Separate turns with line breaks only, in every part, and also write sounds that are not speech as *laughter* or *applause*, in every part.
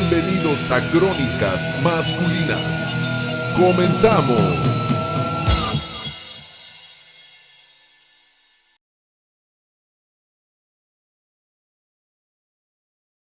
bienvenidos a Crónicas Masculinas. Comenzamos.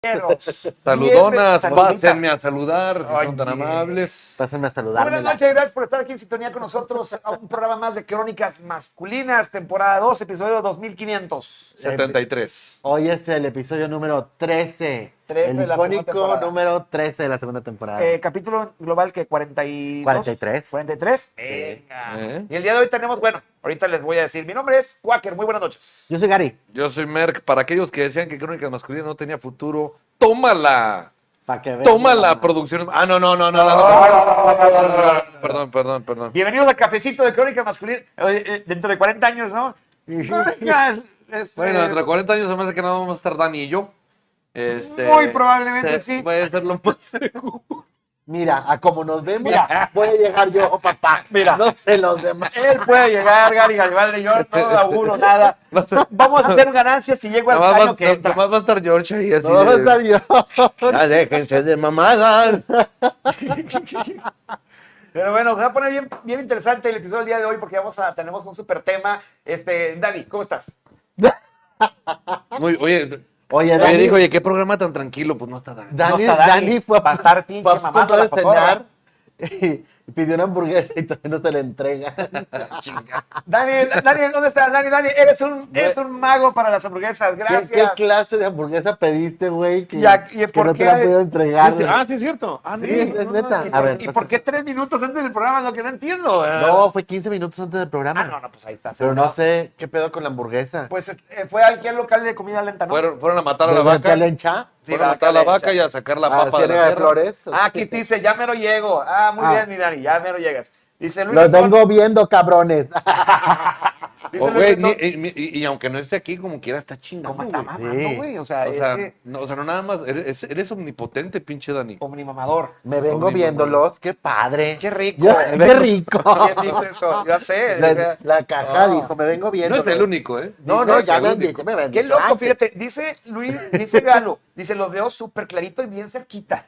Compañeros.
Saludonas,
Bienven- saludita.
pásenme a saludar, si son tan
Oye.
amables.
Pásenme a
Buenas
saludármela.
noches, gracias por estar aquí en sintonía con nosotros a un programa más de Crónicas Masculinas, temporada 2, episodio 2500.
73.
Hoy es el episodio número 13.
13
el
de la segunda
icónico
temporada.
número 13 de la segunda temporada.
Eh, capítulo global que 42.
43.
43. Venga.
¿Eh?
Y el día de hoy tenemos, bueno, ahorita les voy a decir, mi nombre es Quaker, muy buenas noches.
Yo soy Gary.
Yo soy Merck. Para aquellos que decían que Crónicas Masculinas no tenía futuro, tómala.
Para que vean.
Tómala, producción. Ah, no, no, no, no. no, no. Perdón, perdón, perdón.
Bienvenidos al cafecito de Crónicas Masculinas, eh, eh, dentro de 40 años, ¿no? Venga, este,
Bueno, entre 40 años se me hace que no vamos a estar Dani y yo. Este,
Muy probablemente sí.
Puede ser lo más
*laughs*
seguro.
Mira, a como nos vemos,
Mira.
voy a llegar yo,
*laughs*
oh, papá.
Mira.
No sé los demás.
Él puede llegar, Gary Garibaldi, yo no auguro nada. Vamos a tener ganancias si llego al
Nada más
año
va-
que entra.
nada más va a estar George ahí así.
No voy a
de-
estar yo.
Ya déjense de mamadas.
Pero bueno, se va a poner bien, bien interesante el episodio del día de hoy porque vamos a, tenemos un super tema. Este, Dani, ¿cómo estás?
Muy- Oye,
Oye,
Oye,
Dani,
dijo, oye, qué programa tan tranquilo, pues no está Dani.
Dani,
No está Dani.
Dani fue
Va a estar pinche
fue a punto
mamando la
de
cotorra.
cenar y pidió una hamburguesa y todavía no se la entrega.
Dani, Dani, ¿dónde estás? Dani, Dani, eres un, eres un mago para las hamburguesas,
¿Qué, qué
gracias.
clase de hamburguesa pediste, güey? Que,
Y a- y
que
por
no
qué-
te la puedo entregar. güey?
Ah, sí, es cierto. Ah,
Sí, es neta.
¿Y
A
por,
ver,
y por qué tres minutos antes del programa? Es Lo que no entiendo. ¿verdad?
No, fue 15 minutos antes del programa.
Ah, no, no, pues ahí está.
Pero
seguro.
no sé qué pedo con la hamburguesa.
Pues eh, fue aquí al local de comida lenta, ¿no?
Fueron, fueron a matar a la
¿De
vaca.
Bertel en Cha?
Sí,
Fueron a
la
matar a la
vaca
vaca
lecha.
y a sacar la
Ah,
papa de
Ciénaga
la
de
tierra.
Flores.
Ah, aquí dice, ya mero llego. Ah, muy
Ah.
bien, mi Dani, ya mero llegas. Dice Luis
Lo
Bretón,
tengo viendo, cabrones.
dice
Oh,
Luis
güey,
Bretón,
ni- y, mi- y- y aunque no esté aquí, como quiera, está chingando.
¿Cómo está
güey.
mamando,
Sí.
güey? O
O
sea,
sea,
es que Oh,
no, o sea, no nada más, eres, eres omnipotente, pinche Dani.
*laughs*
omnimamador.
Me vengo
Hombre,
viéndolos, qué padre.
Qué rico.
Yo-
Me
qué
vengo-
rico.
*laughs* ¿Quién dijo eso? Ya sé. o
La,
sea,
la caja
No.
dijo, me vengo
No
viendo.
es el único, ¿eh?
No,
Dice,
no,
es
ya
el
me han
único.
dicho, me Ah, ven.
Qué loco, fíjate. Dice Luis, dice Galo, dice, los veo súper clarito y bien
*laughs*
cerquita.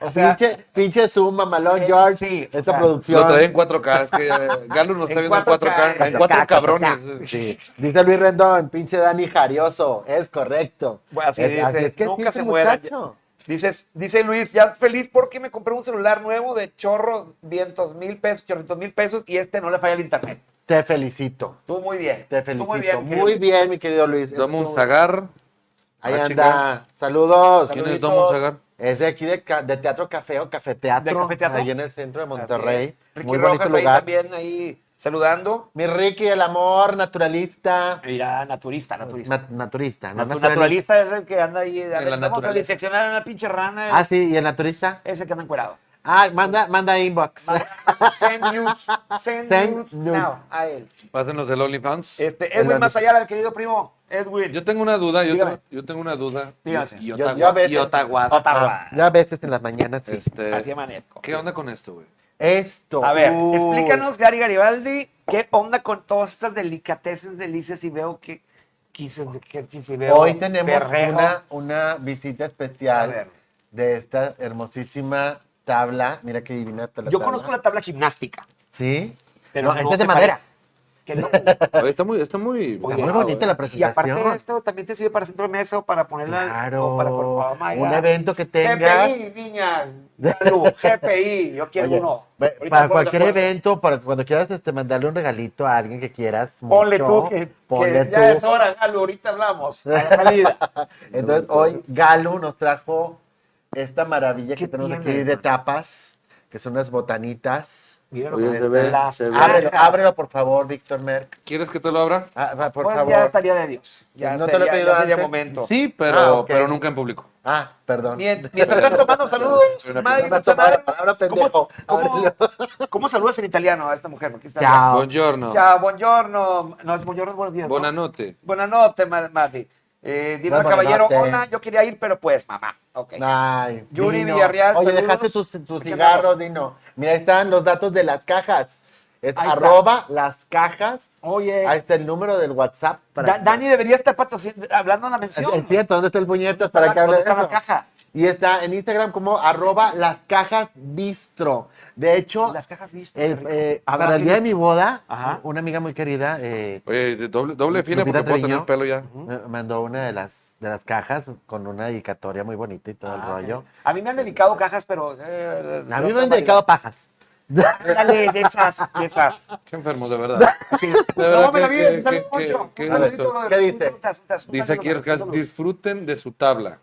O sea,
pinche, pinche Zoom, mamalón,
Eh,
George.
sí, o
esa
sea,
producción.
Lo trae en 4K, es que eh, Galo nos está
En
viendo en 4K,
4K,
en 4 cabrones.
4K. Dice Luis Rendón, pinche Dani Jarioso. Es correcto.
Bueno, así
es,
dice,
que
nunca
sí,
se
ese
mueran.
muchacho.
dices, dice Luis, ya feliz porque me compré un celular nuevo de chorro, vientos mil pesos, chorritos mil pesos y este no le falla el internet.
Te felicito.
Tú muy bien.
Te
Tú
felicito.
muy
Muy
bien.
bien,
querido.
mi querido Luis.
Domo
Estuvo-
un Zagar.
Ahí
Ah,
anda. Saludos.
¿Quién
Saluditos.
es Domo Zagar?
Es de aquí de, ca- de Teatro Café o Café Teatro.
¿De Café Teatro?
Ahí en el centro de
Así es.
Monterrey.
Ricky
Muy bonito
Rojas ahí
lugar.
también ahí saludando.
Mi Ricky, el amor, naturalista.
Mira, naturista, naturalista.
Na- naturista. no
Natu-
naturalista.
naturalista es el que anda ahí. a
En
ver,
la
vamos a
naturaleza.
diseccionar a una pinche rana.
Ah, sí, y el naturista.
Ese que anda
*laughs*
encuerado.
Ah, manda, manda inbox.
Send news. Send,
Send
news
nudes.
now a él.
Pásenos del OnlyFans.
Este,
El
Edwin
Andy.
más allá, el querido primo. Edwin.
Yo tengo una duda, yo,
Dígame.
tengo, yo tengo una duda.
Dígase.
Y
*laughs* Yo-
Otagua-
yo a veces-
y Otagua.
Ottawa.
ya a veces en las mañanas sí.
Este,
Oh, Así amanezco.
¿Qué onda con esto,
*laughs*
güey?
Esto.
A ver,
uy.
explícanos, Gary Garibaldi, qué onda con todas estas delicateces delicias y veo que quise que si veo
Hoy tenemos
perreo.
una, una visita
A
especial
ver,
de esta hermosísima tabla. Mira qué divina ta- la
yo
tabla.
conozco la tabla gimnástica,
Sí.
pero no,
esta es de
se
madera.
parece. Qué loco.
Oye, Está muy, está muy.
Oye,
Está muy
no,
bonita la
Y aparte
presentación.
de esto, también te sirve para siempre mesa o para ponerla.
Claro.
o para, oh my
un
God.
evento que tengas.
GPI,
*laughs*
niña. Salud, GPI, yo quiero
Oye,
uno.
ve-
Ahorita
para
pongo de
cualquier
acuerdo.
evento, para cuando quieras este, mandarle un regalito a alguien que quieras.
Ponle
mucho,
tú que, que
ponle
ya
tú.
es hora, Galo, ahorita
*laughs*
hablamos. A la salida.
Entonces, hoy Galo nos trajo esta maravilla
¿Qué
que tenemos
tiene,
aquí de
hermano?
tapas, que son unas botanitas.
Mira
Oye,
que
se ve,
las
se ve.
abejas.
Ábrelo, ábrelo, por favor, Víctor Merck.
¿Quieres que te lo abra?
Ah, va, por
Pues
favor.
ya estaría de Dios. Ya,
¿No te
sería,
lo he pedido
ya sería
antes?
momento.
Sí, pero,
Ah, ok.
pero nunca en público.
Ah, perdón.
Mien- Mientras tanto, mando saludos.
Una
Madre,
primera
puta madre.
palabra,
¿Cómo,
pendejo.
cómo, cómo saludas en italiano a esta mujer? Aquí está.
Chao.
Buongiorno.
Ah, Chao, buongiorno. No, es buongiorno, es buenos días. ¿no?
Buonanotte.
Buenas noches, ma- Mati. Eh, Dilma
Buenas
Caballero,
noches.
hola, yo quería ir, pero pues, mamá. Ok.
Ay,
Yuri
Dino.
Villarreal,
Oye,
saludos.
dejaste tus, tus
Aquí
cigarros,
andamos.
Dino. Mira, ahí están los datos de las cajas. Es
Ahí está. Eh.
arroba las cajas.
Oye,
Ahí está el número del WhatsApp.
Da- Dani debería estar patrocin- hablando en la
Es
mención.
es cierto, ¿dónde está el puñetas para
¿Dónde
que hable de
está la
eso?
caja?
Y está en Instagram como arroba las cajas bistro. De hecho,
Las cajas vistas.
el-
qué rico.
eh,
Habrá
para el día de
sido-
mi boda,
Ajá.
una amiga muy querida eh,
Oye, de doble, doble fila
Lupita
porque puedo
Treviño.
tener pelo ya.
me mandó una de las, de las cajas con una dedicatoria muy bonita y todo el
Ah,
rollo.
ok. A mí me han dedicado cajas, pero. eh, de
A mí me
otra
han dedicado pajas.
variedad. Ándale, de esas, de esas.
Qué enfermos, de verdad.
*laughs* Sí.
verdad
No, me la
que-
vi,
que-
se salió
que-
mucho.
que- que-
Un saludito, brother.
¿Qué dice?
Un saludo, un saludo,
Dice aquí el
un
cas-
saludo.
disfruten de su tabla.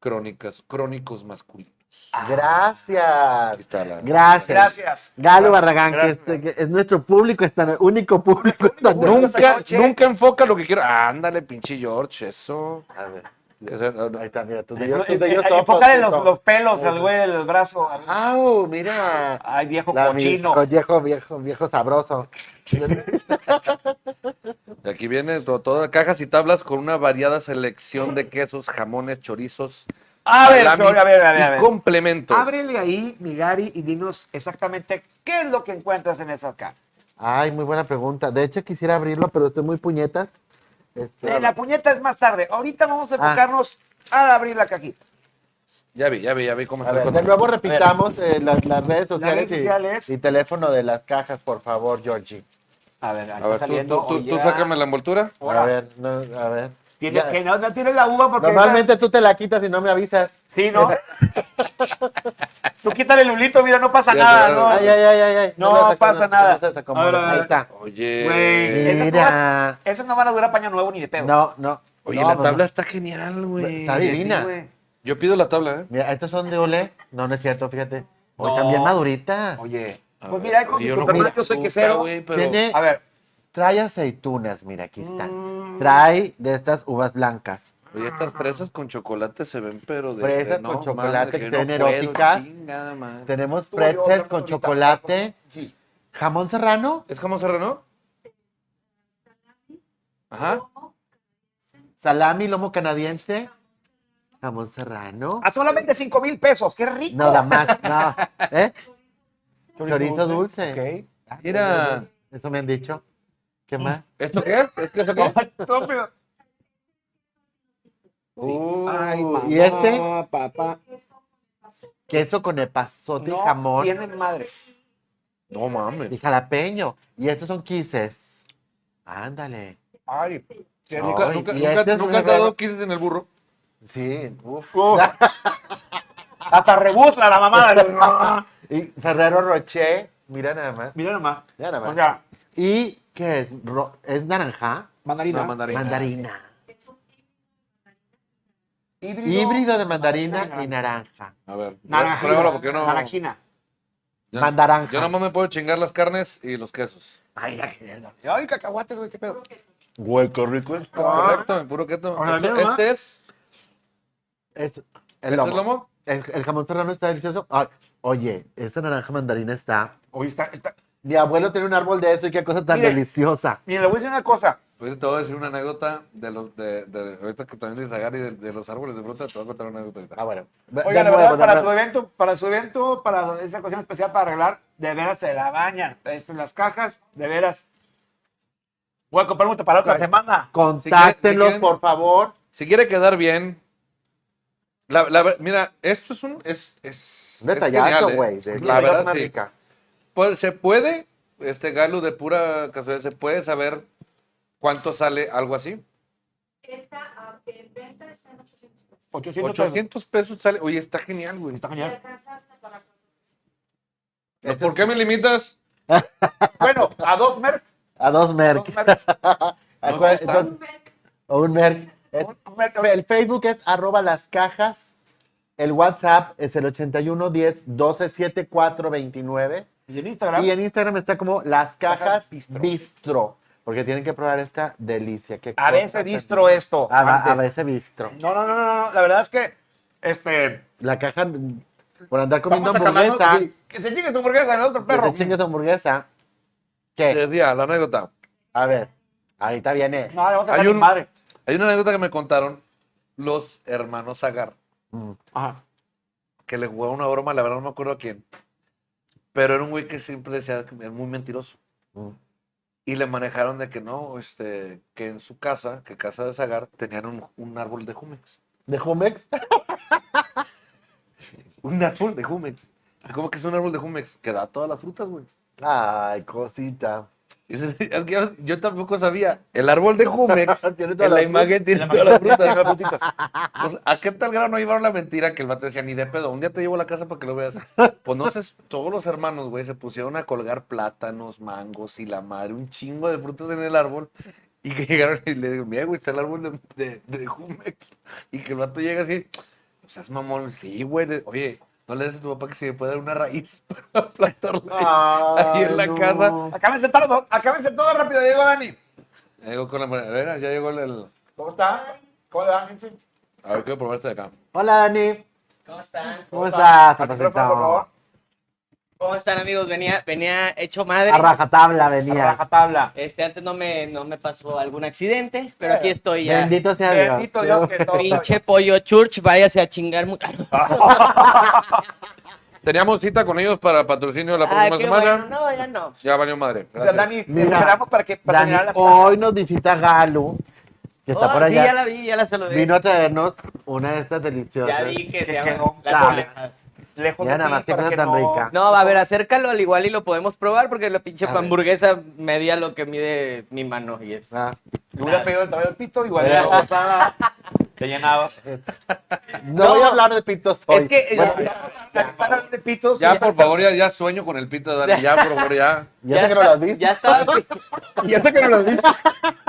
Crónicas, crónicos masculinos.
Gracias.
Aquí está la.
Gracias.
Gracias.
Galo Barragán, que
Gracias.
es, que es nuestro público, es tan- único público. esta noche.
Esta
Nunca,
noche-
nunca enfoca lo que quiera. Ándale, pinche George, eso.
A ver,
Que sea- no, no.
ahí está, mira, tus
Eh,
bellos-
eh,
tus bellos
eh,
ojos,
Enfócale
tus
los,
ojos.
los pelos al güey del brazo.
¡Au! Mira.
Ay, viejo
La
cochino.
viejo, viejo, viejo, viejo sabroso.
De aquí viene to- todas cajas y tablas con una variada selección de quesos, jamones, chorizos.
A ver,
salami
Jorge, a ver, a ver, a
y
ver.
Complementos.
Ábrele ahí, Migari, y dinos exactamente qué es lo que encuentras en esa caja.
Ay, muy buena pregunta. De hecho, quisiera abrirlo, pero estoy muy puñetas. Este,
Eh, La puñeta es más tarde. Ahorita vamos a
Ah.
enfocarnos a abrir la cajita.
Ya vi, ya vi, ya vi cómo
a
está.
ver,
el
de
control.
nuevo repitamos eh, las, las redes sociales,
redes sociales.
Y, y teléfono de las cajas, por favor, Georgie.
A ver, ahí
A ver,
está
tú-
saliendo.
tú, tú- tú
Oye,
sácame la envoltura.
ahora,
A ver, no, a ver.
tiene-
Ya,
que no, no tiene la uva porque...
Normalmente tú te la quitas y no me avisas.
esa- sí, ¿no? tú quítale el ulito, mira, no pasa
Ya,
nada,
ya,
¿no?
ya,
Ay, ay, ay, ay, ay.
No
me vas a
pasa
acomodar,
nada.
no me vas a acomodar.
A ver, a ver,
Ahí
a
está.
Oye.
Güey. ver.
Mira.
Esas no van a durar paño nuevo ni de pedo.
No, no.
Oye,
No,
la
no,
tabla
no.
está genial, güey.
Está divina.
güey.
Yo pido la tabla, ¿eh?
Mira, estos son de Olé. No, no es cierto, fíjate. Hoy
No.
también maduritas.
Oye.
A
Pues
ver,
mira, con
oye,
su
no
Superman,
mira,
yo soy
puta,
quesero.
güey, pero-
Tiene-
A ver,
Trae aceitunas, mira, aquí están.
Mm.
Trae de estas uvas blancas.
Oye, estas fresas con chocolate se ven, pero de.
Fresas
de-
con
no,
chocolate
madre,
que
yo
se ven
puedo,
eróticas.
chingada madre.
Tenemos
Tú y yo
pretzels
hablamos
con
ahorita.
chocolate,
sí.
jamón serrano,
¿Es jamón serrano? Ajá.
salami, lomo canadiense, jamón serrano.
Ah,
A solamente 5 mil pesos, qué rico.
Nada más, no. ¿Eh? chorizo
Ok.
dulce.
Mira.
Eso me han dicho. ¿Qué
Mm.
más?
¿Esto qué es? ¿Es que eso qué?
Estúpido.
Uh,
Ay,
¿y este?
Papá.
Queso con epazote y
No
jamón
tienen madre.
No mames.
y jalapeño. Y estos son quises. Ándale.
Ay, qué
No.
rico.
Nunca, nunca,
y
nunca,
este es
nunca has
un regalo.
dado kisses en el burro.
Sí, uf.
Uf. Hasta rebuzla la mamada.
Y Ferrero Rocher, mira nada más.
*laughs* Mira nomás.
Mira nada más.
O sea,
¿Y qué es? Ro- ¿Es naranja?
mandarina.
No, mandarina.
Mandarina.
Híbrido.
Híbrido de mandarina y naranja.
A ver.
Naranja.
Pruébalo porque yo no.
Naranjina.
yo-
Mandaranja.
Yo nomás me puedo chingar las carnes y los quesos.
Ay, ya que Ay, cacahuates, güey, qué pedo.
Güey, qué rico es.
Correcto, en puro keto.
Ahora,
Este,
mira nomás.
este es.
el
¿Este
lomo.
es lomo?
El, el jamón serrano está delicioso. Ay, oye, esta naranja mandarina está.
Oye, está, está.
Mi abuelo tiene un árbol de eso y qué cosa tan
Mire.
deliciosa.
Mira, le voy a decir una cosa.
Ahorita Pues te voy a decir una anécdota de los de, de- ahorita que también dices Gary de, de los árboles de fruta, te voy a contar una anécdota
Ah,
ahorita.
bueno. De-
Oiga,
de
la
nuevo,
verdad,
de
para su
nuevo.
evento, para su evento, para esa ocasión especial para arreglar, de veras se la bañan. Este, las cajas, de veras. Voy a comprar una para otra semana.
Contáctenlos,
Si quieren- si quieren-
por favor.
Si quiere quedar bien, la, la ver- mira, esto es un es, es
Un
es genial,
detallazo,
¿eh?
güey. de-
La
de-
verdad
más
sí.
rica.
Pues, se puede, este Galo de pura casualidad, se puede saber cuánto sale algo así.
Esta ah, que en venta está en 800 pesos.
800 pesos.
800 pesos sale. Oye, está genial, güey.
Está
Y
genial.
alcanza hasta para cuatro personas.
Este
¿Por
es-
qué me limitas?
Bueno, a dos *laughs* merch.
A dos Merck.
dos merch,
¿A
No,
cuál-
está-
entonces-
Un merc-
o un Merck. Es-
un merch.
El Facebook es arroba las cajas. El WhatsApp es el 8110 127429.
Y en Instagram.
Y en Instagram está como las cajas
Cajas
bistro.
Bistro.
Porque tienen que probar esta delicia. qué
A
cosa
veces
tan- Ah,
distro esto.
A, a- a
antes.
veces bistro.
No, no, no, no, no. La verdad es que, este.
La caja, mm, por andar comiendo
vamos a acabar, ¿no?
hamburguesa,
Sí, Que se llegue tu hamburguesa el otro
que
perro.
te chingues tu hamburguesa.
Te
¿Qué?
decía, la anécdota.
A ver, ahorita viene.
No, le vamos a
Hay
sacar
un-
un... madre.
Hay una anécdota que me contaron los hermanos Agar.
Mm.
Ajá.
que le jugaba una broma, la verdad no me acuerdo a quién. Pero era un güey que siempre decía que era muy mentiroso.
Mm.
Y le manejaron de que no, este, que en su casa, que casa de Zagar, tenían un, un árbol de Jumex.
¿De Jumex?
Un árbol de Jumex. ¿Cómo que es un árbol de Jumex? Que da todas las frutas, güey.
Ay, cosita.
Es- es que *laughs* yo- Yo tampoco sabía. El árbol de Jumex,
*laughs* Tiene todas
en la
las
imagen tiene
En
todas las
*laughs*
fruta, en
frutas.
las frutitas.
O sea, ¿A qué tal grado no llevaron la mentira que el vato decía, ni de pedo, un día te llevo a la casa para que lo veas? Pues entonces todos los hermanos, güey, se pusieron a colgar plátanos, mangos y la madre, un chingo de frutas en el árbol. Y *laughs* que llegaron y le digo, mira, güey, está el árbol de, de, de Jumex. Y que el vato llega así, pues es mamón, sí, güey, le- oye, no le des a tu papá que se me puede dar una raíz *laughs* para plantarla ahí, ahí en la
Ay,
casa.
no.
Acábense todo, acábense todo rápido, Diego Dani.
Llegó con la manera, ya llegó el, el-
¿Cómo está? ¿Cómo le va, gente?
A ver, quiero probar este de acá.
Hola, Dani.
¿Cómo están?
¿Cómo estás,
Al micrófono, por favor.
papacito?
¿Cómo están amigos? Venía, venía hecho madre.
A rajatabla venía.
Raja tabla.
Este antes no me, no me pasó algún accidente, pero aquí estoy ya.
Eh, Bendito sea Dios.
Bendito Dios que todo. está
Pinche pollo church, váyase a chingar. mu- Ah,
Teníamos cita con ellos para patrocinio la
Ah,
próxima
qué
semana.
bueno. No, ya no.
Ya valió madre.
bien. O sea,
Gracias.
Dani, te
Mira,
esperamos para que para
Dani,
terminar las
hoy nos visita Galo, que está
Oh,
por
sí, ya
allá.
la vi, ya la saludé.
Vino eh. a traernos una de estas deliciosas.
ya vi
*laughs*
que
que
se llama
quedó
Las
caro.
Orejas.
lejos
Ya
de
nada
ti
más, qué
para
cosa
que
tan
no-
rica.
No, a ver, acércalo al igual y lo podemos probar porque la pinche
A ver.
hamburguesa medía lo que mide mi mano y es.
Ah,
Le hubieras pedido el trabajo del pito, igual
Mira.
no pasaba nada. Te llenabas.
no, voy a hablar de pitos hoy.
Es que
Bueno,
ya,
Para de pitos.
Ya, por favor, ya, ya sueño con el pito de Dani. Ya, por favor, ya.
ya sé que no
está-
las viste. *laughs*
ya estaba,
Ya sé que no las viste.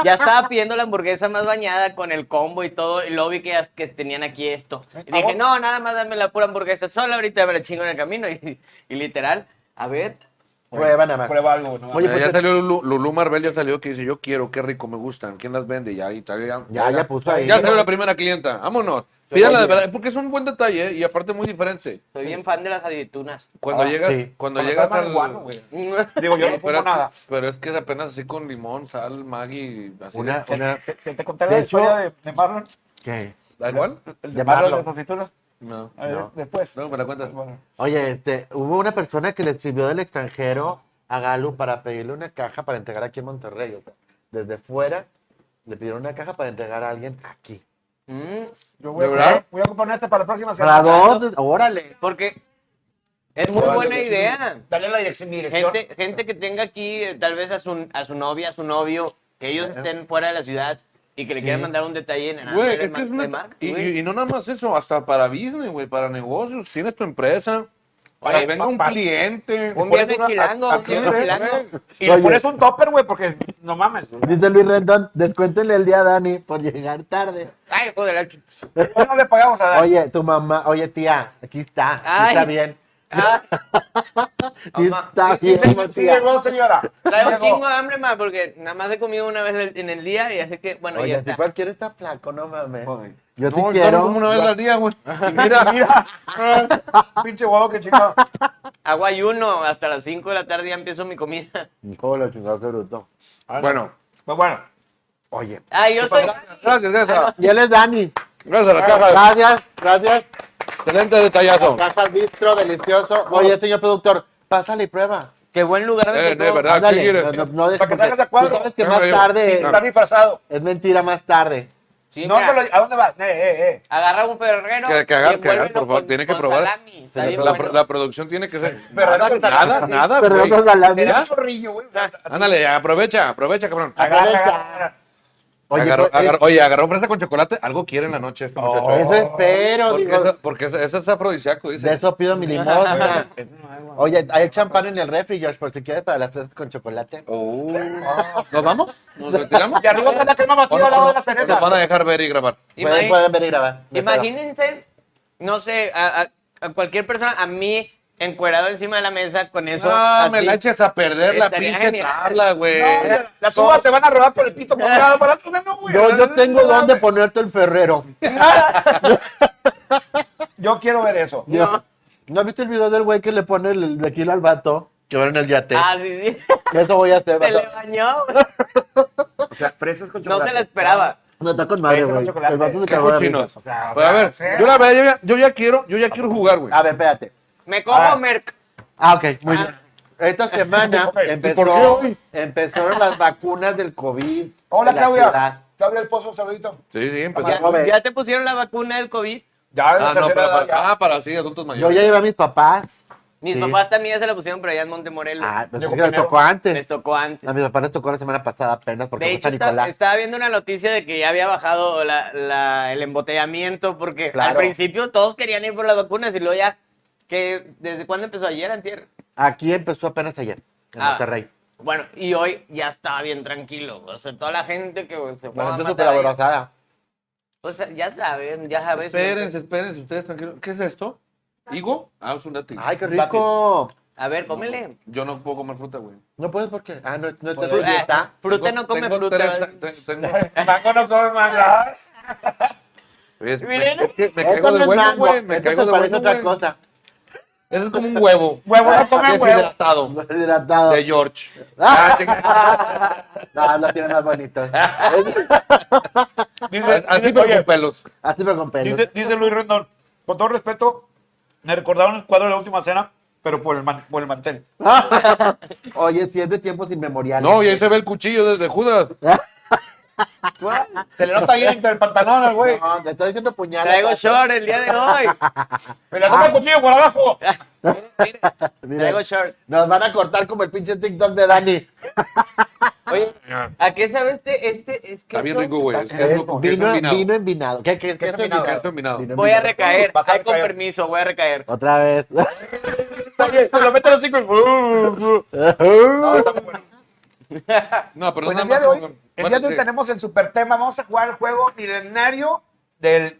ya estaba pidiendo la hamburguesa más bañada con el combo y todo, y luego vi que, que tenían aquí esto.
¿Eh?
Y
Ah,
dije,
bueno.
no, nada más dame la pura hamburguesa sola, ahorita me la chingo en el camino. Y, y literal, a ver,
*laughs* Prueba nada más.
Prueba algo, ¿no?
*laughs* Oye,
Eh,
pues,
ya
te-
salió Lulu, Lulú Marvel, ya salió que dice, yo quiero, qué rico, me gustan. ¿Quién las vende? Ya, y tal, ya,
Ya, ya puso ahí.
Ya salió la primera clienta. Vámonos. Pídanla de
Oye.
verdad, porque es un buen detalle ¿eh? y aparte muy diferente.
soy bien fan de las aditunas.
Cuando
Ah,
llegas,
sí.
cuando
Cuando
llegas
estás
al...
marihuano, güey.
Mm,
Digo, yo no
pero,
fumo
es que-
nada.
pero es que es apenas así con limón, sal, Maggi, así.
Una, una...
¿Te, te- te conté la
De
historia
hecho-
de, de Marlon?
¿Qué?
¿Da igual?
El
De
de Marlon,
Marlon.
de las aceitunas.
No.
A ver,
No.
después.
No, me la cuentas.
Bueno.
Oye, este, hubo una persona que le escribió del extranjero a Galo para pedirle una caja para entregar aquí en Monterrey. O sea, desde fuera le pidieron una caja para entregar a alguien aquí.
Mm,
Yo voy a,
¿De verdad?
voy a comprar una esta para la próxima
Para
semana.
dos, órale.
porque es muy
Vale,
buena
yo sí.
idea.
Dale la dirección, mi dirección.
Gente, gente que tenga aquí eh, tal vez a su, a su novia, a su novio, que ellos estén fuera de la ciudad y que le quieran mandar un detalle en el
¿Eh? Güey, es que es una- y, y- y no nada más eso, hasta para business, güey, para negocios. Tienes tu empresa, para
Oye,
que venga un
papá.
cliente.
Un
pones
viaje
una-
chilango,
a-
un viaje
aquí,
chilango.
Y le
Oye.
pones un topper, güey, porque no mames.
Dice Luis Rendón, descuéntenle el día a Dani por llegar tarde.
Ay, joder, la ch-
Hoy no le pagamos a Dani.
Oye, tu mamá, oye tía, aquí está, aquí
Ay.
está bien. *laughs*
Ah,
Aquí
Mamá.
está
Sí,
bien,
sí,
tía.
sí llegó, señora.
traigo un
Llegó.
chingo de hambre más porque nada más he comido una vez el- en el día y así que, bueno,
Oye,
ya
si
está.
cualquiera está flaco, no mames.
Joder.
Yo
No,
te
yo
quiero.
como una vez
yo-
al día, güey.
Mira,
*laughs*
mira. Pinche guado que chingado.
Hago ayuno hasta las 5 de la tarde ya empiezo mi comida. *laughs*
Hijo de la chingada, qué bruto.
Ah, Bueno,
Pues bueno.
Oye.
Ay, Ah, yo soy...
gracias, gracias.
Y él es Dani.
Gracias a la caja.
Gracias, gracias.
Excelente detallazo.
Cajas bistro, delicioso. Oye, señor productor, pásale y prueba.
Qué buen lugar donde
Eh, de
todo-
verdad, ¿qué
Ándale,
quieres?
no, no, no dejes-
Para que salgas a
tú
cuadro.
sabes que
Ya
más
me digo.
tarde
Está
es,
disfrazado.
es mentira más tarde.
Sí,
No
mira,
te lo- ¿A dónde vas? Eh, eh, eh.
Agarra un ferrero
Que- que
y
agar- que agar,
envuélvelo
por favor,
con-
tiene que
con
probar.
salami, está
Sí,
bien
La,
bueno.
la producción tiene que ser.
Pero no
nada,
con salami,
nada,
sí.
nada,
Pero
güey.
otros galán-
Te da
¿Ya?
un chorrillo, güey.
Ándale, aprovecha, aprovecha, cabrón.
Agarra,
Aprovecha.
agarra.
Oye,
agarró,
pues,
agarró- oye, agarró fresa con chocolate. Algo quiere en la noche este muchacho.
eh, Eso espero,
porque
digo.
eso, porque eso- eso es afrodisíaco, dice.
De eso pido mi
*laughs*
limosna.
Es nuevo.
Oye, hay champán en el refri, George, por si quieres para las fresas con chocolate.
Oh. ¿Nos
*laughs*
vamos? ¿Nos retiramos?
Y arriba está la crema
¿O
batida
no-
al lado
o
de la
no- o Nos van
cereza.
a dejar ver y grabar.
Pueden,
Imagi-
pueden ver y grabar. No hay
Imagínense, no sé, a, a- a cualquier persona, a mí encuerado encima de la mesa con eso.
No,
así.
me la eches a perder la
Estaría
pinche
genial.
tabla, güey.
Eh,
No, Las uvas se van a rodar por el pito mojado. para- No, güey.
Yo, yo tengo dónde ponerte el ferrero.
Yo quiero ver eso.
Yo- ¿No has visto el video del güey que le pone el tequila al vato? Que va en el yate.
Ah, sí, *laughs* sí.
Eso voy a hacer.
Se le
*laughs*
vato.
bañó.
O sea, fresas con
No se la esperaba.
No está con madre,
Eso con
güey.
chocolate.
El vato se
Qué
cagó de risa.
cochinos.
O sea,
Pues, a ver,
sí.
yo la verdad, yo ya, yo ya quiero, yo ya quiero jugar, güey.
A ver, espérate.
Me como
Ah.
Merck.
Ah, ok, muy bien.
*laughs*
Esta semana
Ok, ¿y
por qué
empezó,
hoy?
empezaron las vacunas del COVID.
Hola,
en la
Claudia.
ciudad.
Claudia el Pozo, un saludito.
Sí, sí,
Ya,
empezamos.
joven.
ya te pusieron la vacuna del COVID.
Ya, la
Ah, no,
tercera
pero
edad, ya.
para, ah, para sí, adultos
Yo
mayores.
ya llevé a mis papás.
Mis
Sí.
papás también se la pusieron, pero allá en Montemorelos.
Ah, pues es
Llegó
que les
primero.
tocó
*laughs* Les
antes.
tocó antes.
A mis papás les tocó la semana pasada apenas porque
De
fue
hecho,
San
está-
Nicolás.
estaba viendo una noticia de que ya había bajado la- la- el embotellamiento, porque al
Claro.
principio todos querían ir por las vacunas y luego ya, que ¿desde cuándo empezó ayer, antier?
Aquí empezó apenas ayer, en
Ah.
Monterrey.
Bueno, y hoy ya estaba bien tranquilo. O sea, toda la gente que se fue
La
a
gente
matar
súper
ahí.
abrazada.
O sea, ya saben, ya saben.
Espérense, espérense, ustedes tranquilos. ¿Qué es esto? ¿Higo? Ah, es un dátil.
¡Ay, qué
Un dátil.
rico!
A ver, cómele.
Yo no puedo comer fruta, güey.
No puedes porque. Ah, no, no
Pues,
estás
eh,
en dieta.
Fruta
Tengo-
no come
tengo
fruta.
tres-
¿verdad?
te- tengo-
Mango no come
Ah.
mango.
es- me,
Miren.
es que me
Esto
caigo
no
de
es
bueno,
mango,
güey. Me
esto
caigo
se
de
parece
bueno,
otra
güey.
cosa.
Eso es como un huevo.
Huevo no come huevo.
Deshidratado.
Deshidratado.
De George.
Ah,
Ah, chinga.
no, la tiene más bonita.
Dice,
Así
dice,
pero
oye,
con pelos.
Así pero con pelo.
Dice, dice Luis Rendón, con todo respeto, me recordaron el cuadro de la última cena, pero por el, man- por el mantel.
Oye, si es de tiempos inmemoriales.
No, y ahí se ve el cuchillo desde Judas.
Se le nota bien entre el pantalón al güey.
No, te estoy diciendo puñal.
Traigo short el día de hoy.
Me le asoma el cuchillo por abajo.
Mire,
*laughs* Mira,
Traigo short.
Nos van a cortar como el pinche TikTok de Dani.
Oye, ¿a qué sabe este? este es que
Está bien
eso-
rico, güey. Es
Eh,
queso- queso
vino,
envinado.
vino envinado. ¿Qué, qué, qué es
envinado.
envinado?
Queso envinado.
Vino
Voy a
envinado.
recaer.
Vas a
Ay, con
recaer.
permiso, voy a recaer.
Otra vez.
Oye, se lo mete los cinco y... uh, uh. No, está muy bueno.
No, pero
Pues
nada
el día
más.
de hoy,
con-
el día de
bueno,
hoy
sí.
tenemos el super tema. Vamos a jugar el juego milenario del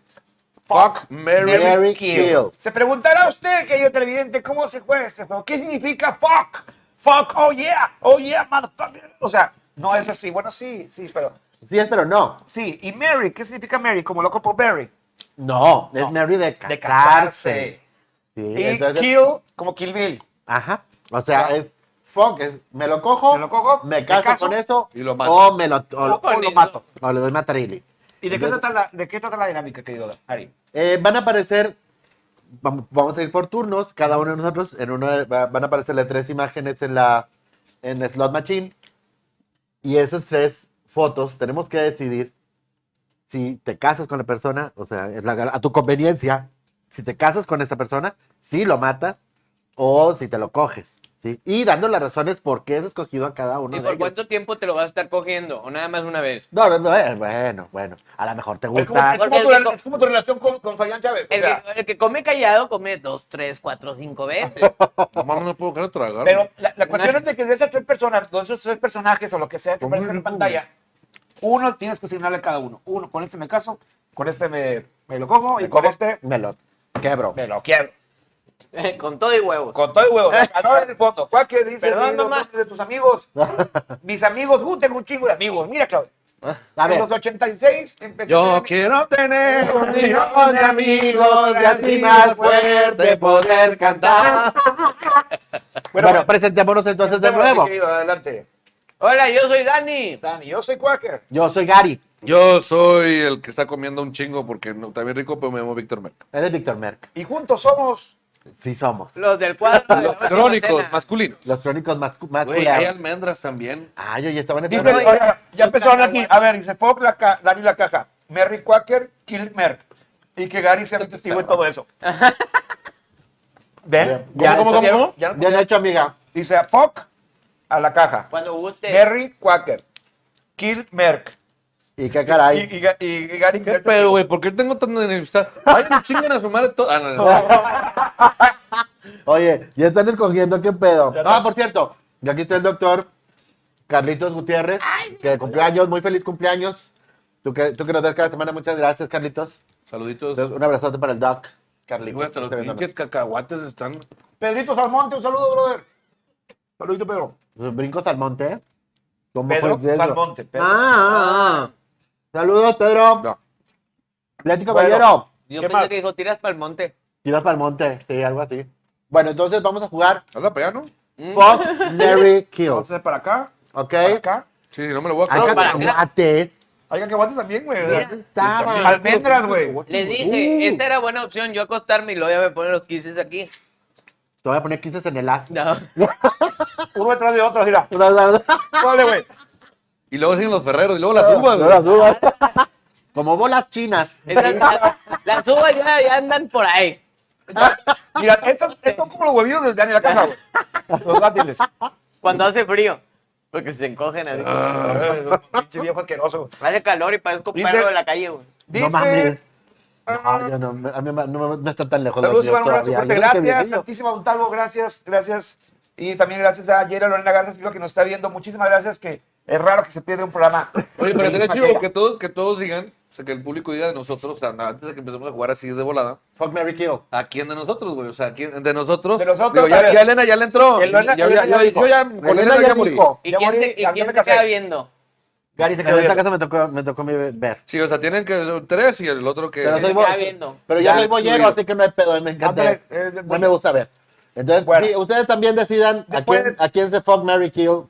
Fuck, Mary,
Mary Kill.
Se preguntará usted, querido televidente, ¿cómo se juega este juego? ¿Qué significa fuck? Fuck, oh yeah, oh yeah, motherfucker. O sea, no es así. Bueno, sí, sí, pero.
Sí, es, pero no.
Sí, y Mary, ¿qué significa Mary? Como loco por Barry.
No,
No.
es Mary de
De
casarse.
casarse.
Sí,
Y
entonces-
kill, como Kill Bill.
Ajá. O sea, es fuck, es me lo cojo,
Me lo cojo,
me
me
caso,
caso,
con eso,
y lo mato.
o me lo, o,
O, o lo
o-
mato.
o le doy matrilli.
¿Y de qué,
Entonces-
trata la, de qué trata la dinámica, querido Ari?
Eh, van a aparecer, vam- vamos a ir por turnos, cada uno de nosotros, en uno de- va- van a aparecerle tres imágenes en la en la slot machine y esas tres fotos tenemos que decidir si te casas con la persona, o sea, es la- a tu conveniencia, si te casas con esta persona, si lo matas o si te lo coges, ¿sí? Y dando las razones por qué es escogido a cada uno
¿Y
de
por
ellos.
cuánto tiempo te lo vas a estar cogiendo? ¿O nada más una vez?
No, no, no, eh, bueno, bueno, a lo mejor te
Es como,
gusta.
es como
Porque
tu,
el que-
es como tu relación con, con Fabián Chávez. o
El
sea,
que, el que come callado come dos, tres, cuatro, cinco veces.
*laughs*
No mames, no puedo querer tragar.
Pero la, la cuestión es de que de esas tres personas, de esos tres personajes o lo que sea que
Son
aparezcan
muy
en
ricos,
pantalla, uno tienes que asignarle a cada uno. Uno, con este me caso, con este me, me lo cojo y con este
Me lo quebro.
me lo quiero.
Con todo y huevos.
Con todo el huevo. No en el fondo. Cualquier dice
Perdón,
de los
mamá.
nombres de tus amigos. Mis amigos, uh, tengo un chingo de amigos. Mira, Claudio.
A
en
ver,
los 86 empecé
Yo
a tener-
quiero tener un millón
millón de amigos y así más fuerte poder cantar. Bueno, pues,
Bueno, bueno,
presentémonos entonces de
Bueno, sí,
nuevo.
querido, adelante.
Hola, yo soy Dani.
Dani, yo soy Quaker.
Yo soy Gary,
Yo soy el que está comiendo un chingo porque no, está bien rico, pero me llamo Víctor Merck.
eres Víctor Merck.
Y juntos somos.
Sí somos.
Los del cuadro. de la
Los
última
crónicos
cena.
masculinos.
Los crónicos más, más
Güey, hay
culeros.
almendras también.
Ah, yo ya estaba en
Dime,
el
oiga, ya empezaron aquí. A ver, dice Fox, la ca- Dani la caja. Merry Quaker, Kill Merck. Y que Gary sea testigo de todo eso. ¿Ven?
¿Cómo, cómo,
entonces,
cómo, cómo?
ya no-
Bien hecho, amiga.
Dice a Fox a la caja.
Cuando guste.
Merry Quaker, Kill Merck.
Y qué
Y,
caray.
y, Ga- y Gary
¿Qué
sea
pedo,
testigo.
güey? ¿Por qué tengo tanta enemistad? Vayan chingan a su madre todo. Ah, no, no.
*laughs*
Oye, ya están escogiendo qué pedo.
Ya está.
Ah, por cierto, y aquí está el doctor Carlitos Gutiérrez, que de cumpleaños, muy feliz cumpleaños. Tú que, tú que nos ves cada semana, muchas gracias, Carlitos.
Saluditos.
Entonces, un abrazote para el doc, Carlitos.
Güey, hasta los
Te besamos.
pinches cacahuates están.
Pedrito Salmonte, un saludo, brother. Saludito, Pedro.
Sus brincos al monte. ¿Cómo
Pedro
fue eso?
Salmonte, Pedro.
Ah, ah, ah. Saludos, Pedro.
No.
Plática,
Bueno.
caballero.
Yo
¿Qué
pensé
más?
que dijo, tiras para el monte.
Tiras para el monte, sí, algo así. Bueno, entonces vamos a jugar
¿Habla payano?
Fuck, Mary, Kill.
Entonces, para acá,
¿Ok?
para acá.
Sí, no me lo voy a
Hay
No,
acabar.
para acá.
cacahuates.
Hay que aguantes también, güey.
Mira.
Estaba.
Almendras, güey.
Les dije,
Uh.
esta era buena opción, yo acostarme y luego ya me ponen los kisses aquí. *laughs*
Te voy a poner 15 en el as.
No.
Uno detrás de otro, mira.
*laughs* No, no, no.
Dale, güey.
Y luego siguen los ferreros y luego las uvas.
No
güey.
las subas. Como bolas chinas.
Esas- las, las uvas ya, ya andan por ahí.
Mira, *laughs* esas, estos son como los huevillos de Daniel Caja, güey. Los
*laughs*
dátiles.
Cuando hace frío. Porque se encogen así.
Pinche viejo asqueroso, güey.
Hace calor y parezco
Dice-
perro de la calle, güey.
Dice.
No mames.
ah,
No, yo no, a mí me- no, me- no está tan lejos. de
Saludos,
los míos
Iván, un abrazo
todavía.
fuerte.
Yo creo que mi
Gracias,
niño-
Santísima Montalvo, gracias, gracias. Y también gracias a Yera Lorena Garza Silva que nos está viendo. Muchísimas gracias, que es raro que se pierda un programa.
Oye, pero
Misma
estaría chido
que-
que todos, que todos digan, o sea, que el público diga de nosotros, o sea, antes de que empecemos a jugar así de volada,
Fuck Mary Kill.
¿a quién de nosotros, güey? O sea, ¿a quién de nosotros?
De nosotros,
Digo,
a
ya,
ver.
ya Elena ya le entró.
El Lorena-
Ya-
el
ya-
Lorena
yo,
dijo.
yo ya, con
Elena
Elena
ya
ya morí.
dijo.
¿Y
Ya
quién
morí,
se, y
ya- ya
quién
me
se
casé.
queda viendo?
Gary se
En
quedó
esta
bien.
casa me tocó, me tocó a mí ver.
Sí, o sea, tienen que tres y el otro que...
Pero soy
se
bo-
queda viendo.
Pero yo
Ya,
soy boyero,
incluido.
así que no hay pedo, me encanta.
Ándale, eh, de-
no me gusta ver. Entonces,
Bueno.
sí, ustedes también decidan a
Después-
quién, a quién se fuck Mary Kill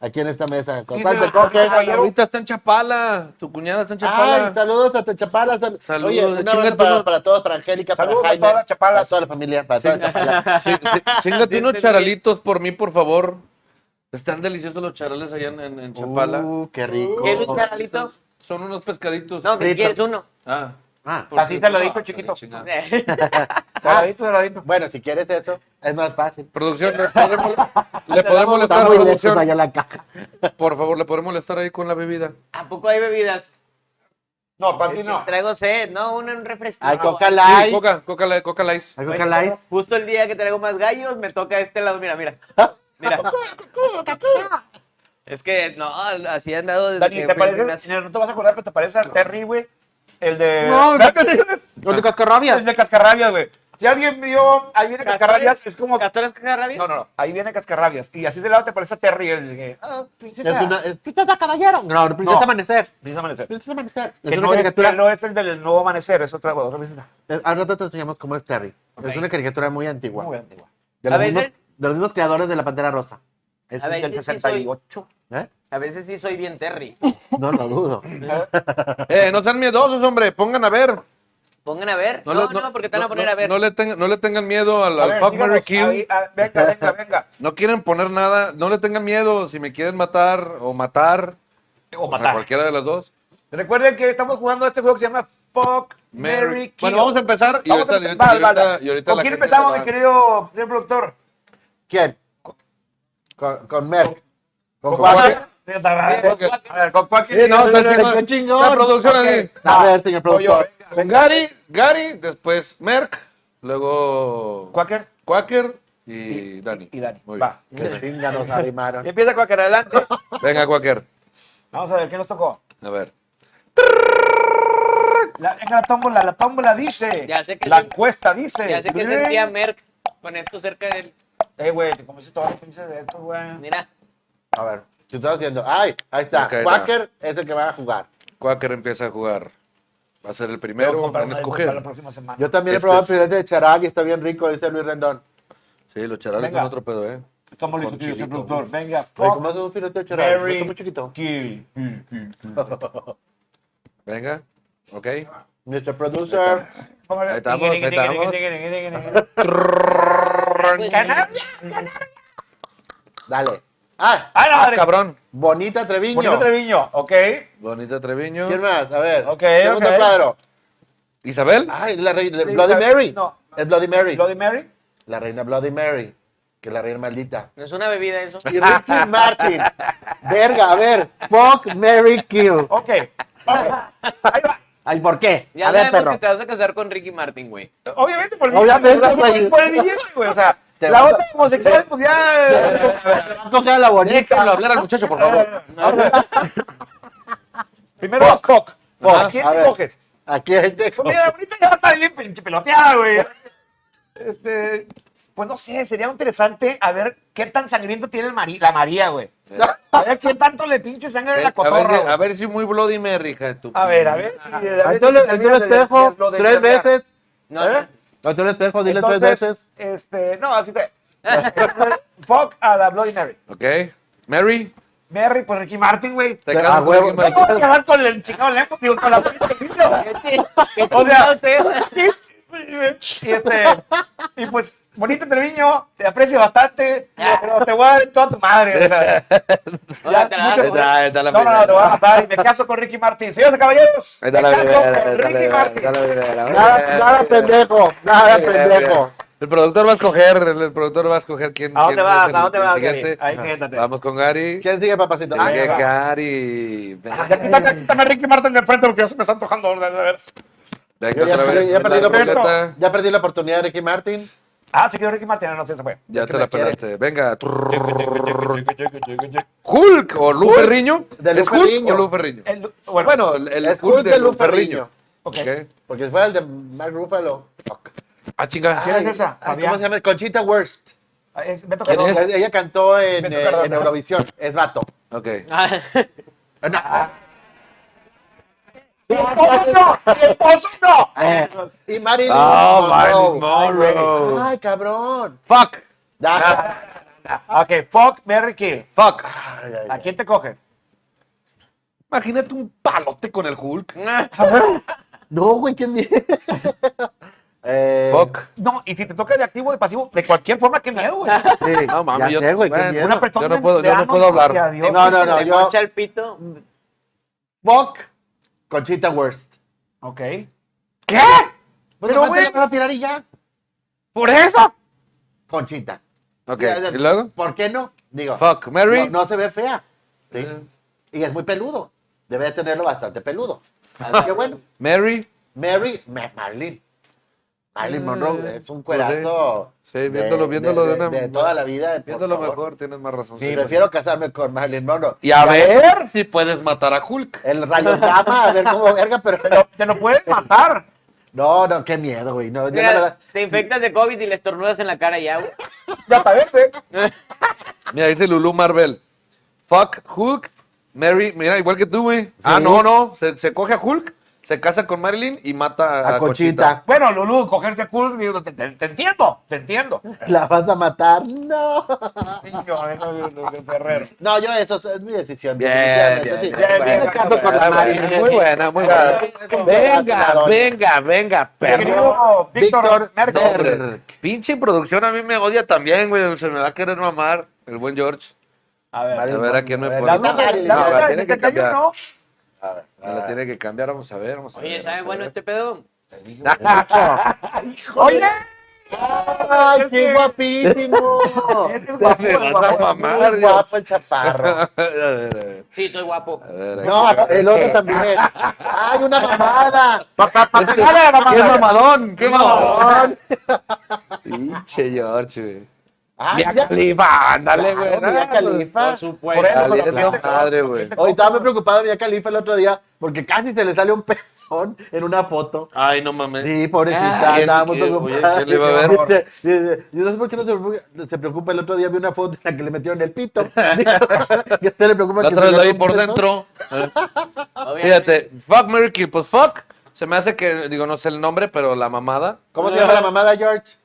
aquí en esta mesa. ¿Con
Dice-
cuál se
Ah,
coge?
ah,
Ay, ahorita está en Chapala, tu cuñada
Ah,
está en Chapala.
Ay, saludos a Techapala. sal-
Saludos,
Oye, un
chinga
abrazo
tu
para,
madre.
para todos, para Angélica,
Saludos a
para Jaime,
todas las chapalas.
para toda la familia, para toda la *laughs* chapala.
Sí,
*laughs*
sí, Chíngate
Sí,
unos
sí,
charalitos por mí, por favor. Están deliciosos los charales allá en, en- en Chapala.
Uh, qué rico.
¿Qué es un charalito?
Son unos pescaditos.
No, que
frito.
quieres uno. *laughs*
Ah.
Ah,
por
Así
si-
saladito,
ah,
chiquito.
chingada.
Saladito, saladito.
bueno, si quieres eso, es más fácil.
Producción, ¿le podremos,
*laughs*
le podré
podemos
molestar a
muy lejos
producción?
allá la caja.
Por favor, ¿le podré molestar ahí con la bebida?
¿A poco hay bebidas?
No, para ti no.
Traigo sed, no, una un refresco.
Hay
No,
coca
Sí,
light.
coca, coca, Light, coca Lice.
Hay
güey.
coca light.
Justo el día que traigo más gallos, me toca este lado. Mira, mira. Mira. es que no, así he andado desde
Dani,
que
¿te
fui al
parece?
gimnasio.
si No te vas a acordar, pero te parece a Terry, güey. El de. *laughs*
No,
el
No te cascarrabias.
de Cascarrabias, güey. Si alguien vio, ahí viene Cascarrabias, es como.
¿Castores Cajarrabias?
No, no, no. Ahí viene Cascarrabias. Y así de lado te parece a Terry, el de. Ah,
Es
princesa.
una, es princesa caballero. No, princesa
No.
amanecer.
Princesa Amanecer.
Princesa amanecer. Es
Que
una
no, es,
caricatura.
que no es el del nuevo amanecer, es otra, otra visita.
Es- Al rato te enseñamos cómo es Terry.
Ok.
Es una caricatura muy antigua.
Muy antigua.
De
A
los,
veces-
mismos, de los mismos creadores de La Pantera Rosa.
Es
A ver,
del
sí, sí,
68.
¿Eh?
A veces sí soy bien Terry.
No lo dudo.
Eh, no sean miedosos, hombre, pongan a ver.
Pongan a ver. No,
le-
no, porque te van a poner
no-
a ver.
No le, tengan- no le tengan miedo al, al Fuck, Marry,
díganos,
Kill.
ahí, ah, venga, venga,
*laughs*
venga.
No quieren poner nada, no le tengan miedo si me quieren matar o matar.
O
sea,
matar.
cualquiera de las dos.
Recuerden que estamos jugando a este juego que se llama Fuck, Mary, Kill.
Bueno, vamos a empezar.
Vamos a
ahorita-
empezar.
y ahorita-
Vale, vale.
y ahorita
¿Con
la
quién
gente
empezamos,
va-
mi querido señor productor?
¿Quién? Con, con Merck. Con,
¿Con
Juan.
cuál? A ver, ¿con cuál?
Sí, no, está
Pero
chingón.
qué chingón.
La producción
Ok.
así.
A ver, señor productor.
Con Gary, Gary, después Merck, luego
Quaker
Quaker y, Dani.
y Dani.
Muy
Va.
Qué chinga nos arrimaron.
Empieza Quaker, adelante.
bien. Venga, Quaker.
Vamos a ver, ¿qué nos tocó?
A ver.
La, venga, la tómbola, la tómbola dice.
Ya sé que
la
sí.
encuesta dice.
Ya sé que
Bling.
sentía Merck con esto cerca de él.
Eh, güey, te comiste todas las pinches de estos, güey.
Mira.
A ver. ¿Qué estás haciendo? Ay, ahí está.
Ok,
Quaker es el que va a jugar.
Quaker empieza a jugar. Va a ser el
Voy a
primero
comprar
en
una de esas para la
escoger.
próxima semana.
Yo también he
Este
probado
es-
filete de charal y está bien rico, dice Luis Rendón.
Sí, los charales
Venga.
con otro pedo, ¿eh?
¿Cómo lo hizo
Con
tú, señor
chilito.
productor? Venga,
Oye,
fuck,
¿Cómo haces un filete de charal?
Mary,
Está muy chiquito.
kill. Mm, mm.
Venga. Ok.
Nuestro producer.
Ahí estamos, Ah, ahí
estamos.
*laughs*
Pues,
Dale. Ah,
¡Ah, la
Ah,
madre!
cabrón.
Bonita Treviño.
Bonito Treviño, ok.
Bonita Treviño.
¿Quién más? A ver.
Ok,
segundo
ok.
cuadro.
Isabel.
Ay, la reina
Sí,
Bloody
sabe-
Mary.
no.
Es Bloody Mary.
Bloody Mary.
La reina Bloody Mary. Que es la reina maldita.
No es una bebida eso.
Y Ricky Martin. Verga, a ver. Fuck Mary Kill.
Ok. Vamos. Ahí va.
Ay, ¿por qué?
Ya
a ver,
sabemos
perro.
que te vas a casar con Ricky Martin, güey.
Obviamente por el
Obviamente,
billete.
güey.
por- Por el billete, güey. O sea,
Te
la
vas
otra homosexual, pues ya.
Va a coger a la bonita.
Déjalo hablar al muchacho, por favor.
Primero vas Fox. ¿A quién
A
te
ver.
coges?
Aquí hay de...
Pues mira, ahorita ya va a estar bien pinche peloteada, güey. Este. Pues no sé, sería interesante a ver qué tan sangriento tiene el Mari- la María, güey. A ver qué tanto le pinche sangre en la
a,
cotorra.
ver, si-
güey.
a ver si muy Bloody Mary, hija de tu.
A ver, a ver si.
Ahí te lo- ahí te lo espejo tres veces.
No,
¿Eh?
Ahí te lo espejo, dile tres
Entonces,
veces.
este, no, así que. *laughs* Fuck a la Bloody Mary.
Ok. Mary.
Mary, pues Ricky Martin, güey.
Te
Te-
casas
a
con
Ah, huevo.
Ricky
No me
Martin.
¿eh? voy a casar con el chingado Lempo, digo, con la pinche niño, güey.
no.
O sea, Y, este, y pues, bonito Treviño, te aprecio bastante, pero te voy a dar en toda tu madre. ¿verdad?
O sea, te la
mucho-
das-
Está- está *laughs* la
No, no, no,
primera.
te voy a matar y me caso con Ricky Martin. Señores y caballeros,
Ahí está
me
la
caso
primera, ahí
con
está la
Ricky
primera, ahí
Martin.
está la primera, ahí está la
Nada,
primera.
nada pendejo, nada
Mira, mira,
pendejo.
mira. El productor va a escoger, el, el productor va a escoger quién.
¿A dónde
quién
vas?
es el-
¿A dónnde
el
vas,
siguiente.
Gary? Ahí, siéntate.
Vamos con Gary.
¿Quién sigue, papacito?
Ah,
Sigue
ya va.
Gary. Venga,
Ya quítame, quítame a Ricky Martin de enfrente porque ya se me está antojando. de- de veras.
Venga,
Yo ya,
otra
perdí-
vez.
ya
Dale,
perdí la
Beto.
boleta.
oportunidad, ya perdí la oportunidad de Ricky Martin.
Ah, se quedó Ricky Martin, no, no sé, se fue.
Ya
que
te
me
la
quiere.
pelaste. Venga. Hulk o Lu Ferriño.
de Lu
¿Es Hulk
Ferrigno.
o Lu Ferriño?
El- bueno,
Bueno, el, el
Es
Hulk de Lu Ferriño.
Ferrigno.
ok.
Ok.
Porque fue el de Mark Ruffalo. Fuck.
Ah, chinga.
¿Quién es
Ay,
esa?
ay,
Fabián.
¿Cómo se llama? Conchita Wurst.
Es Beto
Que-
Cardona.
que- Ella cantó en,
Beto
eh,
Cardona.
en Eurovisión. Es vato.
Ok.
*laughs*
¡Mi esposo no! ¡Mi esposo no!
Y Marilyn
Oh, Eh. Marilyn
Ay, güey.
Monroe.
Ay, cabrón.
Fuck.
Ya.
Ah.
Ok, fuck, Mary Kill.
Fuck.
Ay, ay,
¿A
ay.
quién te coges?
Imagínate un palote con el Hulk.
No, güey, qué miedo. *laughs* Eh,
Fuck.
No, y si te toca de activo, de pasivo, de cualquier forma, qué miedo, güey.
Sí,
No, mami,
ya
yo-
sé, güey, qué
bueno,
miedo.
Un apretón
Yo no
de-
puedo-
de
yo no
ano,
puedo hablar.
gracias a Dios.
No, no, no,
Te
yo-
mocha el pito.
Fuck. Conchita Wurst.
Ok. ¿Qué?
Pues
Pero,
nomás te
güey.
la van a tirar y ya.
¿Por eso?
Conchita.
Ok.
Ya, ya,
¿Y luego?
¿Por qué no? Digo,
Fuck. Mary.
no, no se ve fea.
Eh.
Y es muy peludo. Debe de tenerlo bastante peludo. Así que bueno.
Mary.
Mary, Ma- Marilyn. Marilyn
Eh,
Monroe es un
pues sí.
cuerazo.
Sí, viéndolo- viéndolo de una-
toda la vida. por
Viéndolo
favor.
mejor, tienes más razón. pues.
Sí, prefiero casarme con Marilyn Monroe.
Y a ver si puedes matar a Hulk.
El rayograma, a ver cómo verga, pero.
Te lo puedes matar.
No, no, qué miedo, güey. No, yo la
Mira,
verdad.
te infectas de COVID y le estornudas en la cara ya, güey.
Ya para
¿eh?
verte.
Mira, dice Lulu Marvel. Fuck Hulk, Mary. Mira, igual que tú, güey. Ah,
Sí.
no, no. Se, se coge a Hulk, se casa con Marilyn y mata a,
A Conchita.
Bueno, Lulú, cogerse a Cool, digo, te, te- te entiendo, te entiendo.
La vas a matar. No.
Niño, Ferrero.
No, yo eso es, es mi decisión.
Bien,
definitivamente,
bien,
sí.
bien,
Me
bien,
caso
bien,
con
Ah,
Marilyn.
bueno, Muy buena, muy buena. Venga, venga, venga, perro.
Querido Víctor
Víctor
Merkel.
Merkel.
Hombre, Pinche producción a mí me odia también, güey. Se me va a querer mamar el buen George.
A ver.
A ver a quién me
Marilyn
pone.
La
Monroe.
duda,
Marilyn
la
No,
duda
la
del
tiene que
71.
A ver,
Ah.
Me la tiene que cambiar, vamos a ver, vamos a ver.
Oye,
vamos
¿sabes
a
bueno
ver.
este pedo?
Oye,
¡Ay, qué guapísimo!
*laughs*
este es guapo,
Me vas a
es guapo.
mamar,
Muy
Dios.
guapo
*laughs*
el
*laughs*
chaparro.
A ver, a ver,
Sí, estoy guapo.
a ver,
No,
aquí.
el otro también. ¡Ay,
*laughs*
una mamada!
Este- ¡Qué mamadón! ¡Qué mamadón! *laughs* Pinche George, güey.
Ah,
¡Ay,
Mia
mira!
Califa, ándale, güey. pues,
Claro, Mia Khalifa.
Por supuesto.
Por eso,
Valiendo madre, güey.
Hoy estaba muy preocupado Mia Califa el otro día porque casi se le sale un pezón en una foto.
Ay, no mames.
Sí, pobrecita,
Ay,
estaba
Ah,
muy
¿quién- oye,
preocupada.
quién le iba a ver?
Dice- dice, yo no sé por qué no se preocupa, se preocupa. El otro día vi una foto en la que le metieron
*laughs*
el pito. *laughs* que se le preocupa
La
que
otra vez
se le
lo vi
haga un
por
pezón.
dentro.
Obviamente.
Fíjate, fuck Mary Kill, pues fuck. Se me hace que, digo, no sé el nombre, pero la mamada.
¿Cómo se llama la mamada, George?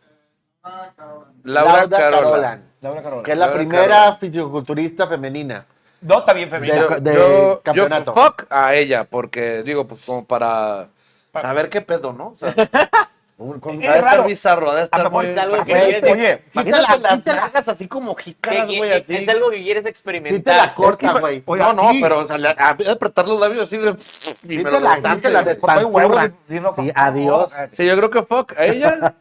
Laura
Lauda
Carola.
Carolan,
Laura Carola.
que es la
Laura
primera
Carolan.
fisioculturista femenina.
No, está bien femenina.
Pero- de campeonato.
Yo, fuck a ella, porque digo, pues como para saber qué pedo, ¿no? O sea, ha de
Un- con-
Es
estar
raro.
bizarro, ha de
A
estar
lo mejor
muy...
es algo que
Güey,
quieres.
te-
Oye,
sí te
Imagínate
la- sí
las
te la-
nalgas así como jicaras,
que-
güey,
que-
así.
Es algo que quieres
sí te la
experimentar.
corta, güey.
Oye,
no, no,
sí.
pero o sea, le- a- apretar los labios así de... Y
Sí
me
te
lo
la- sí
bastante,
te la
güey.
Con todo el huevo de-
Panturra.
dilo con-
Sí, adiós.
Ah,
Sí, yo creo que fuck a
*laughs*
ella,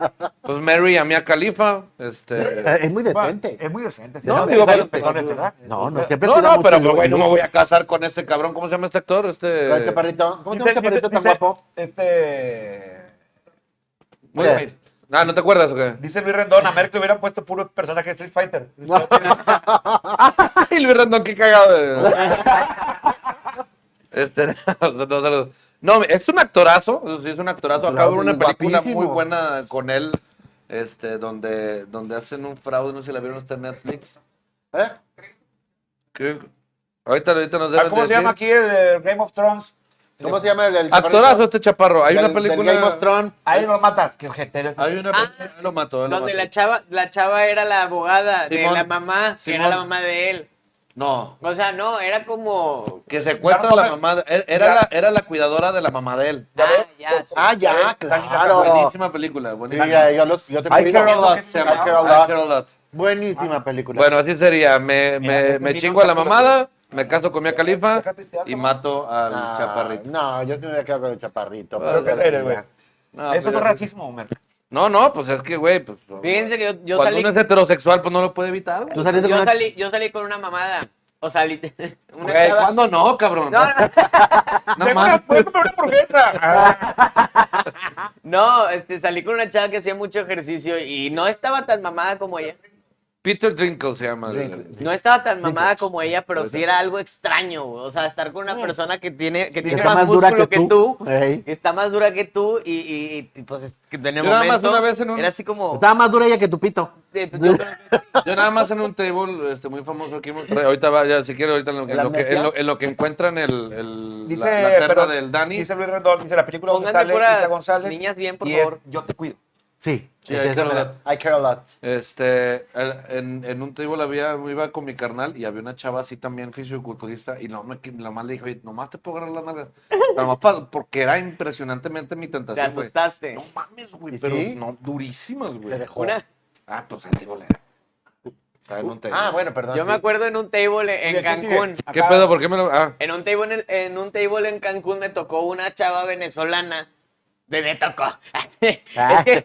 pues Mary a Mia Khalifa, este...
Es muy
Bueno,
decente.
Es muy decente.
No,
No,
digo,
digo,
pero-
pezones, ¿verdad?
No, no, siempre
eh, No,
tira
no,
mucho
pero pues,
el-
güey, no me voy a casar con este cabrón, ¿cómo se llama este actor? Este...
el chaparrito. ¿Cómo se llama
Dice-
el chaparrito tan
dice-
guapo?
Este.
Muy
¿Qué?
bien. Ah, ¿no te acuerdas o qué?
Dice Luis Rendón, a Merck le hubieran puesto puro personaje de Street
*laughs*
Fighter.
Ay, Luis Rendón, qué cagado. este, no, no, no, no, es un actorazo, sí, es un actorazo. Acabo de ver una película muy
Guapísimo.
buena con él, este, donde, donde hacen un fraude, no sé si la vieron, está en Netflix.
¿Eh?
¿Qué? Ahorita, ahorita nos
Ah,
deben
¿Cómo se
decir.
llama aquí el, eh, Game of Thrones?
¿Cómo se llama el, el
Actorazo
chaparrito?
este chaparro. Hay
Del-
una película...
Del Game of Thrones.
Ahí lo matas, que ojete. eres.
Hay una
Ah,
película... lo mató, lo
Donde
mató.
la chava, la chava era la abogada de
Simón.
la mamá, que era
Simón.
la mamá de él.
No.
O sea, no, era como.
Que secuestra a la mamá. de- Era, era la, era la cuidadora de la mamá de él.
¿Ya ah, ya. sí.
Ah, ya, claro.
Eh, Buenísima película.
Sí,
Buenísima.
ya, ya lo- yo te
I
pido.
care a lot, se llama.
I care a lot.
I care a lot.
Buenísima película.
Bueno, así sería. Me,
Mira,
me,
este
me
vino
chingo a la
captura.
mamada, me caso con Mia Califa
Deja pistear,
y
cabrón.
mato al
Ah,
chaparrito.
No, yo me hubiera quedado con el chaparrito.
Ah,
pero
¿qué
ya
eres,
la-
güey?
No,
Eso
pues,
no es racismo, Homer.
No, no, pues es que, güey, pues.
Fíjense que yo, yo
cuando
salí.
uno es heterosexual, pues no lo puede evitar. güey.
¿Tú saliste con
Yo
una-
salí, yo salí con una mamada. O sea, literal. *laughs* Una
Güey,
chava-
¿cuándo no, cabrón?
No,
No, *laughs*
no,
mames.
¿Puedes comer una
*laughs*
hamburguesa? Ah,
no, este, salí con una chava que hacía mucho ejercicio y no estaba tan mamada como ella.
Peter Drinkle se llama. el-
No estaba tan mamada como ella, pero sí era algo extraño, güey. O sea, estar con
Mm.
una persona que tiene, que
Que
tiene
está
más,
más dura
músculo
que
que tú,
tú. Ey.
que está más dura que tú, y, y- y, pues es que en el
Yo nada más
momento
una vez en un-
era así como.
Estaba más dura ella que tu pito.
eh, yo creo que sí.
Yo nada más en un table este, muy famoso aquí en Monterrey. Ahorita va, ya, si quiere, ahorita en lo, en lo que, en lo- en lo que encuentran el, el-
Dice,
la, la terna
pero-
del Dani.
Dice Luis Rendón, dice la película donde
Pónganme
sale
puras
Isa González.
niñas bien, por
y es
favor.
Yo te
*laughs*
cuido.
Sí.
Sí,
sí,
I
esa
care a
me la- I care a lot.
Este, el- en, en un table había, iba con mi carnal y había una chava así también fisioculturista y nomás, me- nomás le dijo, oye, nomás te puedo agarrar la nalga. Pero nomás pa- porque era impresionantemente mi
Te
tentación, güey.
asustaste.
No mames, güey,
¿Y
pero
sí?
no, durísimas, güey.
Le dejó.
Una,
Ah, pues el table era. Estaba en un table.
Ah, bueno, perdón.
yo me
sí.
acuerdo en un table en
Oye, ¿quién sigue?
Cancún.
¿Qué pedo? ¿Por qué me lo...? Ah,
En un table en, el- en un table en Cancún me tocó una chava venezolana. Me, me tocó. *laughs* es que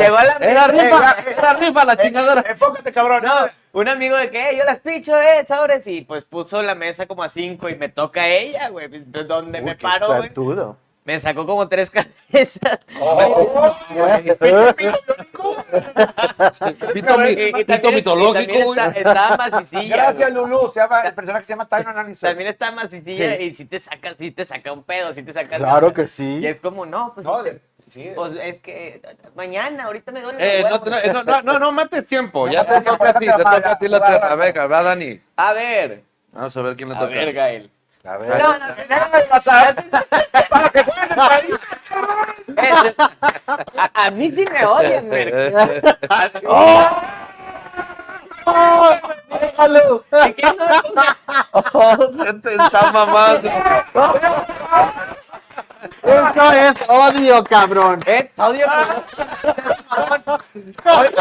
llegó a la
Era rifa, era rifa la chingadora.
Enfócate, cabrón.
No, un amigo de que "Eh, yo las picho, eh, sabores. Y pues puso la mesa como a cinco y me toca ella, güey. De Donde
Uy,
me
qué
paro, güey.
suertudo.
Me sacó como tres *laughs* cabezas. oh,
Pito, mi-
eh, Y- y
pito
también es- y
mitológico,
también
güey.
está- Estaba
*laughs*
macicilla.
Gracias,
güey.
Lulu. Se llama, el personaje se llama Tyron Anderson.
También está macicilla
Sí.
y si te saca, si te saca un pedo, si te saca.
Claro que sí.
Y es como, no, pues,
No,
este,
de- sí.
pues, es que mañana, ahorita me duele.
Eh,
los
no,
huevos.
te- no, eh, no, no, no, no mates tiempo. Ya te
mates tiempo,
toca a ti, te
déjate
toca a
apagar,
ti la
apagar.
terna. Venga, va Dani.
A ver,
Vamos a ver quién le
a
toca. *laughs*
ver, Gael.
A ver.
*laughs* No, no, sí,
Déjame pasar. Para que puedas entrar ahí.
Eh, a, *laughs* a mí sí me odian, güey.
Eh,
Si quieres, no me pongas-
Se te este está
*laughs*
mamando.
Esto es odio, cabrón.
Eh, audio, por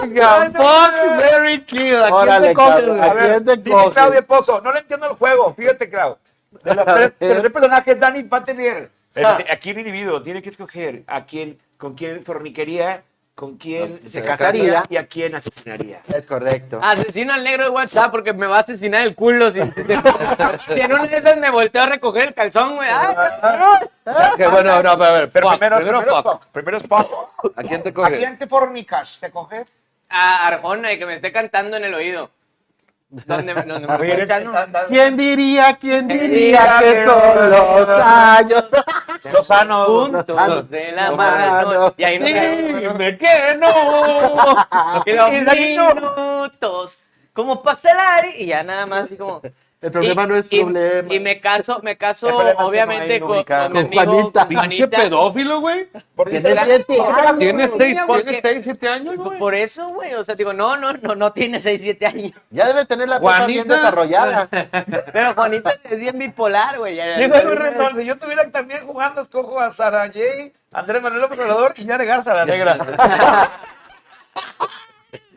Venga, fuck, Mary Kill. ¿A quién
Órale,
te coges,
cabrón.
güey?
A ver, te
Dice
coges?
Claudia Pozo, no le entiendo el juego. Fíjate, Clau. De los tres, de los tres personajes, Dani va a tener. Este, aquí el individuo tiene que escoger a quién, con quién fornicaría, con quién se
se
casaría
casaría.
y a quién asesinaría.
Es
Ah.
correcto.
Asesino al negro de WhatsApp porque me va a asesinar el culo. Si, *laughs* si en una de esas me volteo a recoger el calzón, güey. Ah,
*laughs* Ok, bueno, no, pero a ver,
Pero
fuck,
primero,
primero
primero,
fuck.
fuck. Primero es *laughs* fuck.
¿A quién te
¿A
coges?
quién te fornicas? ¿Te coges?
a Arjona y que me esté cantando en el oído. Donde, donde me
Oye,
esté echando.
¿Quién diría, quién
diría
diría que
que
son los años? *laughs*
Lozano.
Juntos de la
No,
mano.
no.
Y ahí nos
Dime que no.
*laughs* y los
Y de ahí no.
minutos. Como pasa el aire. Y ya nada más así como.
El problema
y-
no es
y-
problema.
Y me caso, me caso
El problema es que no
obviamente
hay
con, con mi
lubricante. Con
amigo
Juanita.
Pinche pedófilo, güey.
Porque
Tiene siete
Ah,
años.
Tiene seis,
porque-
tiene seis, siete años, güey.
Por eso, güey, o sea, digo, no, no, no, no tiene 6, 7 años. *laughs*
Ya debe tener la cosa bien
Juanita.
desarrollada.
Pero Juanita es bien bipolar, güey. ya-
Dice Luis Rendón, si yo tuviera también jugando, escojo a Sara J, Andrés Manuel López Obrador y ya Garza la negra. *laughs*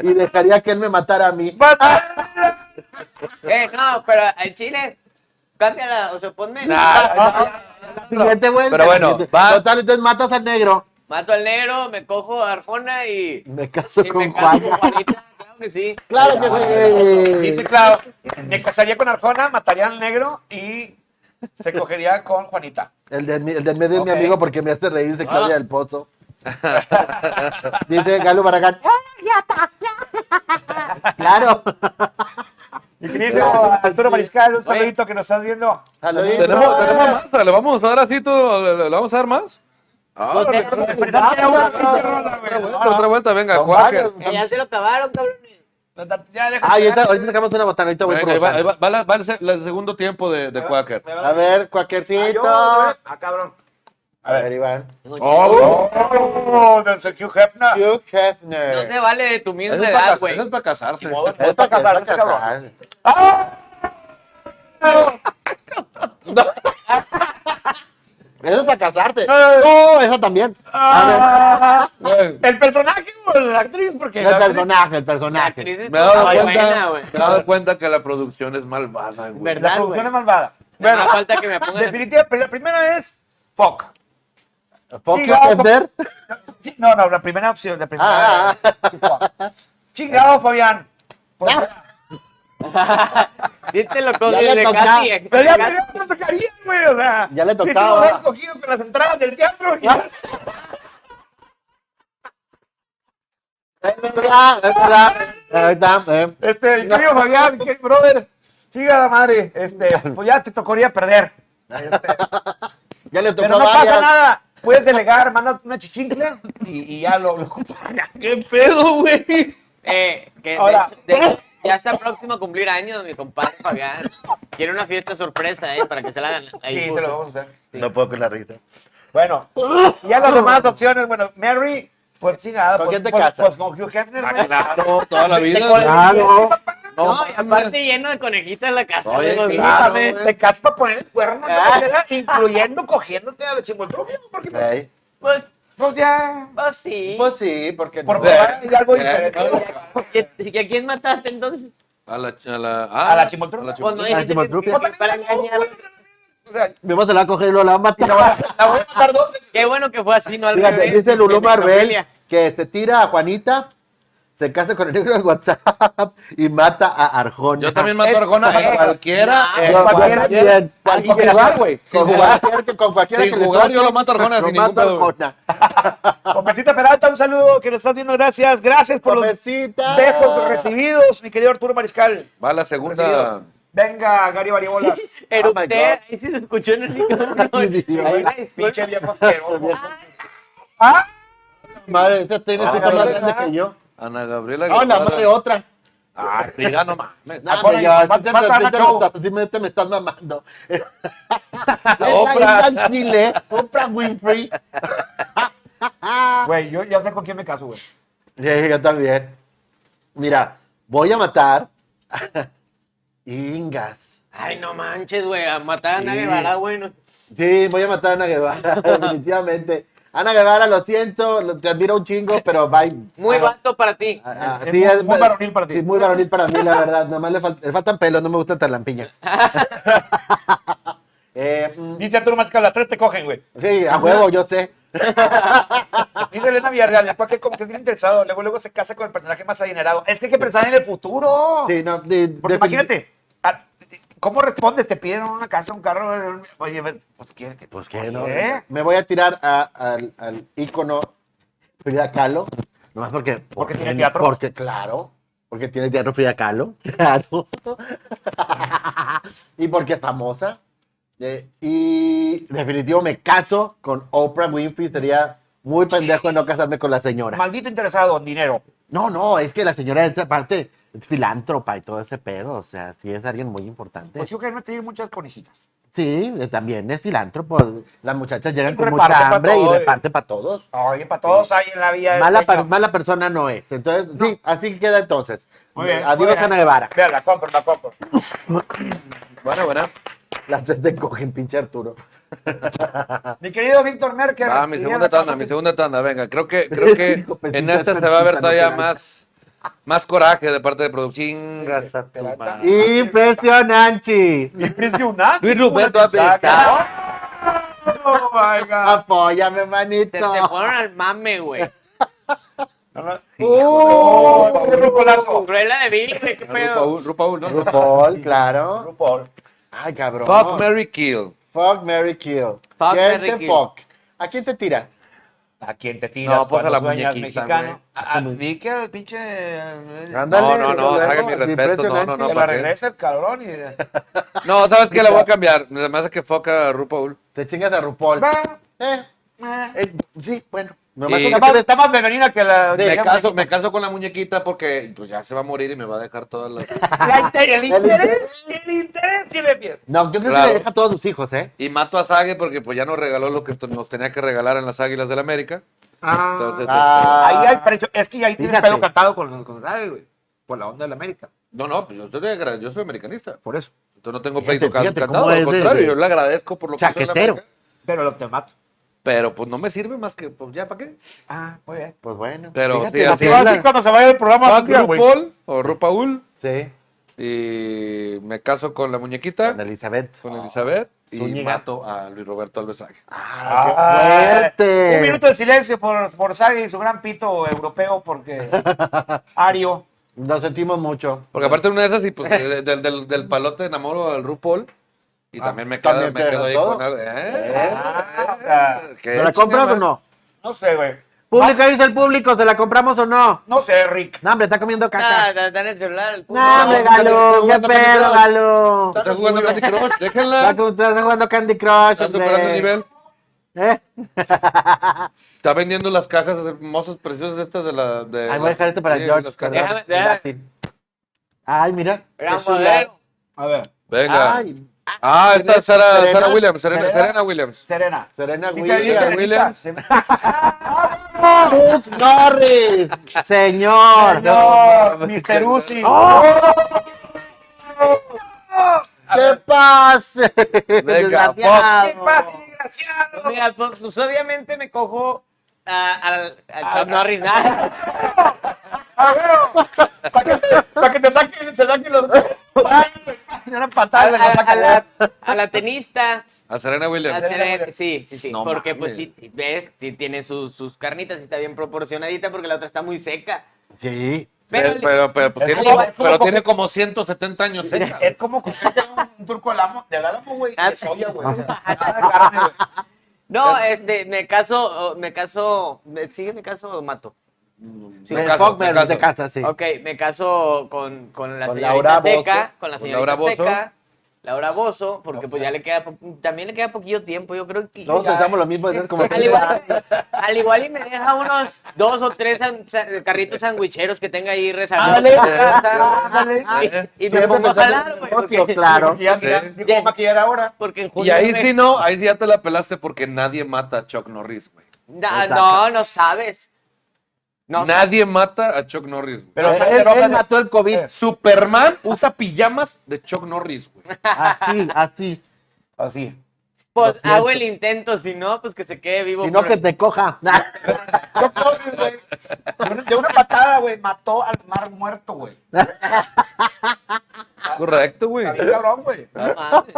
Y dejaría que él me matara a mí. Ah,
¡Pasa!
Eh, no, pero en Chile, cámbiala, o sea, ponme.
ah, Siguiente vuelta.
Pero bueno,
Siguiente.
va.
Total, entonces matas al negro.
Mato al negro, me cojo a Arjona y.
Me caso
y
con
me caso con
Juan.
Juanita, claro que sí.
Claro que
Dice
sí.
Clau, me casaría con Arjona, mataría al negro y se cogería con Juanita.
El del, mi- el del medio es mi
Ok.
amigo porque me hace reír, dice Claudia
Ah.
del Pozo. dice Galo Baragán. ¡Ay, ya está! claro.
Mi querido Arturo Mariscal, un saludito que nos estás viendo.
Saludito.
Tenemos,
eh.
tenemos más, le vamos a dar así todo, le le vamos a dar más.
Ah,
O sea, pues,
Otra otra vuelta, venga,
Son
Quaker.
varios.
que ya se lo acabaron, cabrón.
Ya deja.
Ah, y ahorita, ahorita sacamos una botana, ahorita voy por
Venga, ahí va,
botana.
ahí va- va la- va el, se- el segundo tiempo de, de Quaker.
eh.
A ver, cuaquercito.
Ah, cabrón.
A ver, Iván.
¡Oh!
¡Oh! Don Sergio Hefner.
Hugh
No se
Hefner.
vale de tu
Eso
misma
es para
edad,
cas-
güey.
eso es para casarse.
Ni modo.
Es para casarse,
Es para casar.
cabrón. ¡Ah! Eso es para casarte. ¡Oh, esa también!
Ah,
Güey,
¿El personaje o la actriz? Porque
El
la actriz-
personaje, el
La
personaje.
actriz
Me he dado
estaba
cuenta,
buena, güey.
me he dado cuenta que la producción es malvada, güey.
¿Verdad?
La producción
güey.
es malvada.
Bueno,
Bueno,
falta que me pongan.
definitiva, pero la primera es Fuck.
Fuck
Sí,
Hugh
no,
Hefner.
Chi- No, no, la primera opción, la primera.
Ah,
Chingado, Fabián. Pues,
Sí te lo coges
Ya le
de
tocaba.
casi. eh.
Pero ya tenía una tocaría, güey, o sea.
Ya le
si tú lo
tocaba.
has cogido con las entradas del teatro. y-
Es verdad, es verdad. Es verdad. eh.
Este, mi querido Fabián, mi querido brother. Chiga la madre. Este, pues ya te tocaría perder. Este,
Ya le tocó
pero no
varias.
pasa nada. Puedes delegar, manda una chichincla y, y ya lo, lo
¡Qué pedo, güey! Eh, que de-
Ahora.
de- ya está próximo a cumplir años, mi compadre Fabián. Quiere una fiesta sorpresa, ¿eh? Para que se la hagan.
Sí,
ahí
te
justo.
lo vamos a hacer.
No puedo con la risa.
Bueno, y ya las demás opciones. Bueno, Mary, pues chingada.
¿Con
pues,
quién te
pues,
casas?
pues con Hugh Hefner, güey.
Claro,
*laughs*
toda la vida.
Claro.
No,
No,
y aparte lleno de conejitas la casa.
Oye,
güey,
Sí,
claro,
también,
güey.
te casas para poner el cuerno, de
Ah.
manera, incluyendo cogiéndote a la chimoltrufia, porque pues,
Ey.
Pues,
pues ya,
pues sí.
Pues sí, porque
por
no.
probar algo
Eh,
diferente.
¿Y y a quién mataste entonces?
A la, a la, ah,
A la chimoltrufia.
a la
Pues
chimoltrufia.
no dijiste que-
chimoltrufia.
que para engañar.
O sea,
Mi mamá se la va a coger y luego la va a matar.
la voy a matar dos veces.
Qué bueno que fue así, no al
Fíjate,
revés,
dice Lulú
de
Marvel
necrofilia.
que se tira a Juanita, se casa con el negro de WhatsApp y mata a Arjona.
Yo también mato a Arjona a
Eh,
cualquiera.
no,
eh,
Con cualquiera,
cualquiera,
bien.
ah,
Con
y sin jugar, güey, sin
Con
jugar.
cualquiera que- con cualquiera
Sin
que le
jugar,
toque,
yo lo mato a Arjona
lo
sin ningún
mato a
pedo, güey.
Arjona.
Copecita Peralta, un saludo que nos estás viendo, gracias. Gracias por los
Copecita.
besos recibidos, mi querido Arturo Mariscal.
Va a la
Recibidos.
segunda.
Venga, Gary
*laughs*
Variabolas.
Oh my
Erupté,
God.
ahí sí se escuchó en el
*laughs*
micrófono. Ay, la disculpa.
Pinche viejo asqueroso.
Ah, Madre, esta tiene
Ah,
pito
la
más
verdad.
grande que yo.
Ana Gabriela.
Ah, la
Guevara.
madre, otra.
Ah, sí, ya no mames.
No,
Ahora,
hombre, ya,
más-
sí te-
más
sí
Ana
te-
Show.
sí me- te me estás mamando.
Oprah.
Oprah. en Chile, Oprah Winfrey.
Güey, yo ya sé con quién me caso, güey.
Sí, yo también. Mira, voy a matar. *laughs* Ingas.
Ay, no manches, güey, a matar a Ana Guevara, güey. no.
Sí, voy a matar a Ana Guevara, *laughs* definitivamente. Ana Guevara, lo siento, lo- te admiro un chingo, pero bye.
Muy
Ah,
vato para ti.
ah, ah,
Es muy- muy varonil para ti.
Sí, muy varonil para mí, la verdad. Nada más le, fal- le faltan pelos, no me gustan
*laughs*
tan lampiñas. *laughs* Eh, mm,
Dice Arturo Mariscal, las tres te cogen, güey.
sí, a huevo, yo sé.
Dice Elena Villarreal, después que como que es bien interesado, luego luego se casa con el personaje más adinerado. Es que hay que pensar en el futuro.
Sí, no, de-
Porque
defini-
imagínate, a- ¿cómo respondes? Te piden una casa, un carro, un- oye, pues ¿Eh? quién que
Pues que no.
Oye.
Me voy a tirar a- al, al ícono Frida Kahlo. Nomás porque.
Porque tiene teatro.
Porque, claro. Porque tiene teatro Frida Kahlo. *laughs* Claro. y porque es famosa. Eh, y definitivo me caso con Oprah Winfrey. Sería muy pendejo no casarme con la señora.
maldito interesado en dinero.
No, no, es que la señora es aparte es filántropa y todo ese pedo. O sea, sí es alguien muy importante.
Pues yo que no tiene muchas conejitas.
Sí, eh, también es filántropo. Las muchachas llegan
Y
con
reparte
mucha
pa'
hambre y
todos.
reparte para todos.
Oye, para todos hay en la vida.
Mala, per- mala persona no es. Entonces, sí, así queda entonces.
Muy bien, muy
Adiós,
bien.
Ana Guevara.
Vean, la compro, la compro.
Bueno, bueno.
Las tres te cogen, pinche Arturo.
Ah, Mi querido Víctor Merker.
Va, mi
diría
segunda
la
tanda,
Zapote-
mi segunda tanda. Venga, creo que, creo que
Hijo,
en
pensita,
esta se va a ver
pensita,
todavía
no,
más, más coraje de parte de producción. Chingas a tu madre.
Impresionante.
Mi príncipe Unán.
Luis Ruperto
Saca.
Apesta.
Oh my God.
Apóyame,
Se
manito.
te fueron al mame, güey.
Oh,
Uh,
Rupolazo.
Cruella de Vil, güey, qué pedo.
Rupaul, Rupaul, ¿no?
RuPaul, claro.
RuPaul.
Ay, cabrón.
Fuck, Mary Kill.
Fuck, Mary Kill.
Fuck,
¿Quién
marry,
te
kill.
fuck? ¿A quién te tiras?
¿A quién te tiras?
No, pues, a
cuando
la
sueñas
muñequita,
mexicano.
güey.
A- a- Di que al pinche. eh,
Ándale,
no, no,
luego,
traga mi respeto, no, no, no.
Que
impresionante.
la
¿para qué?
regresa el cabrón y.
No, ¿sabes qué? La voy a cambiar. Me hace que foca a Rupaul.
Te chingas a RuPaul.
Va.
Eh,
eh.
eh, sí, bueno. Nomás
Y-
con que
Está
te
más,
ves-
está más femenina que la...
Sí,
que
Me
la-
caso, me caso con la muñequita porque pues, ya se va a morir y me va a dejar todas las.
La inter- el
El
interés, el interés tiene pie.
No, yo creo
Claro.
que le deja a todos sus hijos, ¿eh?
Y mato a Sague porque pues ya nos regaló lo que t- nos tenía que regalar en las Águilas del América. Entonces, este,
Ah.
Ahí hay precio. Es que ahí tiene el
Fíjate.
pedo cantado con, con ¿sabes, güey? Por la onda de la América.
este, no, no, pues yo, estoy agra- yo soy americanista.
Por eso.
Entonces no tengo
Fíjate,
pleito ca-
fíjate cómo
cantado. Al
es de-
contrario,
de-
yo le agradezco por lo que hizo en la
Chaquetero.
América,
Pero lo te mato.
Pero pues no me sirve más que, pues ya, ¿para qué?
Ah, muy bien.
Pues bueno.
Pero,
fíjate,
sí,
la
así
Te voy a
tienda-
decir cuando se vaya el programa
Fuck
algún día, güey.
RuPaul o RuPaul
Sí,
y me caso con la muñequita,
con Elizabeth.
con Elizabeth y
Zúñiga.
mato a Luis Roberto Alves Sague.
Ah,
¡Qué fuerte!
Un minuto de silencio por, por Sagi y su gran pito europeo porque Ario.
Nos sentimos mucho.
Porque aparte de una de esas, y pues de- del, del, del palote enamoro al RuPaul. Y
Ah,
también me quedo,
¿también
me
te
quedo ahí
gustó?
con algo. ¿Eh?
Ah, o sea,
¿Qué
¿Se la compras o
chingada?
no?
no sé, güey.
Público, dice el público, ¿se la compramos o no?
No sé, Rick.
No, hombre, está comiendo
Nah,
caca.
está está en el celular. el
No,
puto.
hombre,
Ah, no, Ah. está
Galo, qué
jugando Candy
pedo,
Crush.
Galo.
Está jugando Candy Crush,
Está
déjenla.
como- Estás jugando Candy Crush,
Está superando el
hombre.
nivel.
¿Eh?
Está vendiendo las cajas hermosas, preciosas estas de la. De
Ay, voy a dejar este para
Eh, Sí,
George.
las cajas.
perdón,
Déjame-
el
déjame.
lápiz. Ay, mira.
Era
qué chula.
modelo.
A ver,
Venga.
Ay,
ah, esta es Sara,
Serena.
Sara Williams. Serena, Serena. Williams.
Serena.
Serena
Sí, te vi,
Williams.
Serena Williams.
*laughs* Serenita.
*laughs*
Chuck Norris. Señor.
No, Mr. Uzi.
¡Oh! ¿Qué pasa?
¡Qué
Desgraciado.
pase, desgraciado!
Mira, pues, pues, obviamente me cojo a, al- a Chuck Norris. nada.
¡A huevo! Para que, pa' que te saquen, se saquen los. ¡Ay, güey! De una
A,
patada se
*laughs* a-
lo
a
sacan.
la, a la tenista.
A Serena
a
Williams.
Serena- sí, sí, sí.
No
porque pues
mames.
sí, sí, ve, sí tiene sus, sus carnitas y está bien proporcionadita porque la otra está muy seca.
Sí.
Pero, pero, pero, pues,
Es
tiene,
como-
como,
es como
pero
coger-
tiene como 170 años seca.
Es como cogerte un turco al amo, del álamo, güey.
Ah,
De soya, güey.
sí.
Nada de carne, güey.
No, este, me caso, oh, me caso, me- sí, me caso o mato.
Sí,
Me-
me caso, me
Fogmer
caso.
se casa, Pues, sí.
Ok, me caso con, con la
Con
señorita
Laura Bozzo.
Seca, con la
Con
señorita
Laura Bozzo.
Seca, Laura Bozo, porque pues ya le queda, po- también le queda poquillo tiempo, yo creo que...
Todos
ya-
pensamos lo mismo, es como
Al
que
igual, al igual y me deja unos dos o tres san- san- carritos sandwicheros que tenga ahí rezagados.
Ándale,
Ándale. Y, y me
Siempre
pongo
pensando
a
en
jalar, güey.
negocio,
Porque,
Claro.
Porque ya, ya,
Sí.
digo, ¿cómo maquillar ahora?
porque en
Y
junio
ahí
me-
sí no, ahí sí ya te la pelaste porque nadie mata a Chuck Norris, güey.
Na-
Exacto.
no, no sabes. No
nadie mata a Chuck Norris, güey.
Pero,
él,
pero-
él mató el COVID.
Superman usa pijamas de Chuck Norris, güey.
Así, así.
Así.
Pues
Lo
hago el
siento.
intento, si no, pues que se quede vivo.
Si no,
por-
que te coja.
Yo creo que, güey, de una- De una patada, güey, mató al mar muerto, güey.
Correcto, güey.
Está bien cabrón, güey.
No mames.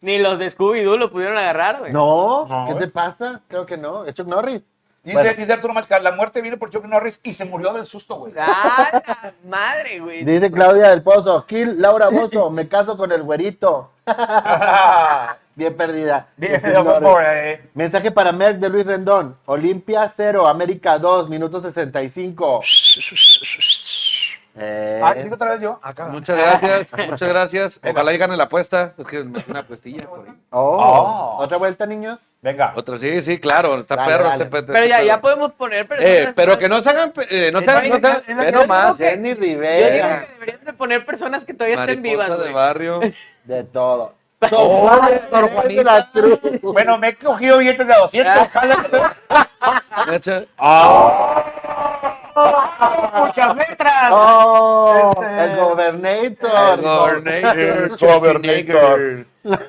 Ni los de Scooby-Doo lo pudieron agarrar, güey.
No,
No,
¿qué
eh.
te pasa? Creo que no. Es Chuck Norris.
Dice,
Bueno.
dice Arturo Mascar, la muerte viene por Chuck Norris y se murió del susto, güey.
Ah, la madre, güey.
Dice Claudia del Pozo. Kill Laura Bozo. Me caso con el güerito.
Ah. *laughs*
Bien perdida.
Dice,
Chuck Norris.
güey,
Mensaje para Merck de Luis Rendón. Olimpia 0, América 2, minuto 65. Eh,
Ah, digo otra vez yo. Acá.
Muchas gracias, muchas gracias. Ojalá y gane la apuesta. Es que es una apuestilla por ahí.
oh,
Oh.
¿Otra vuelta, niños?
Venga.
Otra, sí, sí, claro. Está
Dale,
perro.
dale.
este pe- este
Pero ya,
perro.
ya podemos poner personas.
Eh, pero que no se hagan. pe- eh, no se
Es
hagan. No se
la-
hagan-
es la
ve
que-
nomás.
Jenny
Yo digo
Rivera.
que deberían de poner personas que todavía estén vivas,
Mariposa de
güey.
barrio.
*laughs*
*laughs*
De todo. Sor Juana de la Cruz.
Bueno, me he cogido billetes de 200.
Ah.
jala,
Nacha.
Muchas letras.
Ah.
Oh,
Este-
el gobernator.
El Gobernator.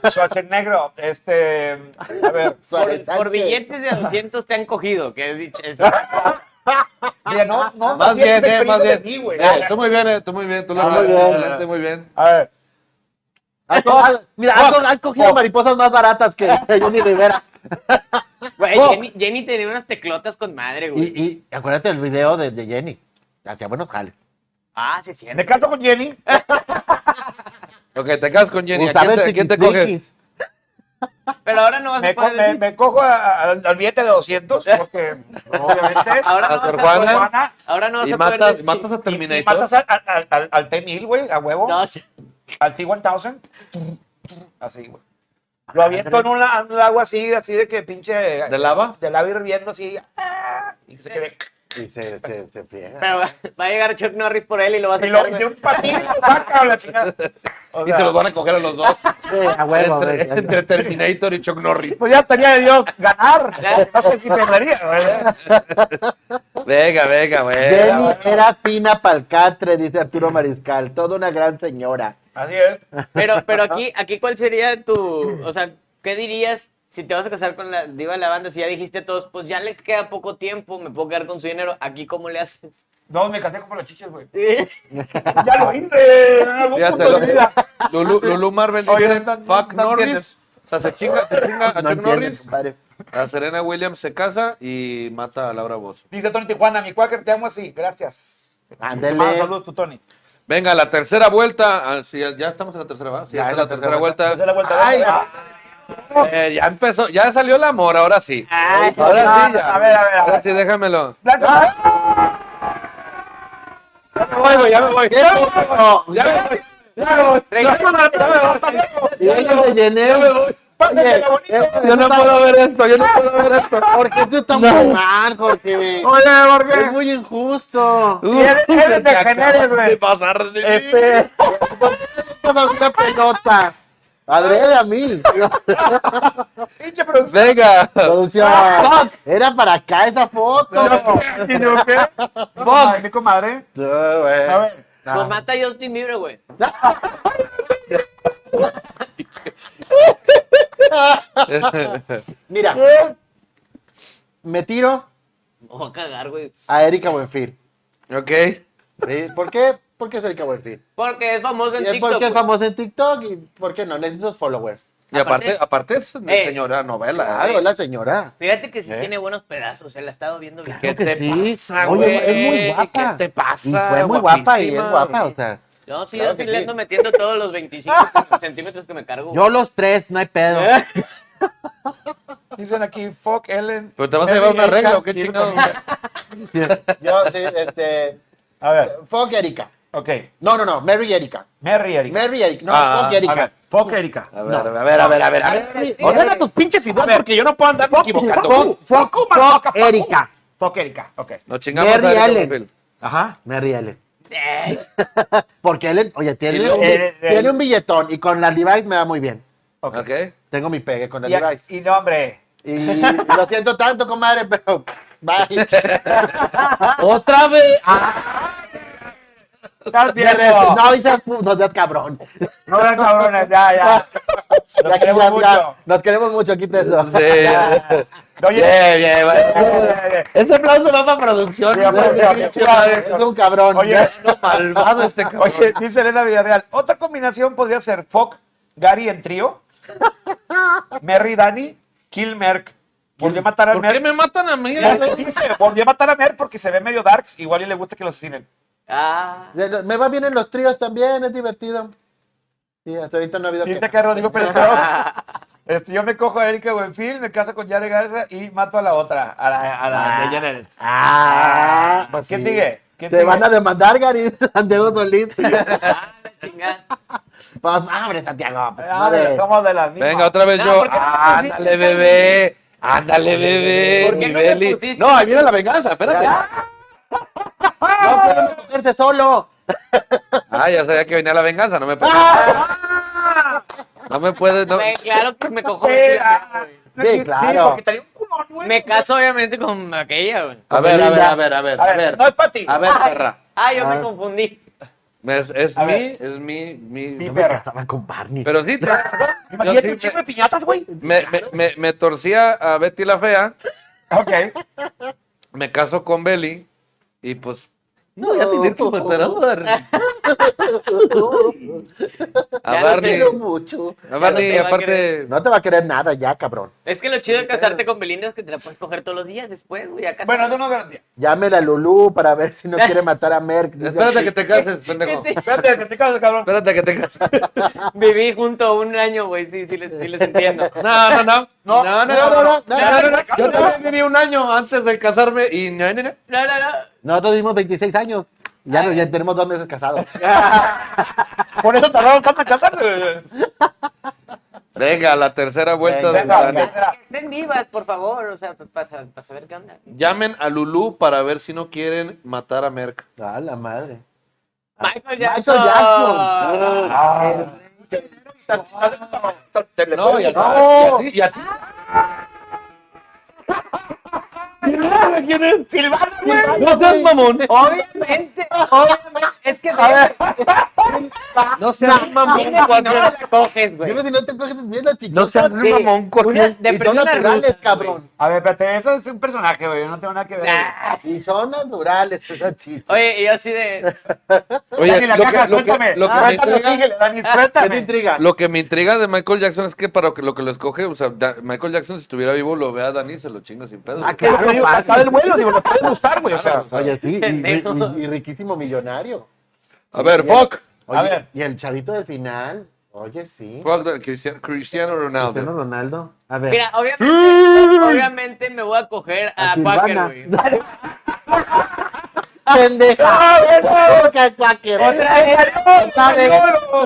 Schwarzenegger, este, a ver,
Por,
Suárez
por
Sánchez.
billetes de 200 te han cogido, que es dicho. es-
mira, no, no,
Más bien, eh, más bien.
Ti, güey.
Eh, tú muy bien, eh, tú muy bien. Tú lo
Ah, muy
hablaste,
bien.
hablaste muy bien.
A ver,
Han co- han- Ah, Mira, han, co- han cogido mariposas más baratas
*laughs*
que Jenny Rivera.
Güey,
Oh.
Jenny, Jenny tenía unas teclotas con madre, güey.
Y, y acuérdate del video de, de Jenny. Hacía buenos jales.
Ah, sí, es
me
cierto.
caso con Jenny,
Ah, Ok, te quedas con Jenny. ¿A
Gustavo
quién te, a quién te
Chiquistriquis.
coges?
Pero ahora no vas
me,
a
co-
poder
me,
decir.
me cojo a- a- al, al billete de 200,
Eh.
porque obviamente,
*laughs*
Ahora
a
no vas
Sor
a poder-
Juana.
Ahora no vas
Y
a poder
matas,
decir-
matas a
y, y
Terminator.
matas al, al, al, al T-1000, güey, a huevo,
No, sí.
al T-1000, así, güey. Lo aviento en un la- un lago así, así de que pinche...
¿De lava?
De lava hirviendo así. ah, Y se quede.
Y se, se, se friega.
Pero va, va a llegar Chuck Norris por él y lo va a
Y lo
sacar.
de un patín lo saca o la chingada. O
Y
sea,
se los van a coger a los
*laughs*
dos.
Sí, a huevo, güey.
entre, entre Terminator y Chuck Norris.
Pues ya estaría de Dios ganar. No sé si perdería, güey.
Venga, venga, venga.
Jenny era fina palcatre, dice Arturo Mariscal. Toda una gran señora.
Así es.
Pero, pero aquí, aquí, ¿cuál sería tu. O sea, ¿qué dirías si te vas a casar con la diva de la banda? Si ya dijiste a todos, pues ya le queda poco tiempo, me puedo quedar con su dinero. Aquí, ¿cómo le haces?
No, me casé con los chiches, güey.
Sí,
*laughs* Ya lo hice. en algún
Fíjate,
punto de mi vida.
lo- Lulu, Lulu Marvel dice,
Oye, no- no-
fuck
no
Norris.
entiendes.
O sea, se chinga, se chinga a Chuck
No entiende,
Norris,
compadre.
a Serena Williams se casa y mata a Laura Bozo.
Dice Tony Tijuana, mi cuáquer, te amo así. Gracias.
Ándele.
Más saludos, tu Tony.
Venga, la tercera vuelta. Ah, sí, ya estamos en la tercera, ¿va? Sí, ya, está
Ya es
la
la
tercera,
tercera
vuelta.
Entonces la vuelta.
Ay,
venga.
Eh, ya empezó, ya salió el amor, ahora sí.
Ay,
ahora
no,
sí,
no,
ya.
a ver, a ver, a
Ahora
ver.
sí, déjamelo.
Blanca-
ya me voy. Ya me voy. Ya me voy.
Y ella me llené.
Pásenle la bonita.
Yo no puedo ver esto, yo no puedo ver esto.
¿Por qué tú tan mal, Jorge?
Oye, Jorge.
Es muy injusto.
Tú
eres-
te
eres de
acabas
Jeneres, güey.
de pasar de
Este,
Toda una pelota. Adrede a mí.
pinche producción.
Venga.
Producción.
Ah,
Era para acá esa foto.
Y yo, ¿qué? Ay, Mi comadre.
No, güey.
A ver.
Ah.
Pues mata a Justin Bieber, güey.
Mira, me tiro
Me voy a cagar, güey.
a Erika Buenfil.
Ok.
¿Sí? ¿Por qué? Porque es Erika Buenfil.
Porque es famoso en
Y es
TikTok.
porque es
güey.
famosa en TikTok y por qué no, necesito followers.
Y aparte,
Aparte-
aparte es
Eh.
señora novela.
Claro, es la señora.
Fíjate que sí tiene buenos pedazos, él la ha estado viendo bien.
¿Qué te
Sí.
pasa,
Oye,
güey?
es muy guapa.
¿Qué te pasa?
Y fue muy guapa y es
Guapísima,
guapa,
güey.
o sea.
No, sí,
Claro
yo sí
que
le
sí.
ando metiendo todos los 25 *laughs* centímetros que me cargo.
Yo los tres, no hay pedo.
Dicen aquí, fuck Ellen.
Pero te vas a llevar una regla o qué
Erika,
chingado.
*laughs* Yo, sí, este.
A ver,
Fuck Erika.
ok.
No, no, no, Mary y Erika.
Mary Erika.
Mary y Erika. No,
Ah,
fuck
a ver.
Erika.
Fuck Erika.
A ver, a ver, a ver, a ver. a ver.
Ordena tus pinches ideas porque yo no puedo andar equivocando. Fuck, fuck, fuck, fuck,
Erika.
Fuck Erika. Ok.
Nos chingamos
Gary
a Erika
Allen.
Buenfil.
Ajá.
Mary Ellen.
Eh,
Porque Ellen, oye,
Y
tiene,
luego-
un,
Eh, eh,
tiene un billetón y con la Levi's me va muy bien.
Ok.
Ok.
Tengo mi pegue con la
Y, a-
Levi's.
y no, hombre.
Y lo siento tanto, comadre, pero.
*laughs*
Bye.
Otra vez.
Estás
De res-
viendo.
No, seas, pu- no seas cabrón.
No, no, cabrones, ya, ya. Nos
Ya-
queremos
ya-
mucho.
ya, nos queremos mucho, quita eso.
Sí.
Oye,
Bien, bien, bueno.
eh, eh,
Ese aplauso va para producción.
Sí, aplauso,
güey.
aplauso.
Madre,
Es un cabrón.
Oye,
Ya-
no, malvado este cabrón.
oye, dice Elena Villarreal. Otra combinación podría ser fuck Gary en trío, Mary Dani, Kill Merck. Volvió a matar al
¿Por qué
Merck.
me matan a mí?
Dice, volvió a matar a Merck porque se ve medio darks. Igual y le gusta que lo asesinen.
ah,
Me va bien en los tríos también, es divertido. Sí, hasta ahorita no ha habido.
Dice
queja.
que
*laughs*
Rodrigo Pérez Prado, este, yo me cojo a Erika Buenfil, me caso con Yare Garza y mato a la otra, a la, a la de
pues,
Jenneres.
Ah, pues
¿Quién
sí.
sigue? ¿Quién
Te
sigue?
van a demandar, Gary, *laughs* Santiago
*laughs*
Solís.
la chingada.
Pues, hombre, Santiago. pues,
Ah,
madre.
somos de las mismas.
Venga, otra vez
No,
yo.
¿por qué no pusiste
Ándale, bebé. Ándale, bebé.
¿Por qué
mi
no me
Beli.
pusiste?
No, ahí viene la venganza, espérate.
No pueden cogerse solo.
Ah, ya sabía que venía la venganza, no me puedes.
Ah.
No me puedes, no.
Me- claro que me cojo.
Espera.
Sí, claro.
porque estaría un culón, güey.
Me caso obviamente con aquella, güey.
A ver, a ver,
Belinda.
a ver, a ver,
A
a
ver,
ver.
no es para ti.
A ver, perra.
Ah, yo
Ah.
me confundí.
Es, es
A
mi,
ver.
es mi, mi.
Mi
no me-
perra.
Estaban con Barney.
Pero sí, te- yo
Imagínate
sí
un chingo de piñatas, güey.
me, me, me- me- me torcía a Betty la Fea,
Ok.
me caso con Beli y pues. No, ya
No.
tenía que matar a Barney.
Ya
A
lo
Barney.
Quiero mucho.
A Barney,
Ya lo tengo
aparte.
No te va a querer nada ya, cabrón.
Es que lo chido de casarte con Belinda es que te la puedes coger todos los días después, güey. acá
Bueno, no, no, espérate.
Llámele a Lulú para ver si
*laughs*
no quiere matar a Merck. Dice-
Espérate que te cases, pendejo.
*laughs* te-
Espérate, que te casas, cabrón.
Espérate que te cases.
Viví junto un año, güey. Sí, sí les, sí les entiendo.
No, no, no. No, no, no, no, no,
no,
no, no. Yo también viví un año antes de casarme y no, no, no.
No, no, no.
Nosotros vivimos 26 años. Ya, no, ya tenemos dos meses casados.
Por eso tardaron tanto en casarse. güey.
Venga, la tercera vuelta
Venga,
del
Venga,
verano.
venga.
Ten estén vivas, por favor, o sea, pues, para, saber qué onda.
Llamen a Lulú para ver si no quieren matar a Merck.
Ah, la madre.
Michael
Jackson.
Jackson.
Ah.
No, y a,
No.
y a ti- y a ti-
Silvano, güey.
No seas mamón.
Obviamente, obviamente. *laughs* Es que
No seas mamón.
dime si no me la coges, güey.
Dime si no te coges bien la chiquita.
No seas
Sí.
mamón,
Una
Jorge.
Y son
depresión
naturales,
rusa,
cabrón.
A ver, espérate, eso es un personaje, güey. Yo no tengo nada que ver.
güey. Ah.
Y son naturales *laughs* esas chichas.
Oye, y yo así
*laughs*
de.
Dani, la
lo que-
caja,
lo que-
suéltame.
lo que me
suéltame,
intriga-
síguele, Dani,
¿Qué te
suéltame.
intriga?
Lo que me intriga de Michael Jackson es que para que lo que lo escoge, o sea, Da- Michael Jackson si estuviera vivo lo ve a Dani y se lo chinga sin pedo.
Ah,
güey.
Que lo
Claro,
que digo,
padre.
Está del vuelo, digo, lo puede gustar, güey. O sea,
Oye, sí, y,
Pendejo.
y- y- y riquísimo millonario.
A ver, fuck.
Oye,
A ver.
Y el chavito del final. Oye, sí.
Fuck de Cristiano, Cristiano
Cristiano
Ronaldo.
Ronaldo. A ver.
Mira,
*laughs*
obviamente, obviamente me voy a coger a,
A
Quaker,
Silvana. *laughs*
güey.
¡Pendeja! ¡Qué cuáquer!
Otra vez.
Otra vez.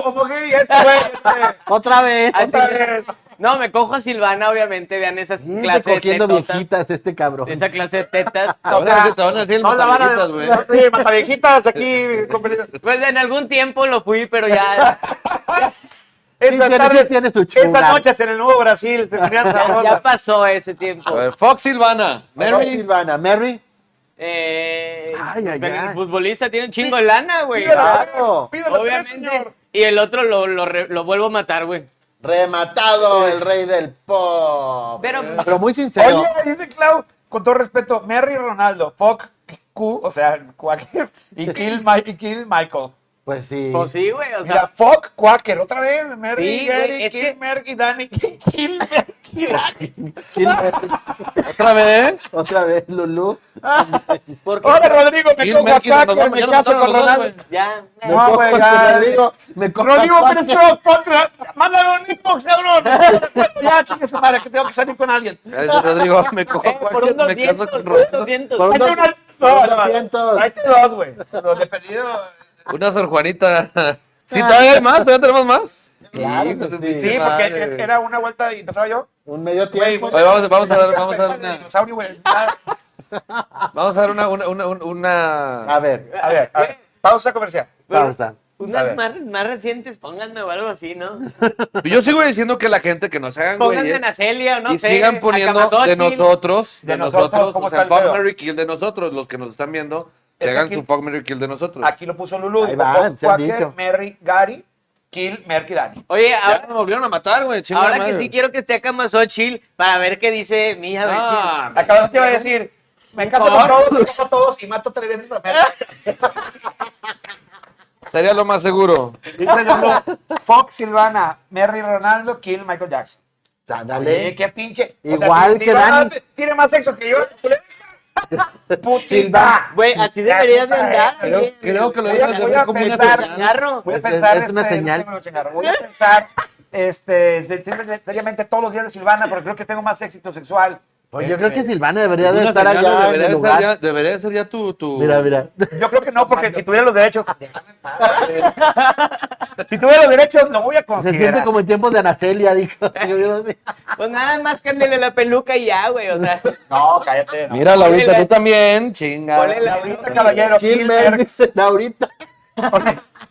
¿Cómo que y este, güey? este,
Otra vez.
Así
Otra
que-
vez.
No, me cojo a Silvana, obviamente, vean esas
Siempre
clases de
cogiendo
tetotas.
viejitas este cabrón.
Esa clase
*laughs*
de tetas.
Te van a decir- te van a decir el
No la van a.
mataviejitas, güey.
Oye, mataviejitas aquí. con-
Pues en algún tiempo lo fui,
*laughs*
pero ya.
Esas
tiene-
tardes,
sí tiene su chula.
esas noches en el Nuevo Brasil, te ponían
Ya, ya
sabrosas.
pasó ese tiempo.
A ver, fuck Silvana.
Mary.
Mary.
Silvana. Mary.
Eh,
Ay, ay,
pero
ay.
El futbolista tiene un chingo de lana, güey.
Claro.
Pídelo,
Obviamente. Y el otro lo, lo, re- lo vuelvo a matar, güey.
Rematado el rey del pop.
Pero-
Pero muy sincero.
Oye, dice Clau, con todo respeto, Merry Ronaldo, fuck Q, o sea, Quaker, y kill, Mi- y kill Michael.
Pues sí.
Pues sí, güey. O
Mira,
sea,
fuck Quaker, otra vez, Merry,
Sí, güey,
Gary,
es
kill,
que-
Merry, *laughs* Danny, kill, kill, Merry.
Sí, Mary.
Otra vez.
Otra vez, Lulu.
porque
Hola, Rodrigo, me
Kill,
cojo a
Merck y
Quaker,
Ronaldo,
me
ya lo
caso
mataron los
con
dos,
Ronaldo.
güey.
ya.
Me
No,
cojo
güey,
con
ya.
Rodrigo. Me cojo
Rodrigo
a
Pérez Cruz, contra, mándale un inbox, cabrón. *laughs* Ya, chingue su madre, que tengo que salir con alguien.
Gracias, Rodrigo. Me cojo
*laughs*
Eh, por
cualquier,
unos
me caso
200,
con
por unos
Ronaldo.
200.
Por un-
Tráete una-
Por
no, no,
200.
tráete dos, güey. Los de perdido.
Una Sor Juanita. Sí, todavía hay más, todavía tenemos más.
Claro
Sí,
que
no te
sí.
pinches
Sí, porque
madre.
era una vuelta y empezaba yo.
Un medio tiempo.
Oye, vamos, vamos a
*laughs*
dar, vamos a dar
Vamos
una,
dinosaurio, güey. Ah,
vamos a dar una, una, una, una-
A ver,
A ver, a ver. Pausa comercial.
Pero-
pausa.
A
Unas
ver.
más, más recientes, pónganme o algo así, *laughs* ¿no?
Yo sigo diciendo que la gente que nos hagan, güey,
Pónganme a Celia o no
y
sé.
sigan
a
poniendo
Camasochi.
de nosotros, de,
De
nosotros,
nosotros, ¿cómo
o sea,
está el
fuck,
pedo?
Mary Kill de nosotros, los que nos están viendo, que
Es que
hagan
aquí-
su fuck, Mary Kill de nosotros.
Aquí lo puso Lulu.
Ahí
dijo,
van,
"Fuck
se han
Quaker,
dicho.
Merry, Gary, Kill, Merky, Dani.
Oye,
ya
ahora,
nos volvieron a matar, güey, chingada
ahora que
madre.
sí quiero que esté acá más chill para ver qué dice mi hija
Ah,
vecina.
Acabas de decir, me caso con todos, me caso con todos y mato tres veces a Merry.
sería lo más seguro.
Dice Lulu, Fuck Silvana, Merry Ronaldo, Kill Michael Jackson. Oye,
Ándale.
qué pinche.
Igual
si
que
Silvana
Dani.
Tiene más sexo que yo.
*laughs*
Putita.
Güey, así deberías de andar.
Creo-
oye.
creo que lo
Voy
debes
a-
de
voy
ver
a
como una
pensar,
señal.
cigarro.
Voy a
Es- es-
pensar,
es una
este,
señal.
déjame lo chingar, Voy a pensar, este, seriamente- seriamente todos los días de Silvana, porque creo que tengo más éxito sexual. Este,
Pues yo creo que Silvana debería de
Una
estar
señal,
allá en
debería,
el
de
lugar.
ser ya, debería de ser ya tu, tu...
Mira, mira.
Yo creo que no, porque si tuviera los derechos. *laughs* si tuviera los derechos, lo voy a
Se siente
considerar.
como en tiempos de Anacelia, dijo. Yo- yo-
Pues nada más cámbiale la peluca y ya, güey. O sea, *laughs*
No, cállate. No.
Mírala ahorita,
Ponele-
tú también, chinga.
ponle la
Ahorita, caballero,
Kilmer,
Kilmer.
dicen ahorita.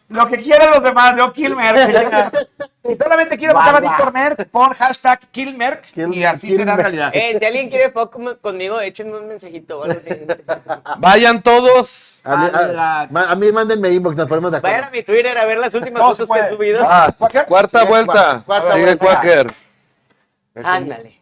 Lo que quieran los demás, yo Kilmer.
*laughs*
chinga. Si solamente quiero matar a Víctor Merck, pon hashtag Kilmer y
Kilmer,
así será
Kilmer.
realidad.
eh, si alguien quiere fuck como- conmigo, échenme un mensajito o algo así.
Ah.
Vayan todos.
A mí,
A la-
a, ma- a mí mándenme inbox, nos ponemos de
Vayan a
acuerdo.
mi Twitter a ver las últimas
No
fotos
se
que
puede.
he subido.
Cualquier-
Cuarta
Sí,
vuelta.
cua- cuarta
Sigue
vuelta.
Quaker.
Ándale.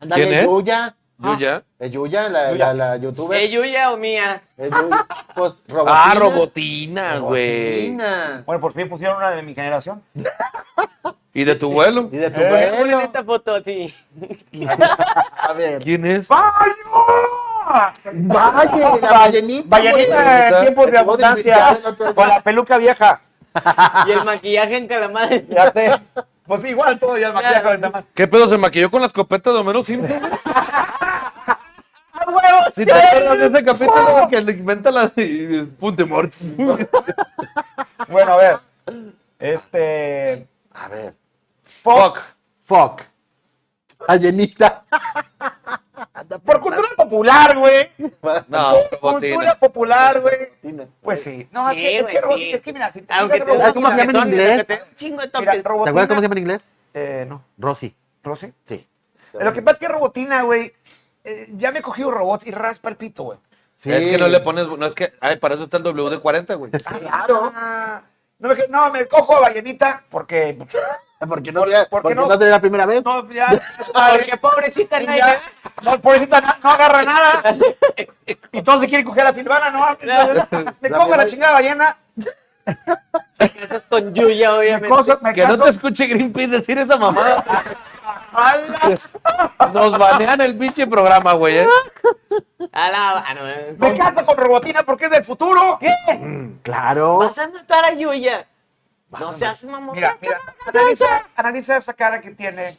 Ándale,
¿Quién es?
Yuya.
Yuya.
Es Yuya, la,
Yuya.
la, la youtuber.
¿Es Yuya o mía?
Es Yuya. Pues, robotina.
Ah, robotina, güey.
Robotina.
Bueno, por fin pusieron una de mi generación.
¿Y de tu vuelo?
Y de tu
Eh.
Ponle
vuelo.
esta foto así.
A ver.
¿Quién es?
¡Vaya!
Valle, la ballenita.
Vallenita en
güey.
tiempos de
Acabo
abundancia.
invitar el otro día.
Con la peluca vieja.
Y el maquillaje en calamar.
*laughs* Ya
*laughs*
sé. Pues igual todavía el maquillaje con el tamal.
¿Qué pedo? ¿Se maquilló con la escopeta de Homero Simpson?
¡A huevo!
Si
¡Eh!
te acuerdas de ese
¡Oh!
capítulo que le inventa la y- y- Punte Mortis.
*laughs* Bueno, a ver. Este.
A ver.
Fuck.
Fuck.
Fuck. ballenita.
Por cultura popular, güey.
No,
Cultura popular, güey.
Tina.
Pues sí. No,
Sí,
es que, es
güey,
que, Robot-
sí.
es que mira, si te
Aunque
fijas,
te
Robotina-
¿Cómo se llama en
toques,
inglés?
que te- un chingo de
Mira,
toques.
¿Te
Robotina-
acuerdas cómo se llama en inglés?
Eh, no.
Rosy.
¿Rosy?
Sí.
Lo que pasa es que Robotina, güey, eh, ya me he cogido robots y raspa el pito, güey.
Sí.
Es que no le pones. No es que. Ay, para eso está el WD-40, güey.
Claro. No me, no, me cojo a Ballenita porque...
¿Por qué no?
¿Por-
sería-
por qué
¿Por qué
no?
no sería la primera vez?
No, ya...
Ah, Porque pobrecita
Y
nadie.
ya, no, pobrecita, no, no agarra nada. Y todos se quieren coger a Silvana, ¿no? Entonces, me cojo a la chingada ballena.
Estás con Yuya,
Me,
obviamente.
coso- me
Que no
caso.
te escuche Greenpeace decir esa mamada. Nos banean el pinche programa, güey. ¿eh?
A la. Ah, no, eh.
Me caso con Robotina porque es del futuro.
Claro.
Vas a matar a Yuya. No seas mamón.
Mira, mira, analiza, analiza esa cara que tiene.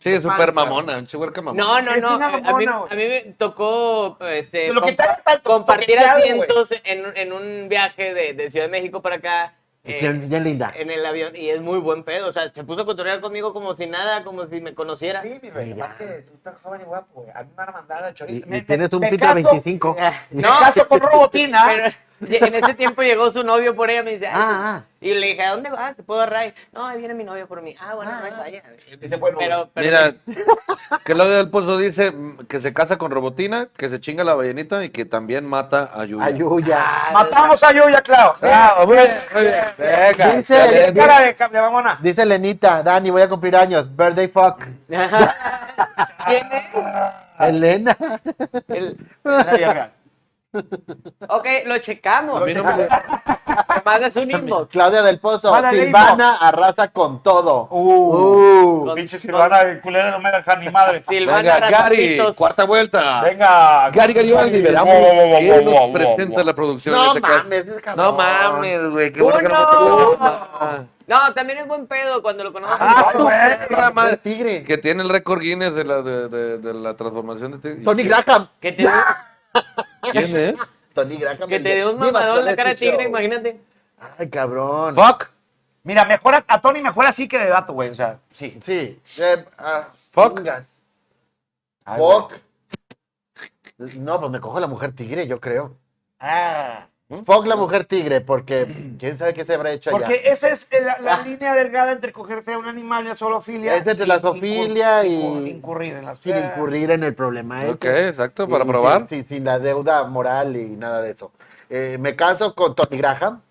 Sí, súper
Panza.
mamona, un chihuahua mamona.
No, no,
Eres
no.
una
A mí,
mamona, güey.
a mí me tocó este,
Lo que te haga tanto
compartir
toqueteado,
asientos en, un- en un viaje de, de Ciudad de México para acá. eh,
Bien, bien linda.
en el avión y es muy buen pedo. O sea, se puso a cotorrear conmigo como si nada, como si me conociera.
Sí, mi rey, más que tú estás joven y guapo, güey. A mí me han mandado el
Y,
chorito.
y
Me- me-
tienes un
me
pito de
caso-
25.
Ah,
Me
Y-
caso con Robotina.
*laughs* Pero en ese tiempo llegó su novio por ella, me dice, "Ay,
Ah, ah.
y le dije, ¿a dónde vas? ¿Te puedo a Ray? No, ahí viene mi novio por mí. Ah, bueno, Ray, vaya.
Y se fue el
pero, pero,
Mira, que lo del pozo dice mm, que se casa con Robotina, que se chinga la ballenita y que también mata a Yuya.
"Ah,
Ayuya.
Matamos a Yuya, Clau.
Bravo, muy bien, muy bien. Venga,
Dice-
Qué
excelente.
cara de, ca- de mamona.
Dice Lenita, Dani, voy a cumplir años. Birthday fuck.
¿quién es?
Elena.
El-
Mira,
*laughs* ok, lo checamos.
A mí no
*laughs*
me-
Te mandas un inbox.
Claudia del Pozo.
Mándale
Silvana arrasa con todo.
Uh,
Uh.
pinche Silvana de culera no me deja ni madre.
Silvana
Venga, Gary,
Ratoncitos.
cuarta vuelta.
Venga.
Gary Garibaldi, liberamos.
Wow, wow, wow,
¿Quién
wow, wow,
nos presenta
wow.
la producción?
No
en este caso?
mames, ese cabrón.
No mames, güey. Qué bueno que
Uno.
no Ah, me-
No, también es buen pedo cuando lo conoces.
Ah, güey.
Perra madre.
tigre.
Que tiene el récord Guinness de la, de, de- de la transformación de tigre.
Tony Graham.
que te,
¿Quién es?
Tony Graham.
que
el
te
de-
dé
*laughs*
un
Diva
mamadón en la
Celebrity
cara de tigre,
Show.
imagínate.
Ay, cabrón.
Fuck.
Mira, mejor a, a Tony mejor así que de dato, güey. O sea, sí.
Sí. Eh, ah,
Fuck.
chingas.
Ay,
Fuck. No, pues me cojo la mujer tigre, yo creo.
Ah.
¿Mm?
Fuck la mujer tigre, porque quién sabe qué se habrá hecho allá.
Porque esa es la, la línea delgada entre cogerse a un animal y a zoofilia.
Es entre
sin
la
incur-
zoofilia
sin
y-
cu- Incurrir en la
sin
eh,
incurrir en el problema
Ok,
ese.
exacto, para
Y
probar.
Sin, sin- sin la deuda moral y nada de eso. Eh, me caso con Tony Graham.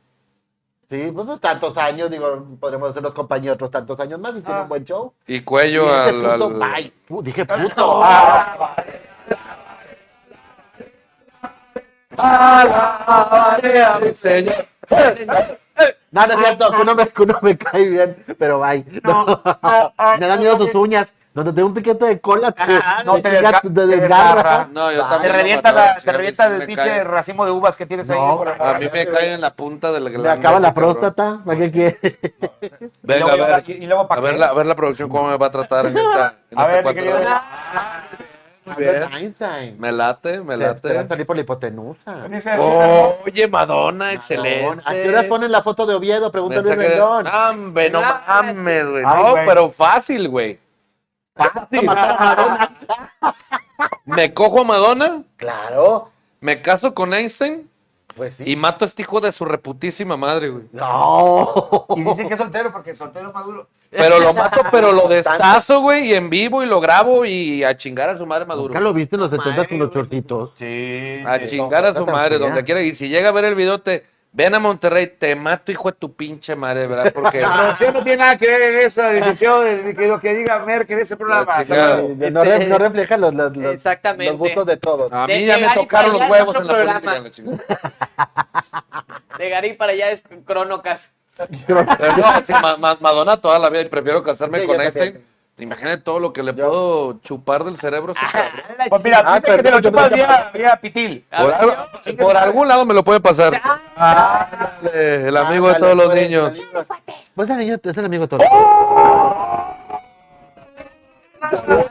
Sí, pues no tantos años, digo, podremos hacer los compañeros otros tantos años más y
Ah.
tiene un buen show.
Y
Y
cuello
ese
al.
puto,
al-
ay, pu-
*laughs*
dije puto.
Ah.
Alabaré a mi Señor.
No, no es cierto, que uno, me, que uno me cae bien, pero bye.
No,
No.
ah, ah,
me dan
no,
miedo
no,
tus uñas. Donde te da un piquete de cola, te,
Ajá,
no, te
chinga,
desga-
te
te
desgarra.
desgarra.
No, yo
Ah, Te
también. lo
revienta,
mataba,
la,
sí, a
te
mí
revienta
sí me
el pinche
cae.
racimo de uvas que tienes ahí.
No,
por la
A
cara.
mí me cae en la punta del
Me
glande,
acaba la
ese cabrón. Pues
próstata. ¿Para qué quieres?
Venga,
Y luego,
a ver.
y- y luego, ¿pa'
a, ver
qué?
la, a ver la producción cómo me va a tratar en esta. En
A
esta
ver, mi
cuarta
querido.
ronda. Muy bien.
Albert Einstein.
Me late, me
Te, te va a
late.
salir por la hipotenusa.
Dice,
Oye, Madonna,
Cabrón,
excelente.
¿A qué hora ponen la foto de Oviedo? Pregunta Luis
Mensaje de-
Rendón.
Ah, hombre, no mames, güey.
Ay,
No,
güey.
pero fácil, güey. Fácil. me cojo a Madonna,
Claro,
me caso con Einstein
pues sí.
y mato a este hijo de su reputísima madre,
*laughs*
güey. *laughs*
No.
y dice que es soltero porque es soltero maduro.
Pero lo mato, pero lo destazo, güey, y en vivo y lo grabo y a chingar a su madre Maduro.
¿Nunca lo viste en los 70 con los
Madre,
chortitos?
Sí.
A chingar a su
tan
madre,
fea.
donde quiera. Y si llega a ver el video, te ven a Monterrey, te mato, hijo de tu pinche madre, ¿verdad?
*laughs*
Porque.
La producción no tiene nada que ver en esa decisión, en que lo eh, que diga Merck en ese programa.
La chingada.
No, no re- no refleja los, los, los-
Exactamente.
los gustos de todos.
Ah,
A
De
mí ya me
llegar y
tocaron los
fallar
huevos
otro
en la política,
programa.
la chingada.
De Gary para allá es cronocas.
Pero no, sí, Ma- Ma- Madonna toda la vida y prefiero casarme
Sí,
con
yo también.
Einstein. Imagínate todo lo que le puedo chupar del cerebro. a ese cabrón.
Ah, la
Pues mira,
Ah,
dice que te lo
perdón,
chupas
perdón,
vía, vía pitil.
Ah,
Por, algo- por algún lado me lo puede pasar. Ándale, el amigo de todos los
Ándale,
niños.
Pues el niño- es el amigo de todos.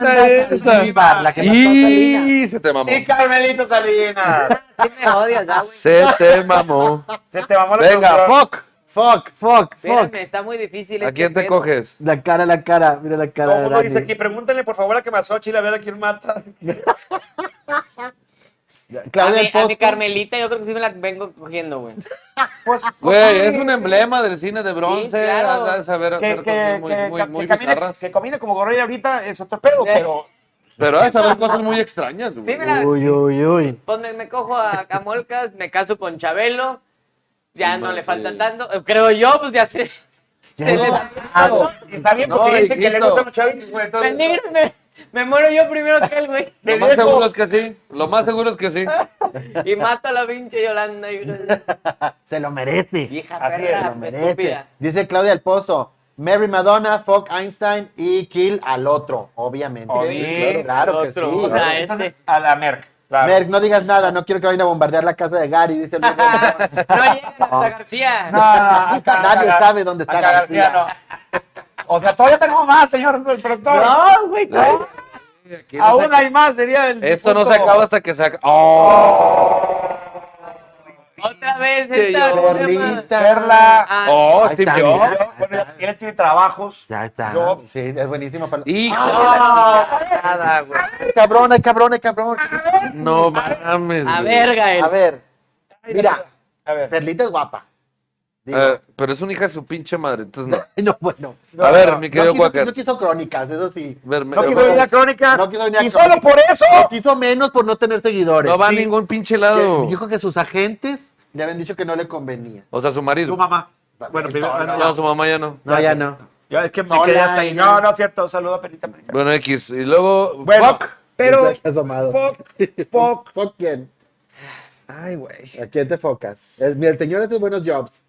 Una esa.
Saldívar, la que mató a
Y se te mamó.
Y Carmelito Salinas. *laughs*
chingada, sí me odias, ¿no, güey?
Se te mamó.
Se te mamó la
Venga,
producción.
fuck.
Fuck, fuck, fuck.
Espérame, está muy difícil.
¿A
este
quién te
pedo.
coges?
La cara, la cara. Mira la cara.
Todo el
de
mundo dice
Dani.
aquí, pregúntenle por favor a Camasochi a ver a quién mata.
A
Claudia
mi,
del
a mi
Pozo.
Carmelita yo creo que sí me la vengo cogiendo, güey.
*laughs* Pues,
Güey, es
sí,
un
sí.
emblema del cine de bronce.
claro.
has de saber
Que,
hacer cosas
que-
muy,
que-
muy,
que
muy
camine-
bizarras.
que camine como gorila ahorita es otro pedo, pero
Pero has de saber cosas muy extrañas, güey.
Sí, me la-
Uy, uy, uy.
Pues me, me cojo a Camolcas, me caso con Chabelo. Ya no le falta
Madre.
tanto. Eh, Creo yo, pues ya sé.
Ya
Se
no.
le
Ah, está bien
No,
porque dicen que le
hijito.
gustan los chavitos, güey. entonces-
Pendejo, *laughs* me, me muero yo primero que él, güey.
Lo más seguro es que sí. Lo más seguro es que sí.
Y mato a la pinche
*laughs*
Yolanda. Hija,
Se lo merece.
hija
Así es,
Se
perra, pues,
lo merece.
estúpida.
Dice Claudia del Pozo. Mary Madonna, fuck Einstein y kill al otro, obviamente.
Obvio.
Claro, claro que sí.
Otro, o sea,
claro.
este.
entonces, a la Merck. claro.
Merck, no digas nada, no quiero que vayan a bombardear la casa de Gary,
*laughs*
dice el Ah,
No llegan hasta García.
No, no, no, acá-
Nadie
acá-
sabe dónde está
acá García.
García.
no. O sea, todavía tenemos más, señor productor.
No, güey, no.
Aquí no
Aún
se-
hay más, sería el.
Esto no se
punto-
acaba hasta que se acaba. ¡Oh!
Otra vez
Sí,
esta
yo-
broma.
Perlita.
Perla.
Ah,
¡Oh,
Ahí
Steve
está,
Jobs.
mira.
Yo, bueno, él tiene trabajos.
Ya está.
Jobs.
Sí, es buenísimo. para-
¡Hijo!
Ah.
nada, güey.
Ay, cabrón, ay, cabrón, ay, cabrón.
No mames.
A
güey.
ver, Gael.
A ver,
Ay,
Mira.
A ver.
Perlita es guapa. Digo,
Eh, pero es una hija de su pinche madre, entonces no.
*laughs* no, bueno.
a ver,
no,
mi
No
querido
quiso,
Quaker.
no quiso crónicas, eso sí.
Ver- eh,
no
ver-
quiso venir a
crónicas.
No quiso venir a
y solo por eso.
Nos hizo menos por no tener seguidores.
no va
Sí,
a ningún pinche
que
lado.
Dijo que sus agentes le habían dicho que no le convenía.
O sea, su marido.
mamá. Bueno,
Bueno,
primero.
primero-
No,
No, su mamá ya no.
No, ya no.
Ya, es que me
Sola,
quedé hasta ahí.
y
No,
no.
no, es cierto. Saludo a Perlita. Perlita.
Bueno, X. Y luego.
Bueno,
fuck.
pero.
Ya asomado. *laughs*
Fuck, fuck.
¿Fuck quién?
Ay, güey.
¿A quién te focas? El, mira, el señor hace buenos jobs.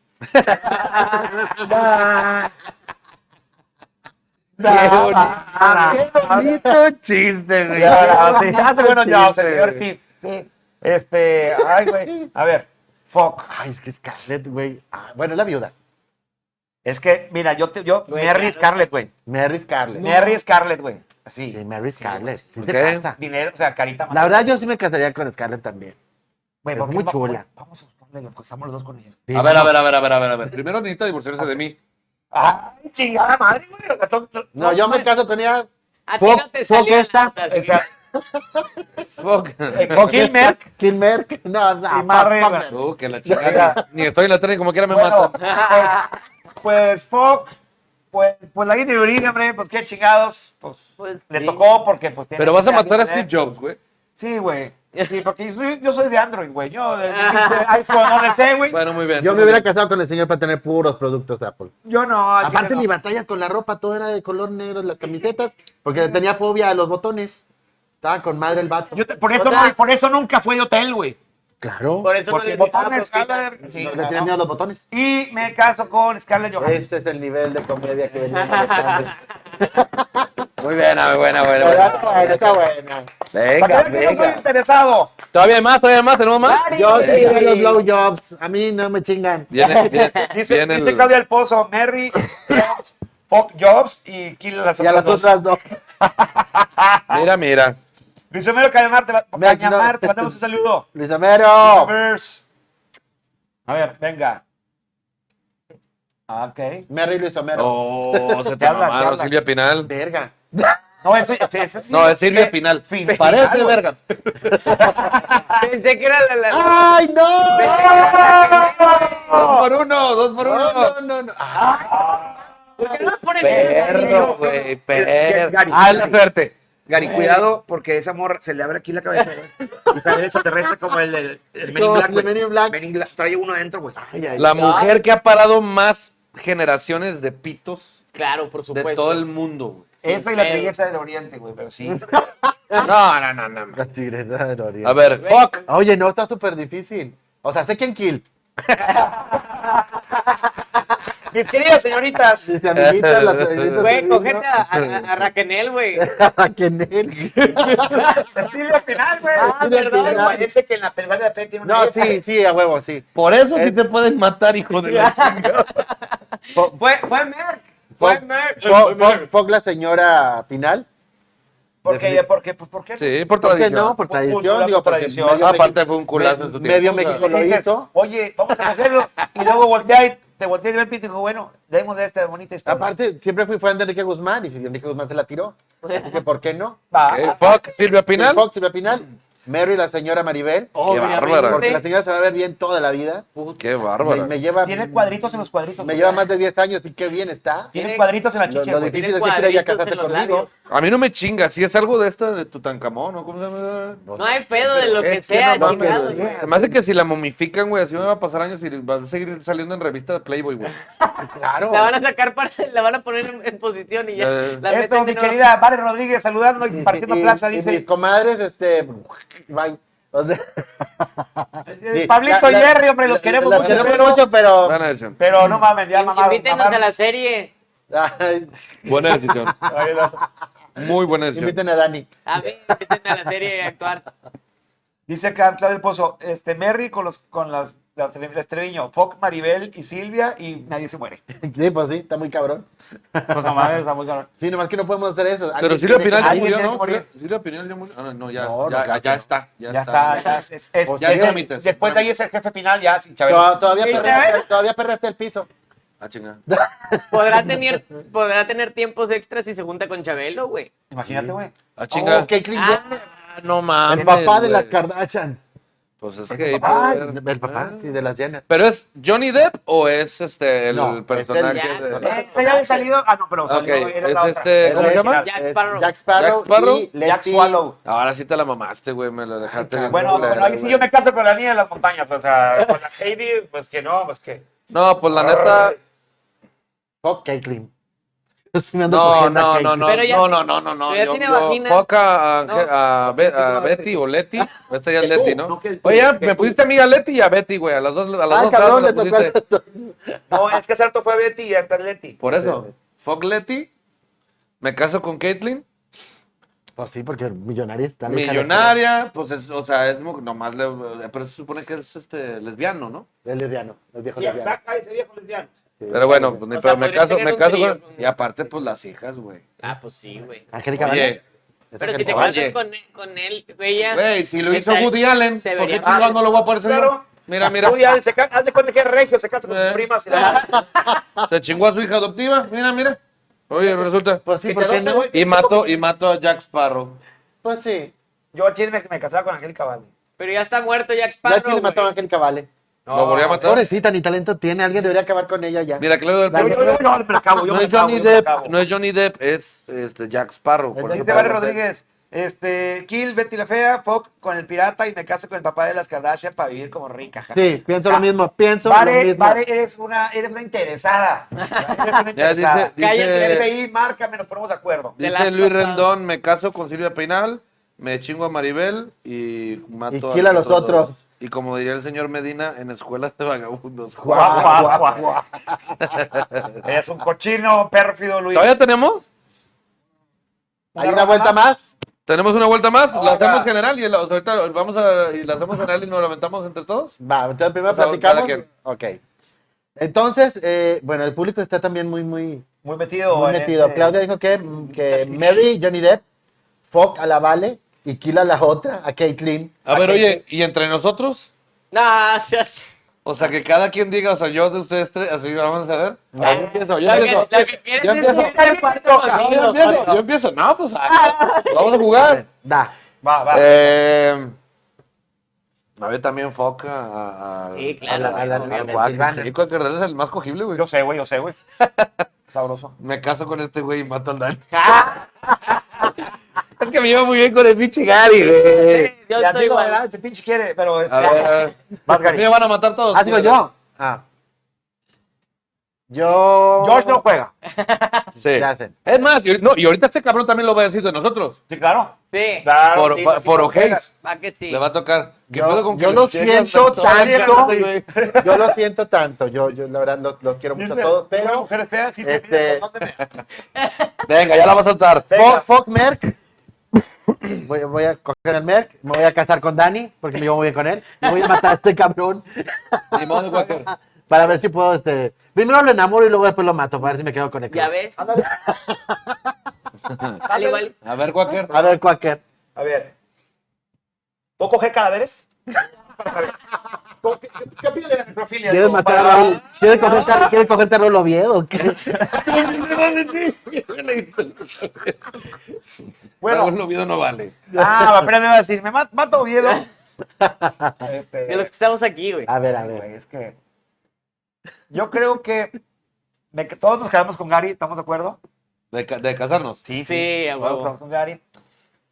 Qué bonito chiste, güey.
Ah, Ya, bueno, ya, o sea,
Sí,
señor
sí.
Steve. Sí. Este, ay, güey. A ver, fuck.
Ay, es que Scarlett, güey. Ah, bueno, es la viuda.
Es que, mira, yo, te, yo,
Güey,
Mary
claro.
Scarlett, güey.
Mary Scarlett.
Mary Scarlett, güey. Así.
Sí, Mary Scarlett. Sí, te
Ok.
pasa.
Dinero, o sea, carita.
La
más.
verdad, yo sí me casaría con Scarlett también.
Güey,
es
¿por qué
muy
no-
chula.
Vamos a buscarle, nos estamos los dos con ella.
Sí,
A ver,
vamos.
a ver, a ver, a ver, a ver, a ver. Primero necesita divorciarse de mí.
Ay, chingada madre, güey. o sea, to- to-
No, yo me caso con ella.
A ti
Fuck,
no te
fuck
salió
esta.
nada,
O sea,
Fuck.
eh, Kilmer.
Kilmer. No, no.
Y Marre,
fuck,
güey.
Oh, que la chingada. Ni estoy en la tele, como quiera me matan.
Bueno, pues, pues, fuck. Pues, pues la gente de origen, hombre, pues qué chingados. Pues,
Pues,
le
sí.
tocó porque, pues. tiene
Pero
que
vas a
ser
matar a
alguien,
Steve Jobs, güey.
Sí, güey. Sí, porque yo soy, yo soy de Android, güey. Yo de, de iPhone no le sé, güey.
Bueno, muy bien.
Yo me
muy
hubiera
bien.
casado con el señor para tener puros productos de Apple.
Yo no. al
Aparte,
chile no.
ni batallas con la ropa, todo era de color negro, las camisetas, porque le tenía fobia a los botones. Estaba con madre el vato.
Yo te- por, eso
O sea-
no, por eso nunca fue de hotel, güey.
Claro.
Por eso no
Porque
le gustaba
botones,
propina.
jala, sí,
No, le
no,
tenía
no.
miedo a los botones.
Y me caso con Scarlett Johansson.
Ese es el nivel de comedia que *laughs* venía. manejando.
Muy bien, muy buena, buena,
Pero
buena.
está buena, está buena.
Venga,
Para que vean que yo soy
venga.
interesado.
Todavía hay más, todavía hay más, tenemos
*laughs*
más.
Yo sí
Ay.
doy los blowjobs. A mí no me chingan.
Viene, viene,
Dice,
viene
dice
el-
Claudia del Pozo, Mary, Jobs, Fuck Jobs y Kill las
Y a
otras
las
dos.
otras dos.
Mira, mira.
Luis Homero Cañamar, te, va-
Me-
Cañamar,
no.
te mandamos un saludo.
Luis Homero.
Homers. A ver, venga. Ah, Ok.
Mary Luis Homero.
Oh, se te
Ya habla, ya
mamaron,
habla.
Silvia Pinal.
Verga.
No, ese, ese sí.
No, es Silvia Pinal.
Fin-
Parece
Pinal, güey.
verga.
Pensé que era la, la-
¡Ay,
Oh. Dos por uno, dos por
No,
uno.
no, no, no.
¿Por qué no pones
Perro, güey, perro.
Gary,
Ah,
Gary.
la suerte.
Gary, cuidado, porque esa morra se le abre aquí la cabeza, güey. Y sale el extraterrestre como el del el Men in
Como
Black,
el
güey.
Men in Black.
Men in Black. Trae uno adentro, güey.
Ay, ay,
La
ay.
mujer que ha parado más generaciones de pitos
Claro, por
de
supuesto.
todo el mundo, güey.
Esa y la
pedo.
tristeza del oriente, güey, pero sí.
No, no, no, no.
La tigresa del Oriente.
A ver, fuck.
Oye, no, está súper difícil. O sea, sé quién kill.
*laughs* Mis queridas señoritas,
Dice amiguitas, las amiguitas.
Güey,
de
cogete a,
vino.
a- a Raquel, güey.
¿A *laughs* quién es?
Silvia Pinal, güey.
Ah, perdón,
Me
güey.
parece que en la pelvada de Pet tiene una.
No, sí, sí, a huevo, sí.
Por eso sí te pueden matar, hijo de la chingada.
Fue, fue Merck. Fue
Fuck,
Merck.
fuck, fuck, fuck la señora Pinal.
Porque, porque, pues, ¿por qué?
Sí, por
¿Por qué
tradición.
no? Por
Por
tradición,
cultura,
digo,
por
porque
tradición.
medio
Aparte
México-
fue un culazo en su tiempo.
Medio México
Le
lo
dije,
hizo.
Oye, vamos a cogerlo. Y luego voltea y te volteé de ver Pito y dijo, bueno, demos de esta bonita historia.
Aparte, siempre fui fan de Enrique Guzmán y Enrique Guzmán se la tiró. Así que, ¿por qué no?
Va.
Eh, fuck, Silvia Pinal.
Fox, Silvia Pinal, Mary y la señora Maribel.
bárbara.
Porque la señora se va a ver bien toda la vida.
Qué
Me,
bárbara.
me lleva,
Tiene cuadritos en los cuadritos.
me lleva más de 10 años y qué bien está.
Tiene cuadritos en la
Lo-
chicha,
lo
güey.
difícil es que quiera ya casarte conmigo.
A mí no me chinga, si es algo de esta de Tutankamón, ¿no? ¿Cómo se llama?
Pues,
No hay pedo de lo que
Es que
sea,
no mames,
chingado,
güey.
güey.
Además de que si la momifican, güey, así me va a pasar años y va a seguir saliendo en revista de Playboy, güey.
Claro.
La van a sacar para, la van a poner en, en posición y ya.
Eh,
la este
Eso,
meten
mi
en-
querida Vale Rodríguez, saludando y partiendo
Y-
plaza,
y
dice.
mis comadres, este. Bye.
*laughs*
O sea,
eh,
sí,
Pablito
la- la-
Jerry, hombre, los
la-
queremos
las
mucho.
queremos
pero-
mucho, pero.
Buena decisión.
Pero no mames, ya
In-
mamaron.
Invítenos a la serie.
Ay,
Pues
Buena decisión.
ay, no.
Muy buena decisión.
Inviten a Dani. *laughs*
A mí, inviten a la serie a actuar.
Dice acá Claudio del Pozo, este, Merry con los con las, las, Tre- las Treviño, Fox, Maribel y Silvia y nadie se muere.
Sí, pues sí, está muy cabrón.
Pues no mames, está muy cabrón.
Sí, nomás que no podemos hacer eso.
Pero
Alguien tiene
Silvia
que-
Pinal ya
alguien
murió,
tiene que
¿no?
morir.
Silvia Pinal ya murió. Ah, no, no, ya,
No, no,
ya,
claro que
ya
no.
está. Ya,
Ya, está, ya es, es- es-
Ya hay
es-
trámites.
Después de ahí es el jefe final, ya sin Chabelo.
Tod- Todavía
Sí,
perreaste, todavía perreaste el piso.
Ah, chinga.
¿Podrá tener, podrá tener tiempos extras si se junta con Chabelo, güey.
Imagínate, güey.
Ah, chinga.
Oh, qué cringe.
Ah, no mames.
el papá de las
güey.
Kardashian.
Pues es que.
Ah,
pues,
el papá,
ah.
sí, de las Jenner.
Pero es Johnny Depp o es este el
No, es
personaje
el-
de-
Ya,
Eh, ese ya había salido. Ah, no, pero
Ok,
salió. era la
es
otra.
este-
Era
¿cómo
la
se llama?
original.
Jack
Es
Sparrow.
eh, Jack Sparrow.
Jack Sparrow.
y
Jack
Letty-
Swallow.
Ahora sí te la mamaste, güey, me la dejaste. bien
Bueno,
culera,
bueno, ahí sí
güey.
yo me caso con la niña de las montañas. O
*laughs*
sea, con la Sadie, pues que no, pues que.
No, pues la neta
Fuck Caitlyn.
no, no, no, no,
Pero ya-
no, no, no, no, no.
pero ya
yo-
tiene
yo-
vagina.
fuck a, a- a- a- Be- a
no,
Betty o Leti. Esta ya
Que
es
tú,
Leti, ¿no?
no que-
Oye, ya
que
me
tú.
pusiste a mí a Leti y a Betty, güey. A las dos, a las
Ah,
dos
cabrón,
las
le tocó
pusiste.
a-
No, es que Sarto fue Betty y hasta es Leti.
Por eso. Fuck Leti. Me caso con Caitlyn.
Pues sí, porque millonaria está. loca la
Millonaria, pues es, o sea, es mo- nomás le- pero se supone que es este lesbiano, ¿no?
chica. El lesbiano, el viejo
Y
lesbiano.
acá ese viejo lesbiano.
Sí.
Pero bueno, pues, ni-
O sea,
pero me
podría
caso,
tener
me
un
caso
trío
con.
con-
Y aparte, pues las hijas, güey.
Ah, pues sí, güey.
Angélica Vale.
Oye,
Esa
Pero si te
gente-
casas con, con él, güey, ya.
güey, si lo hizo
Esa-
Woody Allen,
se
¿por qué
vería-
chingados Pues, no lo voy a poder hacer yo?
Claro.
Mira, mira,
Tú ya se ca- haz de cuenta que es regio, se casa con sus
Eh.
primas y la
se chingó a su hija adoptiva, mira, mira. Oye, resulta.
Pues sí,
Que
¿por
te
qué
adopte,
no?
güey. Y mató, y mató a Jack Sparrow.
Pues sí.
Yo aquí me, me casaba con Angélica Vale.
Pero ya está muerto Jack Sparrow.
Ya Chile mató a
güey.
Angélica Vale.
Lo volví a matar.
Pobrecita, ni talento tiene. Alguien debería acabar con ella ya.
Mira, Claudio del
La-
Yo, yo,
Pozo.
yo, yo me la acabo, yo
No
me
es
la acabo,
Johnny
yo me la
Depp,
acabo.
no es Johnny Depp, es este, Jack Sparrow.
Es
por
Jack
eso
Dice
te
Vale
digo.
Rodríguez, este, Kill, Betty la Fea, Fox con el pirata y me caso con el papá de las Kardashian para vivir como rica. ja.
Sí, pienso lo mismo. Pienso lo
Vale,
mismo.
vale, eres una, eres una
*laughs*
interesada. Eres una
Ya
interesada.
dice,
Dice,
Cállate,
dice,
ahí, márcame, nos ponemos de acuerdo.
de
dice
las
Luis
pasadas.
Rendón, me caso con Silvia Peinal, me chingo a Maribel y mato
Y kill a los otros.
dos. Y como diría el señor Medina, en escuelas de vagabundos.
Guau, guau, guau, guau. Eres un cochino pérfido, Luis.
¿Todavía tenemos?
Hay una vuelta más.
¿Tenemos una vuelta más? ¿La
Ahora.
hacemos general y la, o sea, ahorita vamos a, y la hacemos general y nos lamentamos entre todos?
Va, entonces primero
O sea,
platicamos.
cada quien.
Ok. Entonces, eh, bueno, el público está también muy, muy,
Muy metido.
muy
en
metido.
este-
Claudia dijo que, que Mary, Johnny Depp, Fox a la Vale y Kill a la otra, a Caitlyn.
A ver, oye, ¿y entre nosotros?
No, seas.
O sea, que cada quien diga, o sea, yo de ustedes tres, así vamos a ver. A ver, yo empiezo, yo
Lo que,
empiezo.
lo que quieres
Yo empiezo.
es ser cuarto
No, yo
conmigo.
empiezo, yo empiezo. No, pues ah,
*laughs*
vamos a jugar.
Da.
Va, va.
Eh, a ver, también foca a, a-
Sí, claro,
a la- a la-
obviamente,
al guac.
Silvana.
Sí, con Cardenal es el más cogible, güey.
Yo sé, güey, yo sé,
*laughs*
güey. Sabroso.
Me caso con este güey y mato al *laughs* Dani. es que me lleva muy bien con el pinche Gary, güey.
Yo
Ya
estoy
digo,
igual.
¿verdad? Este pinche quiere, pero este,
A ver, a ver.
Vas,
A mí
Gary.
me van a matar todos.
Ah, digo yo. Ah. Yo.
Josh no juega.
Sí.
Ya sé.
Es más, y, no, y ahorita este cabrón también lo va a decir de nosotros.
Sí, claro.
Sí.
Claro.
Por,
sí,
por,
aquí no juega.
O'Hays.
Va que sí.
Le va a tocar. ¿Qué
Yo-
pedo con que
yo
le
lo
llegue
siento
hasta toda la
tanto.
cara, güey?
Yo lo siento tanto. Yo, yo la verdad, los, los quiero mucho
Dice,
a todos.
una
Pero.
mujer fea, sí
este-
se mide, perdónenme.
Venga, ya la va a soltar.
Fo- Fox Merck. Voy, voy a coger el Merck. Me voy a casar con Dani porque me llevo muy bien con él. Me voy a matar a este cabrón.
Ni modo, Walker.
Para ver si puedo, este... Primero lo enamoro y luego después lo mato, para ver si me quedo con él.
Ya ves. Al igual.
A ver, Walker.
A ver, Quaker.
A ver. ¿Puedo coger cadáveres? para saber. ¿Cómo- ¿Qué, qué, qué opinas de la necrofilia?
¿Quieres
Digo,
matar a
para-
Raúl? ¿Quieres cogerte, a- ¿quieres cogerte a Raúl Oviedo? o qué?
Bueno,
Raúl Oviedo no vale.
ah, apenas me va a decir, me mat- mato a
*laughs*
Oviedo.
De los
Este,
que estamos aquí,
Ah,
güey.
A ver, a
ay,
ver.
güey, es que yo creo que me- que todos nos quedamos con Gary, ¿estamos de acuerdo?
De, ca- de casarnos.
Sí,
Sí, a
Todos nos
huevo.
quedamos con Gary.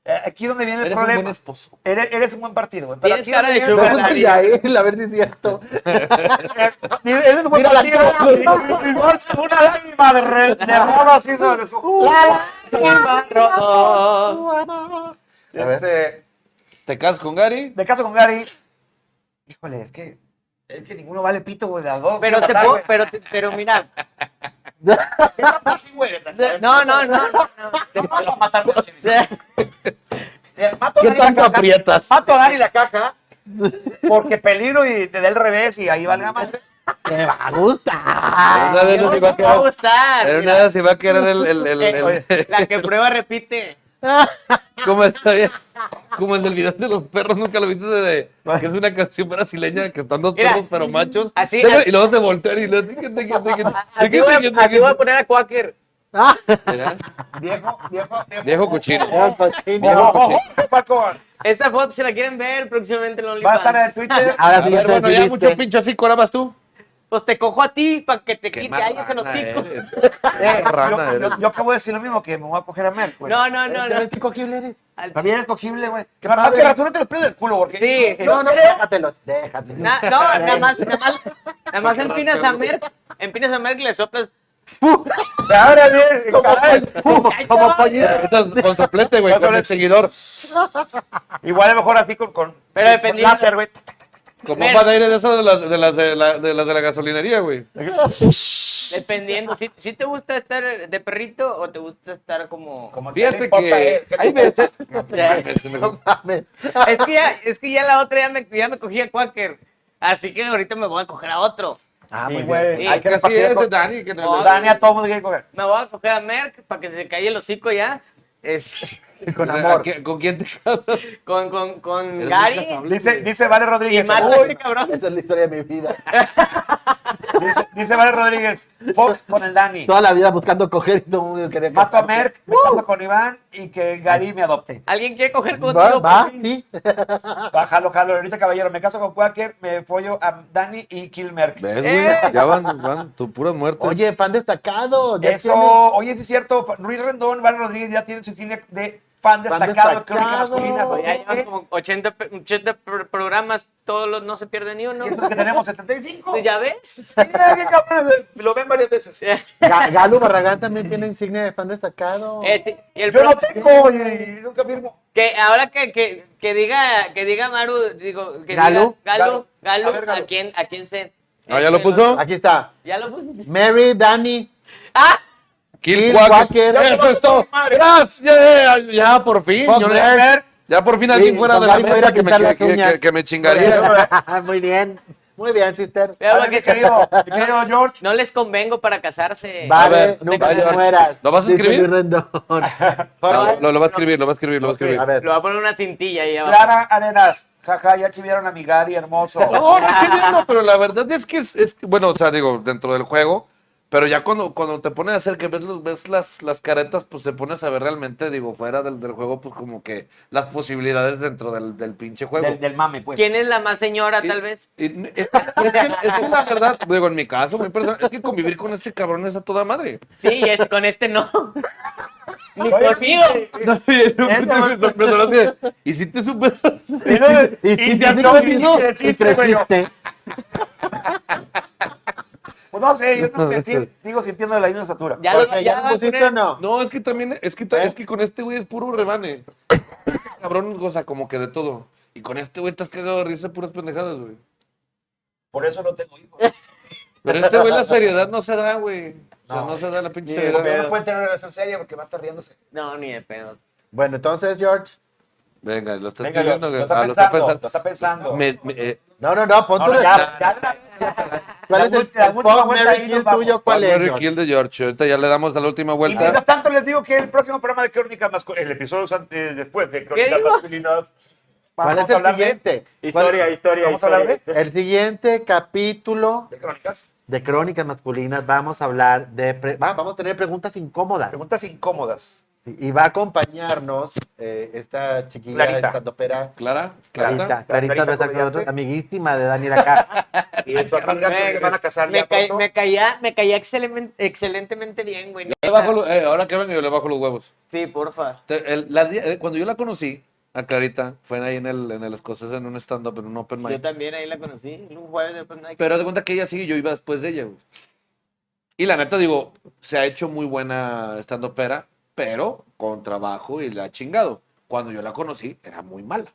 Eh, aquí donde viene el
Eres un
problema.
buen esposo.
Eres, eres un buen partido, güey.
Tienes cara de
donde viene el
sugar
Pregúntale a él, a ver si es cierto.
problema- Eh, Eres un buen
Mira la
partido. güey. Una lágrima de, re, de robo así sobre su.
A ver.
Este,
¿Te casas con Gary?
me caso con Gary. Híjole, es que. Es que ninguno vale pito, güey, de las dos.
Pero, te puedo- pero, te- pero mira,
sí, güey.
no, no, no, no.
No vamos a matar noche.
O sea,
Eh, Mato a
¿Qué
Gary la
tanto
caja.
aprietas?
Mato a Gary la caja. Porque peligro y te da el revés y ahí vale la madre.
¡Te va a gustar!
Una de esas
no
sí
te
va a
va a
quedar-
gustar.
Pero
Ah, mira.
nada, si va a querer el. el, el,
Eh,
el-
oye, la que prueba repite.
*laughs* ¿Cómo está bien? Como el del video de los perros, nunca lo viste de. Que es una canción brasileña que están dos
Mira.
perros pero machos.
Así,
Déjame-
así.
y luego te voltean y le dicen.
Así voy, a, así voy a poner a Quaker.
Viejo, viejo, viejo.
Viejo cochino.
Era cochino.
Viejo cochino.
Paco,
Esta foto, si la quieren ver próximamente en
Va a estar en
OnlyFans.
Twitter.
Ahora
A
sí
ver,
ya te
bueno, ya
decidiste.
mucho pincho así, ¿cuál vas tú?
Pues te cojo a ti para que te
Qué
quite ahí ese
marrana
hocico.
eres.
Eh,
Qué rana
yo,
eres.
yo, yo acabo de decir lo mismo, que me voy a coger a Merck, güey.
No, no, no,
¿Ya
no.
Este,
ves qué Este, cogible eres?
Al-
También es cogible, güey. Que más que ratón te lo pido del culo, porque...
Sí.
No, no, déjatelo, déjatelo.
Na- no, nada más, nada más, nada más empinas a Merck, empinas a Merck y le soplas.
Ahora bien, caray.
Como, como pollo.
Estás con soplete, güey,
Con
con el seguidor.
Igual a lo mejor así con... con
Pero
con
dependiendo-
láser, güey.
Como
Mira.
un aire de esas de las de las de la, de las de la gasolinería, güey.
Dependiendo, si, si te gusta estar de perrito o te gusta estar como. *laughs*
Como
Fíjate
importa,
que
eh, que-
hay veces.
No *laughs* mames.
Es que ya, es que ya la otra ya me, ya me cogí a Quaker. Así que ahorita me voy a coger a otro.
Ah,
Sí,
muy bien.
güey. Hay
Sí,
que
Que así
repartir
es de
con-
Dani, que no
No,
le-
Dani a todo mundo quiere coger.
Me voy a coger a Merck para que se calle el hocico ya. Es,
Con
¿A
amor.
qué- ¿Con quién te casas?
*laughs*
con con, con
muy
Gary
casable.
Dice, dice Vale
y
Rodríguez.
Marta,
uy,
este cabrón.
Esa es la historia de mi vida.
dice, uh, dice Vale Rodríguez. Fox con el Dani.
Toda la vida buscando coger y no me quería
Mato a
casarse.
Merck, me caso con Iván y que Gary me adopte.
¿Alguien quiere coger
Va,
contigo?
va,
Putin?
pues, sí. este,
Va, jalo, jalo. Ahorita, caballero, me caso con Quaker, me follo a Dani y Kill Merck.
¿Ves,
Eh.
güey? Ya van, van, tu pura muerte.
Oye, fan destacado. ya
Eso,
tiene-
oye, sí es cierto, fa- Luis Rendón, Val Rodríguez ya tienen su cine de fan destacado, de crónica
destacado.
masculina.
Pues Ya
¿sabes
llevan
qué?
como 80, pe- 80 pro- programas, todos los no se pierde
*laughs*
ni uno.
Y esto que tenemos 75.
¿Ya ves? Eh,
Mira, qué cabrón, lo ven varias
*laughs*
veces.
Ga- Galo Barragán *laughs* también tiene insignia de fan destacado.
Este, y el
Yo no
pro-
tengo, y, y nunca firmo.
que ahora que, que, que diga que diga Maru, digo, que
Galo.
diga Galo,
Galo.
Galo,
A ver, Galo.
a quién a quién se Eh,
Ah, ¿ya lo puso?
Aquí está.
Ya lo puso. *laughs*
Mary, Dani,
Ah,
Kill
Kill
Quaker.
Quaker. *laughs*
Eso es todo.
Madre.
Gracias. Ya, ya, por fin.
Fuck
Yo le-
Blair.
Ya por fin alguien
Sí,
fuera
don
de la
Gary, voy a ir
mesa
a
que me,
pintar las
que- que-
uñas.
que- que me chingaría.
*laughs* muy bien. Muy bien, sister.
vea
A
lo
ver, mi
que-
querido, mi querido George,
no les convengo para casarse.
Vale,
ver,
nunca
vaya.
te mueras.
¿Lo vas a
Dice
escribir?
Luis
*laughs*
Rendón.
No, lo, lo va a escribir, lo va a escribir, lo va a escribir.
A ver.
Lo va a poner una cintilla ahí abajo.
Clara Arenas, jaja, ya chivieron a mi Gary, hermoso.
No, no, qué bien, no, pero la verdad es que es, es- bueno, o sea, digo, dentro del juego, pero ya cuando, cuando te pones a hacer que ves, los- ves las, las caretas, pues te pones a ver realmente, digo, fuera del, del juego, pues como que las posibilidades dentro del, del pinche juego.
Del, del mame, pues.
¿Quién es la más señora
Y-
tal vez?
y n- es, es que, es que la verdad, digo, en mi caso, muy personal, es que convivir con este cabrón es a toda madre.
Sí, es, con este no.
*laughs*
Ni
Oye,
conmigo.
pinche-
No, y no,
Esa
me sorprendió, así de, y si te superas.
Y,
*laughs* Y,
y te
sí, sí,
atreves,
sí,
¿no?
sí,
Que
sí,
existe, güey.
creciste.
Pues no sé, yo no me si- sigo sintiendo de la misma estatura.
Ya lo
Jorge,
ya
¿Ya
va
lo
a
pusiste
poner-
o no?
No, es que también, es que, ta- es que con este güey es puro rebane. Cabrón goza como que de todo. Y con este güey te has cagado de risa de puras pendejadas, güey.
Por eso no tengo hijos.
Pero este güey la seriedad no se da, güey. O sea, no, se da la pinche
Ni de
seriedad.
pedo.
No puede tener una relación seria porque va a estar riéndose.
No, ni de pedo.
Bueno, entonces, George.
Venga, lo estás
Venga,
pidiendo,
George,
güey.
lo está
Ah,
pensando, lo está pensando.
Me- me- eh,
No, no, no, pon
No,
tu-
no, ya, ya, ya.
¿Cuál es
la
el
última- la última
fuck,
vuelta
Mary,
ahí
kill
nos vamos.
tuyo? ¿Cuál
Juan
es?
Mary
George?
Kill de George. Ahorita ya le damos a la última
Y mientras
vuelta.
tanto les digo que el próximo programa de Crónicas Masculinas, el episodio san- eh, después de Crónicas
dijo?
Masculinas,
¿Cuál es
Vamos a
el
hablar de-
siguiente? ¿Cuál-
Historia, historia.
Vamos a hablar de-
historia.
El siguiente capítulo
¿De crónicas?
de Crónicas Masculinas vamos a hablar de... pre- va- vamos a tener preguntas incómodas.
Preguntas incómodas.
Y va a acompañarnos eh, esta chiquilla,
Clarita.
esta dopera.
¿Clara?
Clarita,
Clarita.
Clarita va a estar con
Comediante.
nosotros, amiguísima de Daniel acá.
Y eso amiga que van a casar
Me,
ya
caí-
pronto.
me caía, me caía excelemen- excelentemente bien, güey.
Le bajo los- eh, ahora que venga, yo le bajo los huevos.
Sí, porfa.
Te- el- la di- eh, cuando yo la conocí, a Clarita, fue ahí en el, en el escocés, en un stand-up, en un open
Yo
mic.
también ahí la conocí, en un jueves de open mic.
Pero haz de cuenta que ella sí, yo iba después de ella, güey. Y la neta, digo, se ha hecho muy buena estando pera, pero con trabajo y la ha chingado. Cuando yo la conocí, era muy mala.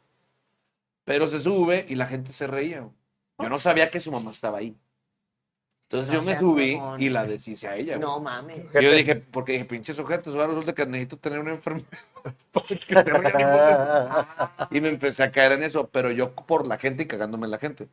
Pero se sube y la gente se reía. güey. Yo no sabía que su mamá estaba ahí. Entonces
No
yo me
seas
subí
mamón.
y la deshice a ella. güey.
No mames.
Yo dije, porque dije, pinches ojetes, ahora resulta que necesito tener una enfermedad para que se rían hijos de y me empecé a caer en eso, pero yo por la gente y cagándome en la gente.